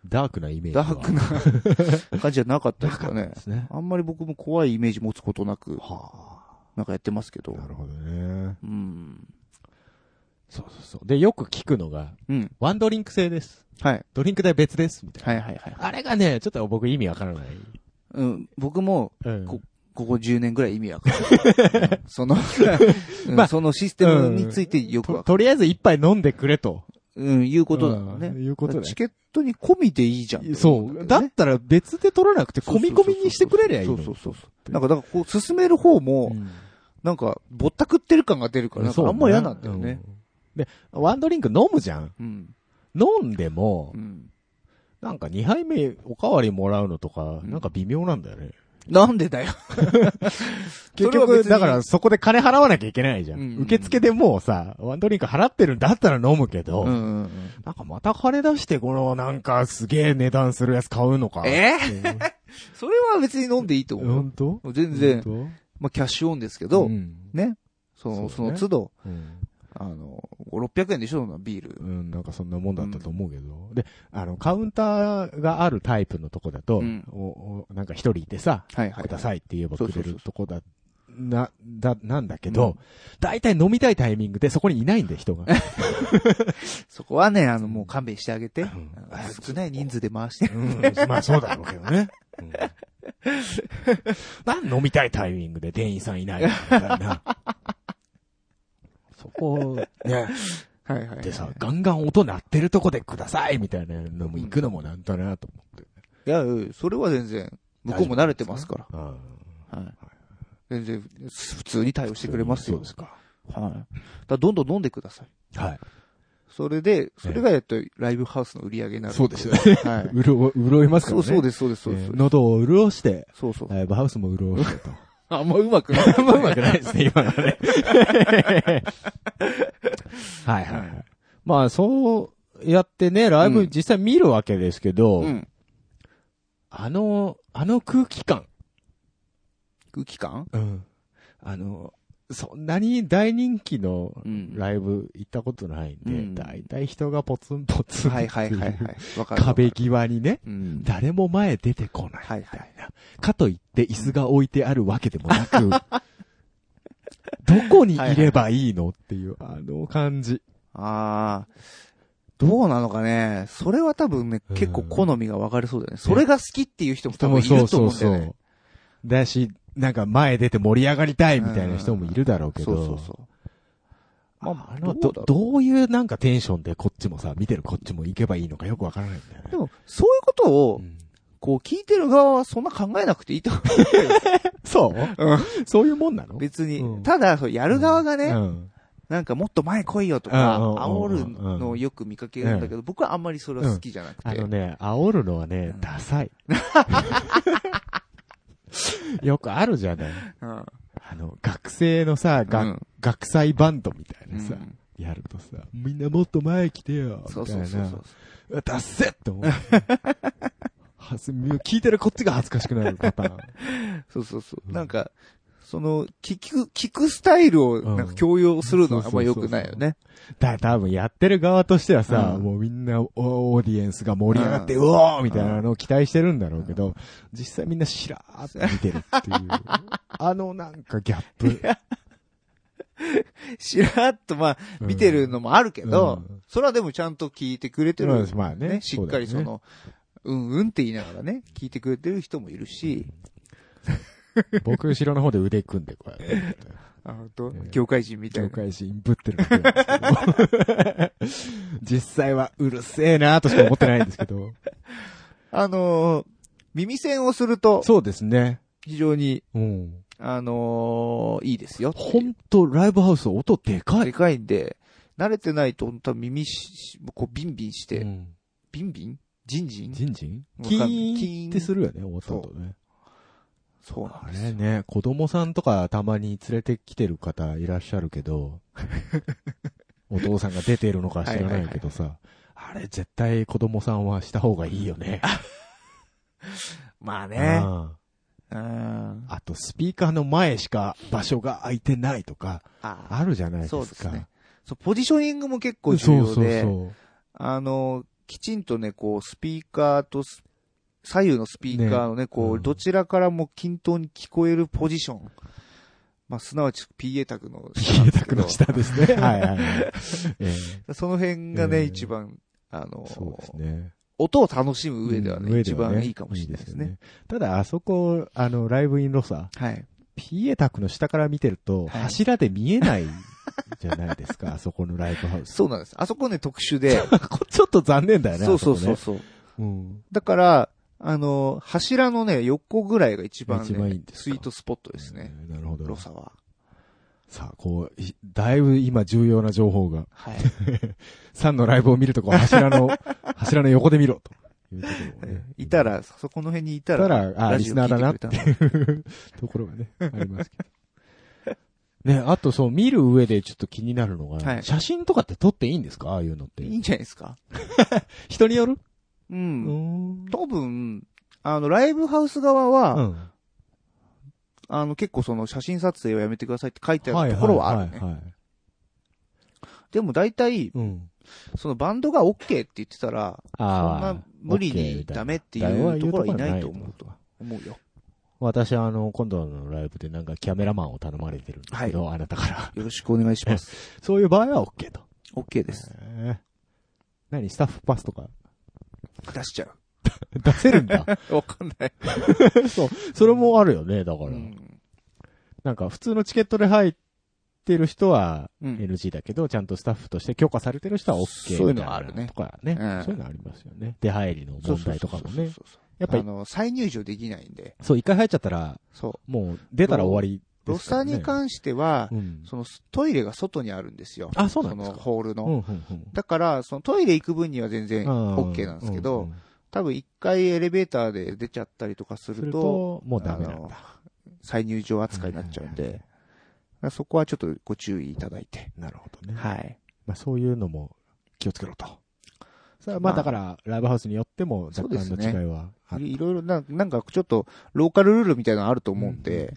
[SPEAKER 2] ダークなイメージは。
[SPEAKER 1] ダークな
[SPEAKER 2] <laughs>
[SPEAKER 1] 感じじゃなかったですからね
[SPEAKER 2] で。すね。
[SPEAKER 1] あんまり僕も怖いイメージ持つことなく、
[SPEAKER 2] は
[SPEAKER 1] なんかやってますけ
[SPEAKER 2] あ。
[SPEAKER 1] ど。
[SPEAKER 2] なるほどね。
[SPEAKER 1] うん。
[SPEAKER 2] そうそうそう。で、よく聞くのが、
[SPEAKER 1] うん。
[SPEAKER 2] ワンドリンク制です。
[SPEAKER 1] はい。
[SPEAKER 2] ドリンク代別です。みたいな。
[SPEAKER 1] はいはいはい。
[SPEAKER 2] あれがね、ちょっと僕意味わからない。
[SPEAKER 1] うん。僕も、
[SPEAKER 2] うん
[SPEAKER 1] こここ10年ぐらい意味わかんないうん。
[SPEAKER 2] <laughs>
[SPEAKER 1] その、うん
[SPEAKER 2] まあ
[SPEAKER 1] そのシステムについてよく
[SPEAKER 2] と
[SPEAKER 1] わか
[SPEAKER 2] とりあえず一杯飲んでくれと。
[SPEAKER 1] る。うん、いうことだもんね。
[SPEAKER 2] うんいうことだよ
[SPEAKER 1] チケットに込みでいいじゃんって
[SPEAKER 2] そ
[SPEAKER 1] 思ん
[SPEAKER 2] う。
[SPEAKER 1] だ
[SPEAKER 2] だ
[SPEAKER 1] けど
[SPEAKER 2] っ
[SPEAKER 1] ね
[SPEAKER 2] たら別で取らなくて、
[SPEAKER 1] そう
[SPEAKER 2] 込
[SPEAKER 1] そう
[SPEAKER 2] み
[SPEAKER 1] そうそう
[SPEAKER 2] 込みにしてくれりゃいいのに。
[SPEAKER 1] そうそうそう。なんか、だからこう、進める方も、なんか、ぼったくってる感が出るから、なん
[SPEAKER 2] そ
[SPEAKER 1] か
[SPEAKER 2] う
[SPEAKER 1] あ
[SPEAKER 2] だ
[SPEAKER 1] んま嫌なんだよね。。
[SPEAKER 2] うんで、ワンドリンク飲むじゃん。
[SPEAKER 1] うん。
[SPEAKER 2] 飲んでも
[SPEAKER 1] う、ん。
[SPEAKER 2] なんか2杯目おかわりもらうのとか、
[SPEAKER 1] うん
[SPEAKER 2] なんか微妙なんだよね。
[SPEAKER 1] なんでだよ。
[SPEAKER 2] 結
[SPEAKER 1] それは別に
[SPEAKER 2] 局、だからそこで金払わなきゃいけないじゃ
[SPEAKER 1] うん
[SPEAKER 2] ん。受付でもうさ、ワンドリンク払ってるんだったら飲むけ
[SPEAKER 1] うんう
[SPEAKER 2] ど、
[SPEAKER 1] ん
[SPEAKER 2] なんかまた金出してこのなんかすげえ値段するやつ買うのか
[SPEAKER 1] うん。。えーそれは別に飲んでいいと思うよ。
[SPEAKER 2] 本当
[SPEAKER 1] 全然、
[SPEAKER 2] 本
[SPEAKER 1] まあ、キャッシュオンですけ
[SPEAKER 2] 当
[SPEAKER 1] ど、
[SPEAKER 2] うん
[SPEAKER 1] ね。その、そ
[SPEAKER 2] そうだ
[SPEAKER 1] の
[SPEAKER 2] ね
[SPEAKER 1] 都度、
[SPEAKER 2] うん
[SPEAKER 1] あの、600円でしょ、そんなビール
[SPEAKER 2] う。ん、なんかそんなもんだったと思うけど。で、あの、カウンターがあるタイプのとこだと、
[SPEAKER 1] うん
[SPEAKER 2] おおなんか一人いてさ、
[SPEAKER 1] はいはいはい
[SPEAKER 2] くださいって言えばくれ
[SPEAKER 1] そうそう
[SPEAKER 2] る
[SPEAKER 1] そう
[SPEAKER 2] とこだな、だ、なんだけど、大体飲みたいタイミングでそこにいないんで、人が。
[SPEAKER 1] そこはね、あの、もう勘弁してあげて。
[SPEAKER 2] ん
[SPEAKER 1] あの少ない人数で回して。
[SPEAKER 2] <laughs> うん、まあそうだろうけどね。うん、なんで飲みたいタイミングで店員さんいないのみたいな。 <laughs> そこ、ね、
[SPEAKER 1] はいはい。
[SPEAKER 2] でさ、ガンガン音鳴ってるとこでくださいみたいなのも行くのもなんだなと思って。
[SPEAKER 1] いや、うんそれは全然、向こうも慣れてますから。
[SPEAKER 2] あ
[SPEAKER 1] はい。全然、普通に対応してくれます
[SPEAKER 2] そ
[SPEAKER 1] よ。
[SPEAKER 2] うですか。
[SPEAKER 1] はい。だからどんどん飲んでください。
[SPEAKER 2] はい。
[SPEAKER 1] それで、それが、えっと、ライブハウスの売り上げになる。
[SPEAKER 2] そうですよ
[SPEAKER 1] ね。はい。
[SPEAKER 2] うろ、うろいますか
[SPEAKER 1] そ
[SPEAKER 2] ら
[SPEAKER 1] う
[SPEAKER 2] ね。
[SPEAKER 1] そう
[SPEAKER 2] で
[SPEAKER 1] です、そうです、そうです。
[SPEAKER 2] 喉を潤して、
[SPEAKER 1] そうそう。
[SPEAKER 2] ライブハウスも潤してと。
[SPEAKER 1] あんまうまくない。
[SPEAKER 2] あんまうまくないですね、今のね。はいはいはい。まあ、そうやってね、ライ
[SPEAKER 1] う
[SPEAKER 2] ブ
[SPEAKER 1] ん
[SPEAKER 2] 実際見るわけですけ
[SPEAKER 1] <laughs>
[SPEAKER 2] ど、
[SPEAKER 1] うん。
[SPEAKER 2] あの、あの空気感。
[SPEAKER 1] 空気感
[SPEAKER 2] あの、そんなに大人気の
[SPEAKER 1] うん
[SPEAKER 2] ライブ行ったことないんで、
[SPEAKER 1] うん
[SPEAKER 2] だいたい人がポツンポツン。
[SPEAKER 1] はいはいはいはい。わかる。
[SPEAKER 2] 壁。際にね、
[SPEAKER 1] うん。
[SPEAKER 2] 誰も前出てこない。
[SPEAKER 1] はいはい。
[SPEAKER 2] かといって椅子が置いてあるわけでもなく、 <laughs> どこにいればいいのっていう、あの感じ。
[SPEAKER 1] あー。どうなのかね。それは多分ね
[SPEAKER 2] う、ん
[SPEAKER 1] 結構好みが分かれそうだよね。それが好きっていう人も多分いると思うんだよね。
[SPEAKER 2] だし、なんか前出て盛り上がりたいみたいな人もいるだろうけ
[SPEAKER 1] そ
[SPEAKER 2] ど。
[SPEAKER 1] うそうそう。ま
[SPEAKER 2] ま
[SPEAKER 1] あ
[SPEAKER 2] あ、あの、
[SPEAKER 1] どう
[SPEAKER 2] ど
[SPEAKER 1] だろう、
[SPEAKER 2] どういうなんかテンションでこっちもさ、見てるこっちも行けばいいのかよくわからないんだよね。
[SPEAKER 1] でも、そういうこと
[SPEAKER 2] う
[SPEAKER 1] を、
[SPEAKER 2] ん
[SPEAKER 1] こう、聞いてる側はそんな考えなくてい
[SPEAKER 2] <laughs>
[SPEAKER 1] いと思
[SPEAKER 2] そう、そういうもんなの
[SPEAKER 1] う。別
[SPEAKER 2] う
[SPEAKER 1] に。
[SPEAKER 2] ん
[SPEAKER 1] ただ、そうやる側が
[SPEAKER 2] う
[SPEAKER 1] ね、
[SPEAKER 2] ん
[SPEAKER 1] なんかもっと前来いよとか、
[SPEAKER 2] うんうん
[SPEAKER 1] 煽る
[SPEAKER 2] うん
[SPEAKER 1] のをよく見かけるんだけど、僕はあんまりそれは好きじゃなく
[SPEAKER 2] あ
[SPEAKER 1] て
[SPEAKER 2] の。ね、煽るのはね
[SPEAKER 1] う、ん
[SPEAKER 2] ダサい。
[SPEAKER 1] <laughs>
[SPEAKER 2] よくあるじゃない。
[SPEAKER 1] うん
[SPEAKER 2] あの、学生のさ、が
[SPEAKER 1] うん
[SPEAKER 2] 学祭バンドみたいなさ、
[SPEAKER 1] うん
[SPEAKER 2] やるとさ、みんなもっと前来てよ、みたい
[SPEAKER 1] そう
[SPEAKER 2] な。
[SPEAKER 1] そうそうそう。
[SPEAKER 2] うわ、ダッセって思う。
[SPEAKER 1] <laughs>
[SPEAKER 2] はず、聞いてるこっちが恥ずかしくなるパターン。
[SPEAKER 1] そうそうそうう。
[SPEAKER 2] ん
[SPEAKER 1] なんか、その、聞く、聞くスタイルを、
[SPEAKER 2] うん
[SPEAKER 1] なんか強要するのはあんま良くないよね。
[SPEAKER 2] だ、多分やってる側としてはさ、
[SPEAKER 1] うん
[SPEAKER 2] もうみんなおオーディエンスが盛り上がって、
[SPEAKER 1] う
[SPEAKER 2] うんおーみたいなのを期待してるんだろうけど、実際みんなしらーって見てるっていう。 <laughs> あのなんかギャップ。
[SPEAKER 1] しらーっと、まあ、
[SPEAKER 2] うん
[SPEAKER 1] 見てるのもあるけど
[SPEAKER 2] うん、
[SPEAKER 1] それはでもちゃんと聞いてくれてる。
[SPEAKER 2] まあね
[SPEAKER 1] しっかり
[SPEAKER 2] そ
[SPEAKER 1] そう
[SPEAKER 2] だよね
[SPEAKER 1] の、うんうんって言いながらね、聞いてくれてる人もいるし、
[SPEAKER 2] 僕後ろの方で腕組んでこうやって。
[SPEAKER 1] あのと
[SPEAKER 2] うん
[SPEAKER 1] 業界人
[SPEAKER 2] <laughs>
[SPEAKER 1] みたい
[SPEAKER 2] 業
[SPEAKER 1] な。
[SPEAKER 2] 界人ぶってるだけなんですけど。実際はうるせえなーとしか思ってないんですけど。
[SPEAKER 1] あのー、耳栓をすると、
[SPEAKER 2] そうですね。
[SPEAKER 1] 非常に、
[SPEAKER 2] うん。
[SPEAKER 1] あのー、いいですよ。
[SPEAKER 2] ほんと、ライブハウス音でか
[SPEAKER 1] で
[SPEAKER 2] い。
[SPEAKER 1] かいんで、慣れてないと本当は耳し、こうビンビンして、ビンビンジンジン
[SPEAKER 2] ジンジン
[SPEAKER 1] わ
[SPEAKER 2] キ
[SPEAKER 1] かんない
[SPEAKER 2] ーンってするよね、音とね。
[SPEAKER 1] そうな
[SPEAKER 2] あ
[SPEAKER 1] んです
[SPEAKER 2] れ
[SPEAKER 1] よ。
[SPEAKER 2] ね、子供さんとかたまに連れてきてる方いらっしゃるけど、
[SPEAKER 1] <laughs>
[SPEAKER 2] お父さんが出てるのか知らないけどさ、あれ絶対子供さんはした方がいいよね。
[SPEAKER 1] まあね。
[SPEAKER 2] あ
[SPEAKER 1] うん。
[SPEAKER 2] あと、スピーカーの前しか場所が空いてないとか、
[SPEAKER 1] あ
[SPEAKER 2] あるじゃないですか。
[SPEAKER 1] そうですね。そう、ポジショニングも結構重
[SPEAKER 2] そう
[SPEAKER 1] 要
[SPEAKER 2] そう
[SPEAKER 1] で、
[SPEAKER 2] そう。
[SPEAKER 1] あの、きちんとね、こう、スピーカーとス左右のスピーカーのね、こう、
[SPEAKER 2] うん
[SPEAKER 1] どちらからも均等に聞こえるポジション。まあ、すなわち PA 卓の下なんです
[SPEAKER 2] 家
[SPEAKER 1] け
[SPEAKER 2] 宅
[SPEAKER 1] ど。
[SPEAKER 2] の下ですね。は
[SPEAKER 1] <laughs>
[SPEAKER 2] いはいはい。え
[SPEAKER 1] その辺がね、
[SPEAKER 2] ええ
[SPEAKER 1] 一番、あ
[SPEAKER 2] え
[SPEAKER 1] の、
[SPEAKER 2] そうですね。
[SPEAKER 1] 音を楽しむ上ではね、
[SPEAKER 2] うん
[SPEAKER 1] 一番いいかもしれないですね。。
[SPEAKER 2] 上はただ、あそこ、あの、ライブインロサ、
[SPEAKER 1] はい。
[SPEAKER 2] PA タックの下から見てる
[SPEAKER 1] は
[SPEAKER 2] と、
[SPEAKER 1] い
[SPEAKER 2] 柱で見えないじゃないです
[SPEAKER 1] <laughs>
[SPEAKER 2] か、あそこのライブハウス。
[SPEAKER 1] そうなんです。あそこね、特殊で。
[SPEAKER 2] こ <laughs> ちょっと残念だよね。
[SPEAKER 1] そうそう
[SPEAKER 2] あ
[SPEAKER 1] そう
[SPEAKER 2] こ
[SPEAKER 1] そう。
[SPEAKER 2] ねうん。
[SPEAKER 1] だから、あの、柱のね、横ぐらいが一番ね、
[SPEAKER 2] 一番いいんです
[SPEAKER 1] ス
[SPEAKER 2] か
[SPEAKER 1] イートスポットですね。
[SPEAKER 2] えー。なるほ
[SPEAKER 1] ロ
[SPEAKER 2] ど。
[SPEAKER 1] サは。
[SPEAKER 2] さあ、こう、いだいぶ今重要な情報が、 <laughs>
[SPEAKER 1] はい。
[SPEAKER 2] サンのライブを見るとこう
[SPEAKER 1] <laughs>
[SPEAKER 2] 柱の、柱の横で見ろ、というところをね
[SPEAKER 1] いた、ら、そこの辺にいた
[SPEAKER 2] た
[SPEAKER 1] ら、
[SPEAKER 2] ら、あ、リスナーだな
[SPEAKER 1] ラジオ聞いてくれたの
[SPEAKER 2] <laughs> ところがね、ありますけど。ね、あとそう、見る上でちょっと気になるのが、
[SPEAKER 1] はい
[SPEAKER 2] 写真とかって撮っていいんですかああいうのって。
[SPEAKER 1] いいんじゃないですか
[SPEAKER 2] 人による
[SPEAKER 1] う。
[SPEAKER 2] うんん。
[SPEAKER 1] 多分、あの、ライブハウス側
[SPEAKER 2] う
[SPEAKER 1] は、
[SPEAKER 2] ん。
[SPEAKER 1] あの、結構その写真撮影はやめてくださいって書いてあるところはあるね。
[SPEAKER 2] いいはい
[SPEAKER 1] でも大体、
[SPEAKER 2] うん。
[SPEAKER 1] そのバンドが OK って言ってたら、そん
[SPEAKER 2] ああ
[SPEAKER 1] な無理にダメっていうところはいないと思うと思うよ。
[SPEAKER 2] 私はあの、今度のライブでなんかキャメラマンを頼まれてるんですけど、あなたから。 <laughs>
[SPEAKER 1] よろしくお願いします。
[SPEAKER 2] そういう場合は OK と。
[SPEAKER 1] OK です。
[SPEAKER 2] えー何スタッフパスとか <laughs>
[SPEAKER 1] 出しちゃ
[SPEAKER 2] 出せる
[SPEAKER 1] <laughs>
[SPEAKER 2] んだ。
[SPEAKER 1] う。わかんない。
[SPEAKER 2] そう。それもあるよね、だか
[SPEAKER 1] う
[SPEAKER 2] ら。
[SPEAKER 1] ん。
[SPEAKER 2] なんか普通のチケットで入ってる人は
[SPEAKER 1] うん
[SPEAKER 2] NG だけど、ちゃんとスタッフとして許可されてる人は OK
[SPEAKER 1] そういうのはあるね
[SPEAKER 2] みたいなとかね、
[SPEAKER 1] うん
[SPEAKER 2] そういうのありますよね。出入りの問題とか
[SPEAKER 1] そ
[SPEAKER 2] も
[SPEAKER 1] う
[SPEAKER 2] ね
[SPEAKER 1] そう。そうそう
[SPEAKER 2] やっぱ
[SPEAKER 1] あ
[SPEAKER 2] り、
[SPEAKER 1] の、再入場できないんで。
[SPEAKER 2] そう、一回入っちゃったら、
[SPEAKER 1] そう。
[SPEAKER 2] もう出たら終わり
[SPEAKER 1] ロ
[SPEAKER 2] で
[SPEAKER 1] ス
[SPEAKER 2] す
[SPEAKER 1] タ
[SPEAKER 2] か
[SPEAKER 1] ー
[SPEAKER 2] ら、ね。
[SPEAKER 1] に関しては、
[SPEAKER 2] うん。
[SPEAKER 1] そのトイレが外にあるんですよ。
[SPEAKER 2] あそうなんですか
[SPEAKER 1] そのホールの。
[SPEAKER 2] うん、うん、うん。
[SPEAKER 1] だから、そのトイレ行く分には全然
[SPEAKER 2] あー
[SPEAKER 1] OK なんですけ
[SPEAKER 2] うん
[SPEAKER 1] ど
[SPEAKER 2] う、ん
[SPEAKER 1] 多分一回エレベーターで出ちゃったりとかす
[SPEAKER 2] する
[SPEAKER 1] ると、
[SPEAKER 2] と、もうダメなん
[SPEAKER 1] あ
[SPEAKER 2] だ。
[SPEAKER 1] 再入場扱いになっちゃうんで、だからそこはちょっとご注意いただいて。
[SPEAKER 2] なるほどね。
[SPEAKER 1] はい。
[SPEAKER 2] まあそういうのも気をつけろと。さあまあだから、ライブハウスによっても若干
[SPEAKER 1] そう
[SPEAKER 2] の
[SPEAKER 1] ですね
[SPEAKER 2] 違いはある
[SPEAKER 1] いいろいろな、なんかちょっと、ローカルルールみたいなのあると思うんで、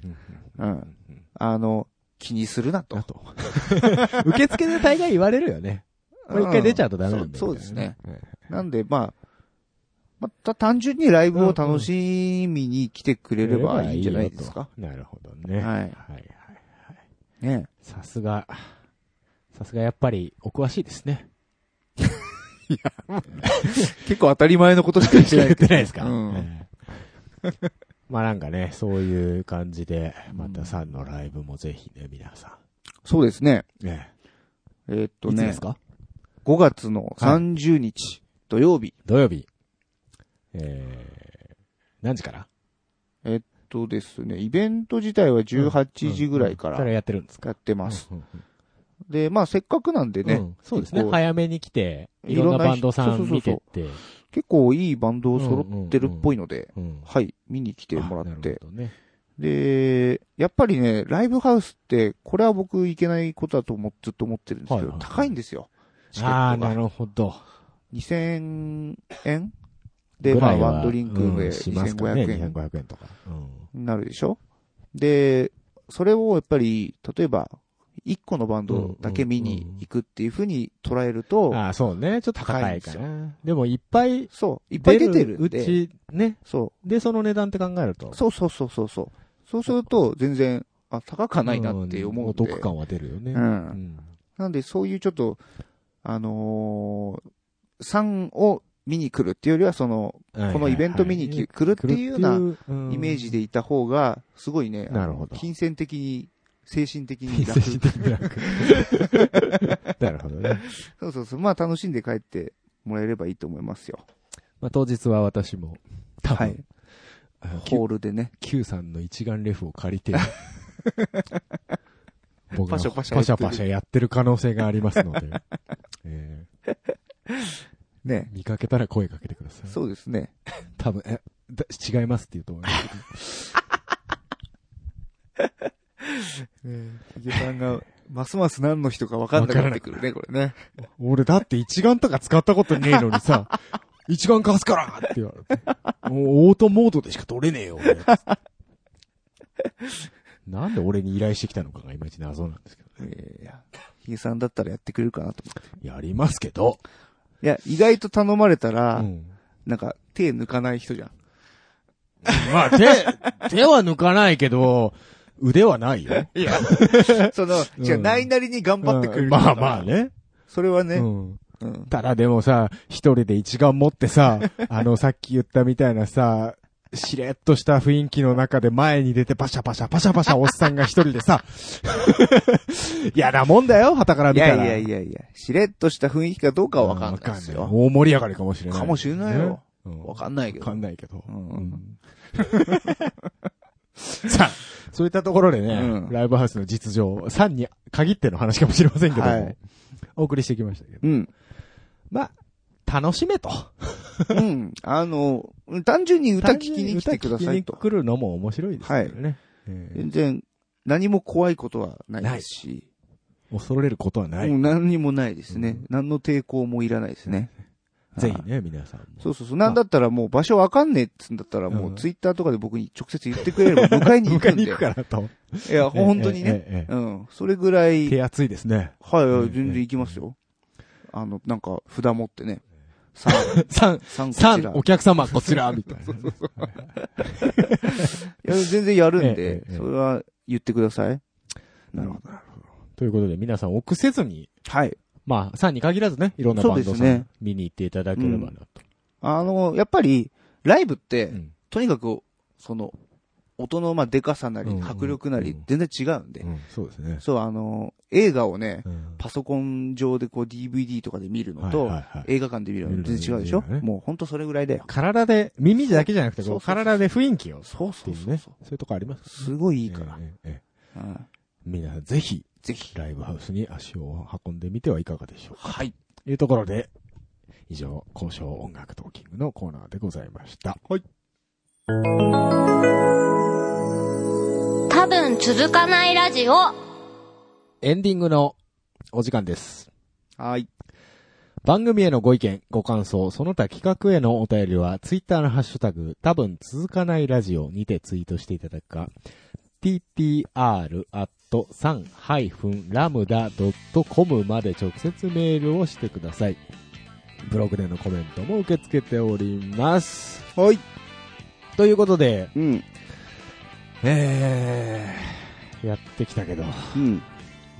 [SPEAKER 2] うん、
[SPEAKER 1] うん。あの、気にするなと。
[SPEAKER 2] だと。 <laughs> 受付で大概言われるよね。これ一回出ちゃうとダメなんだよ、
[SPEAKER 1] そうそうですね。
[SPEAKER 2] え
[SPEAKER 1] なんで、まあ、また単純にライブを楽しみに来てく
[SPEAKER 2] え。
[SPEAKER 1] れればいいんじゃないですか。
[SPEAKER 2] なるほどね。
[SPEAKER 1] はい
[SPEAKER 2] はいはい。
[SPEAKER 1] ね。
[SPEAKER 2] さすが、さすがやっぱりお詳しいですね。
[SPEAKER 1] 結構当たり前のことしか言ってないけ
[SPEAKER 2] 言 <laughs> っ
[SPEAKER 1] ど
[SPEAKER 2] てないですか。
[SPEAKER 1] うん
[SPEAKER 2] ええ <laughs> まあなんかね、そういう感じで、またさんのライブもぜひね、皆さ
[SPEAKER 1] そうですね。
[SPEAKER 2] ん。ね、
[SPEAKER 1] えーっと
[SPEAKER 2] いつで
[SPEAKER 1] ね
[SPEAKER 2] す、か
[SPEAKER 1] 5月の30日、土曜日。
[SPEAKER 2] 土曜日。えー、何時から
[SPEAKER 1] えーっとですね、イベント自体は18時ぐらいか
[SPEAKER 2] うんそ
[SPEAKER 1] ら
[SPEAKER 2] れやってるんですか
[SPEAKER 1] やってます。
[SPEAKER 2] うんうんうん
[SPEAKER 1] で、まあせっかくなんでね、
[SPEAKER 2] うんそうですね
[SPEAKER 1] 結。構
[SPEAKER 2] 早めに来て、い
[SPEAKER 1] い
[SPEAKER 2] ろ
[SPEAKER 1] ろ
[SPEAKER 2] ん
[SPEAKER 1] ん
[SPEAKER 2] な
[SPEAKER 1] な
[SPEAKER 2] バンドさ
[SPEAKER 1] そ
[SPEAKER 2] ん
[SPEAKER 1] うそう
[SPEAKER 2] 見
[SPEAKER 1] そ
[SPEAKER 2] て
[SPEAKER 1] うそう
[SPEAKER 2] って。
[SPEAKER 1] 結構いいバンドを揃ってるっぽいので、
[SPEAKER 2] うん。
[SPEAKER 1] はい、見に来てもらっ
[SPEAKER 2] なる
[SPEAKER 1] て。
[SPEAKER 2] ほどね。
[SPEAKER 1] で、やっぱりね、ライブハウスって、これは僕いけないことだと思っずっと思ってるんですけど、
[SPEAKER 2] はいはいはい
[SPEAKER 1] 高いんですよ。チケ
[SPEAKER 2] ああ、
[SPEAKER 1] ットが。
[SPEAKER 2] なるほど。
[SPEAKER 1] 2000円で、
[SPEAKER 2] ぐ
[SPEAKER 1] ま
[SPEAKER 2] ら
[SPEAKER 1] あ
[SPEAKER 2] いは
[SPEAKER 1] ワンドリンクで
[SPEAKER 2] うんしますか
[SPEAKER 1] 2500
[SPEAKER 2] ね
[SPEAKER 1] 円。
[SPEAKER 2] 2500円とか。うん
[SPEAKER 1] なるでしょで、それをやっぱり、例えば、一個のバンドだけ見に行くっていう風に捉えると、
[SPEAKER 2] ああ、そうね。ちょっと高いか
[SPEAKER 1] 高
[SPEAKER 2] な。でも、いっぱい、いっ
[SPEAKER 1] そう、いっぱい出てるん
[SPEAKER 2] う
[SPEAKER 1] で、
[SPEAKER 2] ち、ね。
[SPEAKER 1] そ
[SPEAKER 2] で、その値段って考えると。
[SPEAKER 1] う、そうそうそうそうそう。そうすると、全然、あ、高か
[SPEAKER 2] う
[SPEAKER 1] ないなって思うんん
[SPEAKER 2] お
[SPEAKER 1] で。
[SPEAKER 2] 得感は出るよね。
[SPEAKER 1] う。
[SPEAKER 2] うんん。
[SPEAKER 1] なんで、そういうちょっと、あのー、3を見に来るっていうよりは、その、このイベント見に来来るっていうようなイ
[SPEAKER 2] イ
[SPEAKER 1] メージでいた方が、すごいね、
[SPEAKER 2] なるほど
[SPEAKER 1] 金銭的に、精神的に
[SPEAKER 2] 精
[SPEAKER 1] 楽。
[SPEAKER 2] 神的
[SPEAKER 1] <laughs>
[SPEAKER 2] に楽。なるほどね。
[SPEAKER 1] そうそうそう。まあ楽しんで帰ってもらえればいいと思いますよ。
[SPEAKER 2] まあ、当日は私も、多分、。
[SPEAKER 1] ホールでね。
[SPEAKER 2] Q さんの一眼レフを借
[SPEAKER 1] <laughs>
[SPEAKER 2] りて、僕が
[SPEAKER 1] パシャパシャやってる
[SPEAKER 2] パシャパシャやってる可能性がありますの
[SPEAKER 1] <laughs>
[SPEAKER 2] で、え
[SPEAKER 1] ね
[SPEAKER 2] ー。見かけたら声かけてください。
[SPEAKER 1] そうですね。
[SPEAKER 2] 多分、え、だ違いますって言うと思いますけど。
[SPEAKER 1] ヒゲさんが、ますます何の人か分かんなくなってくるね、これね。
[SPEAKER 2] 俺だって一眼とか使ったことねえの
[SPEAKER 1] <laughs>
[SPEAKER 2] にさ、一眼貸すからって言われて。もうオートモードでしか撮れねえよ、俺なんで俺に依頼してきたのかがいまいち謎なんですけどね。
[SPEAKER 1] えーいやヒゲさんだったらやってくれるかなと思って。
[SPEAKER 2] やりますけど。
[SPEAKER 1] いや、意外と頼まれたら、
[SPEAKER 2] うん
[SPEAKER 1] なんか手抜かない人じゃん。
[SPEAKER 2] まあ、手、手は抜かないけど、腕はないよ。
[SPEAKER 1] いや、 <laughs> その、
[SPEAKER 2] うん
[SPEAKER 1] じゃあないなりに頑張ってくれる、
[SPEAKER 2] うんまあまあ。ね。
[SPEAKER 1] それは
[SPEAKER 2] う
[SPEAKER 1] ね、
[SPEAKER 2] ん。
[SPEAKER 1] うん。
[SPEAKER 2] ただでもさ、一人で一眼持っ
[SPEAKER 1] <laughs>
[SPEAKER 2] てさ、あの、さっき言ったみたいなさ、しれっとした雰囲気の中で前に出てパシャパシャパシャパシャおっさんが一人で
[SPEAKER 1] <laughs>
[SPEAKER 2] さ、嫌なもんだよ、旗から
[SPEAKER 1] い
[SPEAKER 2] 見た
[SPEAKER 1] や
[SPEAKER 2] ら。
[SPEAKER 1] いやいやいや、しれっとした雰囲気かどうかはわかんないです
[SPEAKER 2] わか
[SPEAKER 1] よ。
[SPEAKER 2] 大盛り上がりかもしれない。
[SPEAKER 1] かもしれないよ。
[SPEAKER 2] ね。うん
[SPEAKER 1] わかんないけ
[SPEAKER 2] わか
[SPEAKER 1] ど
[SPEAKER 2] ん。ないけど。
[SPEAKER 1] うん
[SPEAKER 2] うん <laughs> さあ、そういったところでね、
[SPEAKER 1] うん
[SPEAKER 2] ライブハウスの実情、3に限っての話かもしれませんけども、
[SPEAKER 1] はい
[SPEAKER 2] お送りしてきましたけど。
[SPEAKER 1] うん。
[SPEAKER 2] まあ、楽しめと。
[SPEAKER 1] うん。あの、単純に歌聞きに来てください
[SPEAKER 2] 歌
[SPEAKER 1] と
[SPEAKER 2] 聞。きに来るのも面白いですけどね。ええ
[SPEAKER 1] 全然、何も怖いことはないですし、
[SPEAKER 2] 恐れることはない。
[SPEAKER 1] もう何にもないですね、
[SPEAKER 2] うん
[SPEAKER 1] 何の抵抗もいらないですね。
[SPEAKER 2] ぜひね、皆さんも。
[SPEAKER 1] そうそうそう。なんだったらもう場所わかんねえっつんだったら、もううんツイッターとかで僕に直接言ってくれれば迎えに行く
[SPEAKER 2] 迎え
[SPEAKER 1] ん
[SPEAKER 2] に
[SPEAKER 1] で。
[SPEAKER 2] <laughs> 行くからと。
[SPEAKER 1] いや、本当に
[SPEAKER 2] え
[SPEAKER 1] ね。
[SPEAKER 2] え。えええ
[SPEAKER 1] うん。それぐら
[SPEAKER 2] え
[SPEAKER 1] い、
[SPEAKER 2] 手厚いですね。
[SPEAKER 1] はいは
[SPEAKER 2] ええ
[SPEAKER 1] い、全然行きますよ。あの、なんか、札持ってね。 3、3
[SPEAKER 2] 三、
[SPEAKER 1] こち
[SPEAKER 2] 三
[SPEAKER 1] ら、
[SPEAKER 2] お。客様、こちら、みたいな。
[SPEAKER 1] いや全然やるん
[SPEAKER 2] え
[SPEAKER 1] で
[SPEAKER 2] え、ええ
[SPEAKER 1] それは言ってください。なるほど。
[SPEAKER 2] ということで、皆さん、臆せずに、
[SPEAKER 1] はい。
[SPEAKER 2] まあ、さんに限らずね、いろんなバンド
[SPEAKER 1] そう
[SPEAKER 2] さ
[SPEAKER 1] ですね
[SPEAKER 2] ん、見に行っていただければなと。
[SPEAKER 1] あの、やっぱり、ライブっ
[SPEAKER 2] う
[SPEAKER 1] て、
[SPEAKER 2] ん
[SPEAKER 1] とにかく、その、音の、まあ、でかさなり
[SPEAKER 2] う、ん
[SPEAKER 1] 迫力なり
[SPEAKER 2] うん、
[SPEAKER 1] 全然違うんで
[SPEAKER 2] う。んそうですね。
[SPEAKER 1] そう、あの、映画をね、
[SPEAKER 2] うん
[SPEAKER 1] パソコン上でこう DVD とかで見るの
[SPEAKER 2] はい
[SPEAKER 1] と
[SPEAKER 2] はいはい、
[SPEAKER 1] 映画館で見るの全然違うでしょ
[SPEAKER 2] 見るのと違うね
[SPEAKER 1] もうほんとそれぐらいだよ。
[SPEAKER 2] 体で、耳だけじゃなくて、
[SPEAKER 1] そ
[SPEAKER 2] こ
[SPEAKER 1] う
[SPEAKER 2] う
[SPEAKER 1] そうそう
[SPEAKER 2] 体で雰囲気を、
[SPEAKER 1] そう
[SPEAKER 2] っ
[SPEAKER 1] そ
[SPEAKER 2] て
[SPEAKER 1] う
[SPEAKER 2] いう
[SPEAKER 1] そう
[SPEAKER 2] ね。
[SPEAKER 1] そ。
[SPEAKER 2] そうういうとこあります。
[SPEAKER 1] すごいいいから。
[SPEAKER 2] ええ。ええ
[SPEAKER 1] うん
[SPEAKER 2] 皆さん、ぜひ、
[SPEAKER 1] ぜひ。
[SPEAKER 2] ライブハウスに足を運んでみてはいかがでしょうか。
[SPEAKER 1] はい。
[SPEAKER 2] というところで、以上、交渉音楽トーキングのコーナーでございました。はい。
[SPEAKER 3] 多分続かないラジオ
[SPEAKER 2] エンディングのお時間です。
[SPEAKER 1] はい。
[SPEAKER 2] 番組へのご意見、ご感想、その他企画へのお便りは、ツイッターのハッシュタグ、多分続かないラジオにてツイートしていただくか、ttr.san-lambda.com まで直接メールをしてください。ブログでのコメントも受け付けております。
[SPEAKER 1] はい。
[SPEAKER 2] ということで、
[SPEAKER 1] うん。
[SPEAKER 2] えー、やってきたけど、
[SPEAKER 1] うん。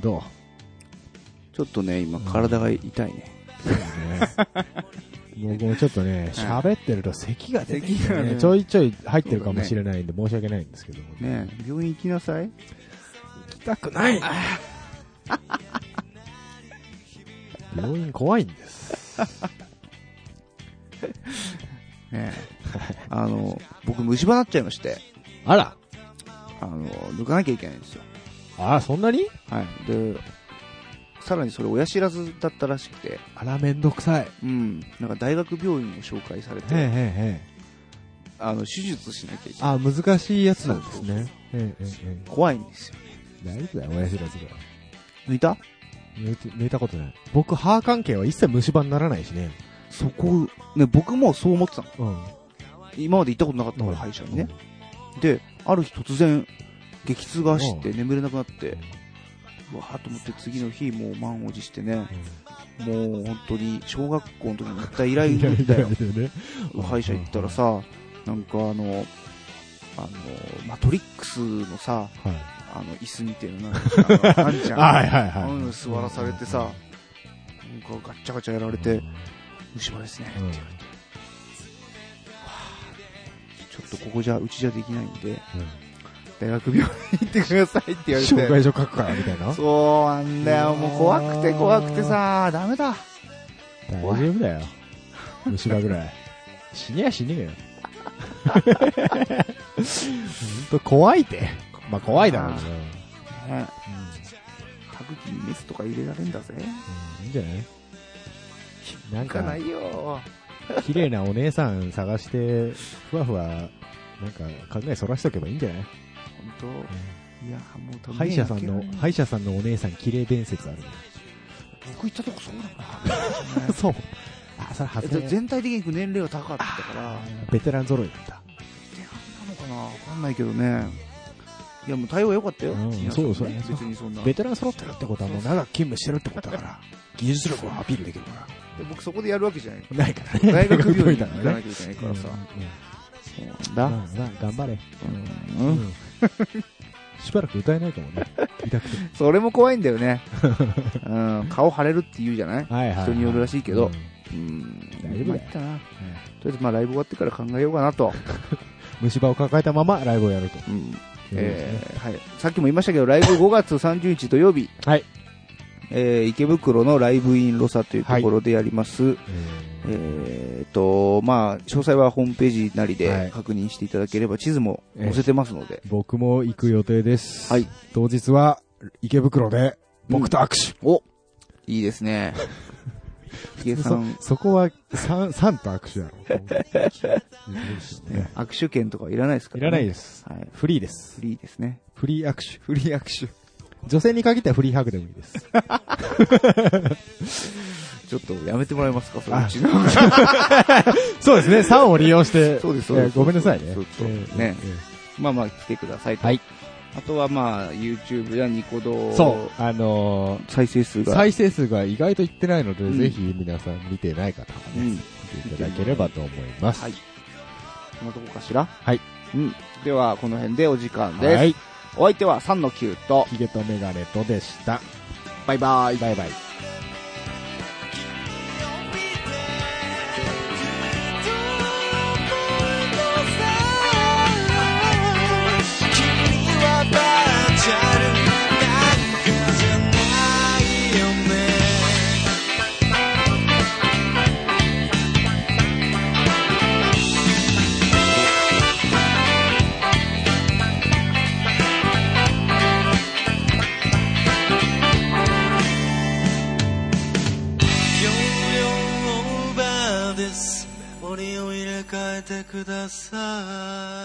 [SPEAKER 2] どう
[SPEAKER 1] ちょっとね、今体が痛いね。
[SPEAKER 2] 僕もちょっとね、喋ってると咳が出てきて
[SPEAKER 1] 咳が
[SPEAKER 2] ね、
[SPEAKER 1] ね
[SPEAKER 2] ちょいちょい入ってるかもしれないんで申し訳ないんですけども。
[SPEAKER 1] ねえ病院行きなさい。
[SPEAKER 2] 行きたくない <laughs> 病院怖いんです。
[SPEAKER 1] ねえ
[SPEAKER 2] <laughs>
[SPEAKER 1] あの、僕虫歯なっちゃいまして、
[SPEAKER 2] あら
[SPEAKER 1] あの、抜かなきゃいけないんですよ。
[SPEAKER 2] あそんなに
[SPEAKER 1] はい。で、さらにそれ親知らずだったらしくて、
[SPEAKER 2] あら、めんどくさい。
[SPEAKER 1] うん。なんか大学病院を紹介され
[SPEAKER 2] へ
[SPEAKER 1] て、
[SPEAKER 2] えへえへえ。
[SPEAKER 1] あの、手術しなきゃいけない。
[SPEAKER 2] あ、難しいやつなんですね。えええええ
[SPEAKER 1] 怖いんですよ。
[SPEAKER 2] え。大丈夫だよ、親知らずが。
[SPEAKER 1] 抜いた
[SPEAKER 2] 抜いて抜いたことない。僕、歯関係は一切虫歯にならないしね。
[SPEAKER 1] そこ、ね、僕もそう思ってたの。
[SPEAKER 2] うん。
[SPEAKER 1] 今まで行ったことなかったから、歯医者にね。で、ある日突然、激痛が走って眠れなくなって、うわーと思って次の日もう満を持してね、もう本当に小学校の時に行った依頼
[SPEAKER 2] <laughs> い
[SPEAKER 1] に
[SPEAKER 2] や
[SPEAKER 1] 行
[SPEAKER 2] い
[SPEAKER 1] った
[SPEAKER 2] や
[SPEAKER 1] よ
[SPEAKER 2] い。やね。
[SPEAKER 1] 歯医者行ったらさ、なんかあの、あの、マトリックスのさ、
[SPEAKER 2] はい。
[SPEAKER 1] あの、椅子みたいな、なんか、あんじゃん。
[SPEAKER 2] はいはいはい
[SPEAKER 1] うん座らされてさ、なんかガッチャガチャやられて、虫歯ですね。
[SPEAKER 2] うん
[SPEAKER 1] ちょっとここじゃ、うちじゃできないんで、大学病院行ってくださいって言われて。
[SPEAKER 2] 紹介状書くからみたいな。
[SPEAKER 1] そうなんだよ、もう怖くて怖くてさ、ダメだ。
[SPEAKER 2] 大丈夫だよ。虫歯ぐらい。死にゃ死ねえよ。ほんと怖いて。まあ怖いだろうな。
[SPEAKER 1] あーね歯茎にメスとか入れられんだぜ。
[SPEAKER 2] うんいいんじゃないなん
[SPEAKER 1] 行かな
[SPEAKER 2] か、
[SPEAKER 1] いよ。
[SPEAKER 2] 綺麗なお姉さん探して、ふわふわ、なんか考えそらしとけばいいんじゃない
[SPEAKER 1] 本当いや、もう多分
[SPEAKER 2] 歯医者さんの
[SPEAKER 1] ね、
[SPEAKER 2] 歯医者さんのお姉さん綺麗伝説あるね。
[SPEAKER 1] <laughs> 僕行ったとこそうだもん
[SPEAKER 2] <laughs> そう。あ、それはず
[SPEAKER 1] な。全体的に年齢が高かったから、
[SPEAKER 2] ベテラン揃いだった。
[SPEAKER 1] なのかなわかんないけどね。いや、もう対応良かったよ。
[SPEAKER 2] うん
[SPEAKER 1] 皆さ
[SPEAKER 2] そ
[SPEAKER 1] ん
[SPEAKER 2] う
[SPEAKER 1] ね
[SPEAKER 2] そう
[SPEAKER 1] 別にそんな。
[SPEAKER 2] ベ
[SPEAKER 1] で
[SPEAKER 2] テラン揃ってるってことはもう長く勤務してるってこと
[SPEAKER 1] <laughs>
[SPEAKER 2] だから、技術力をアピールできるか
[SPEAKER 1] 僕そこでやるわけじゃない。
[SPEAKER 2] ら。ないからね。
[SPEAKER 1] 大学病院に行
[SPEAKER 2] だ
[SPEAKER 1] か
[SPEAKER 2] か
[SPEAKER 1] な
[SPEAKER 2] らね。
[SPEAKER 1] きゃいけないからさ。そうなん
[SPEAKER 2] ま
[SPEAKER 1] だ
[SPEAKER 2] あ。まあ、頑張れ。
[SPEAKER 1] うん <laughs>
[SPEAKER 2] うんしばらく歌えないかもね。痛くて。
[SPEAKER 1] それも怖いんだよね。うん、顔腫れるって言うじゃない
[SPEAKER 2] <laughs> はいはいはい。
[SPEAKER 1] 人によるらしいけど
[SPEAKER 2] うん。
[SPEAKER 1] うん、
[SPEAKER 2] 大丈夫だよ
[SPEAKER 1] まあいったな。とりあえずまあライブ終わってから考えようかなと。
[SPEAKER 2] 虫歯を抱えたままライブをやると。
[SPEAKER 1] うん
[SPEAKER 2] え
[SPEAKER 1] えーはい。さっきも言いましたけど、ライブ5月30日土曜日、
[SPEAKER 2] はい。
[SPEAKER 1] えー池袋のライブインロサというところでやります。
[SPEAKER 2] え
[SPEAKER 1] えーっと、まあ、詳細はホームページなり
[SPEAKER 2] は
[SPEAKER 1] で
[SPEAKER 2] い
[SPEAKER 1] 確認していただければ、地図も載せてますので。
[SPEAKER 2] ー僕も行く予定です。
[SPEAKER 1] はい。
[SPEAKER 2] 当日は、池袋で、僕と握手。
[SPEAKER 1] おいいですね。
[SPEAKER 2] <laughs>
[SPEAKER 1] 池さ
[SPEAKER 2] そ
[SPEAKER 1] ん、、
[SPEAKER 2] そこは、さん、さんと握手
[SPEAKER 1] <laughs>
[SPEAKER 2] だろ。ね
[SPEAKER 1] 握手券とかいらないですか
[SPEAKER 2] い
[SPEAKER 1] ら、
[SPEAKER 2] らない
[SPEAKER 1] で
[SPEAKER 2] です。
[SPEAKER 1] はい。
[SPEAKER 2] フリーです
[SPEAKER 1] フ。リーですね。
[SPEAKER 2] フリー握手。
[SPEAKER 1] フリー握手。
[SPEAKER 2] 女性に限ってはフリーハグでもいいです。
[SPEAKER 1] ちょっとやめてもらえますか、それ
[SPEAKER 2] あ
[SPEAKER 1] うちの。
[SPEAKER 2] そうですね、3を利用して。
[SPEAKER 1] そうですそうです
[SPEAKER 2] えーごめんなさいね。
[SPEAKER 1] そうですそうです
[SPEAKER 2] えー
[SPEAKER 1] ね
[SPEAKER 2] えー
[SPEAKER 1] <laughs> まあまあ来てくださいと。
[SPEAKER 2] はい。
[SPEAKER 1] あとはまあ、YouTube やニコ動。
[SPEAKER 2] そう、あの
[SPEAKER 1] 再生数
[SPEAKER 2] ー
[SPEAKER 1] が。
[SPEAKER 2] 再生数が意外といってないので、
[SPEAKER 1] うん
[SPEAKER 2] ぜひ皆さん見てない方は
[SPEAKER 1] う
[SPEAKER 2] ね、
[SPEAKER 1] ん。
[SPEAKER 2] 見ていただければと思います。
[SPEAKER 1] はいこのとこかしら
[SPEAKER 2] はい。
[SPEAKER 1] うん。では、この辺でお時間です。
[SPEAKER 2] はい。
[SPEAKER 1] お相手は3の9と、
[SPEAKER 2] ヒゲとメガネとでした。
[SPEAKER 1] バイバイ。
[SPEAKER 2] バイバイ。
[SPEAKER 4] 44オーバーですメモリを入れ替えてください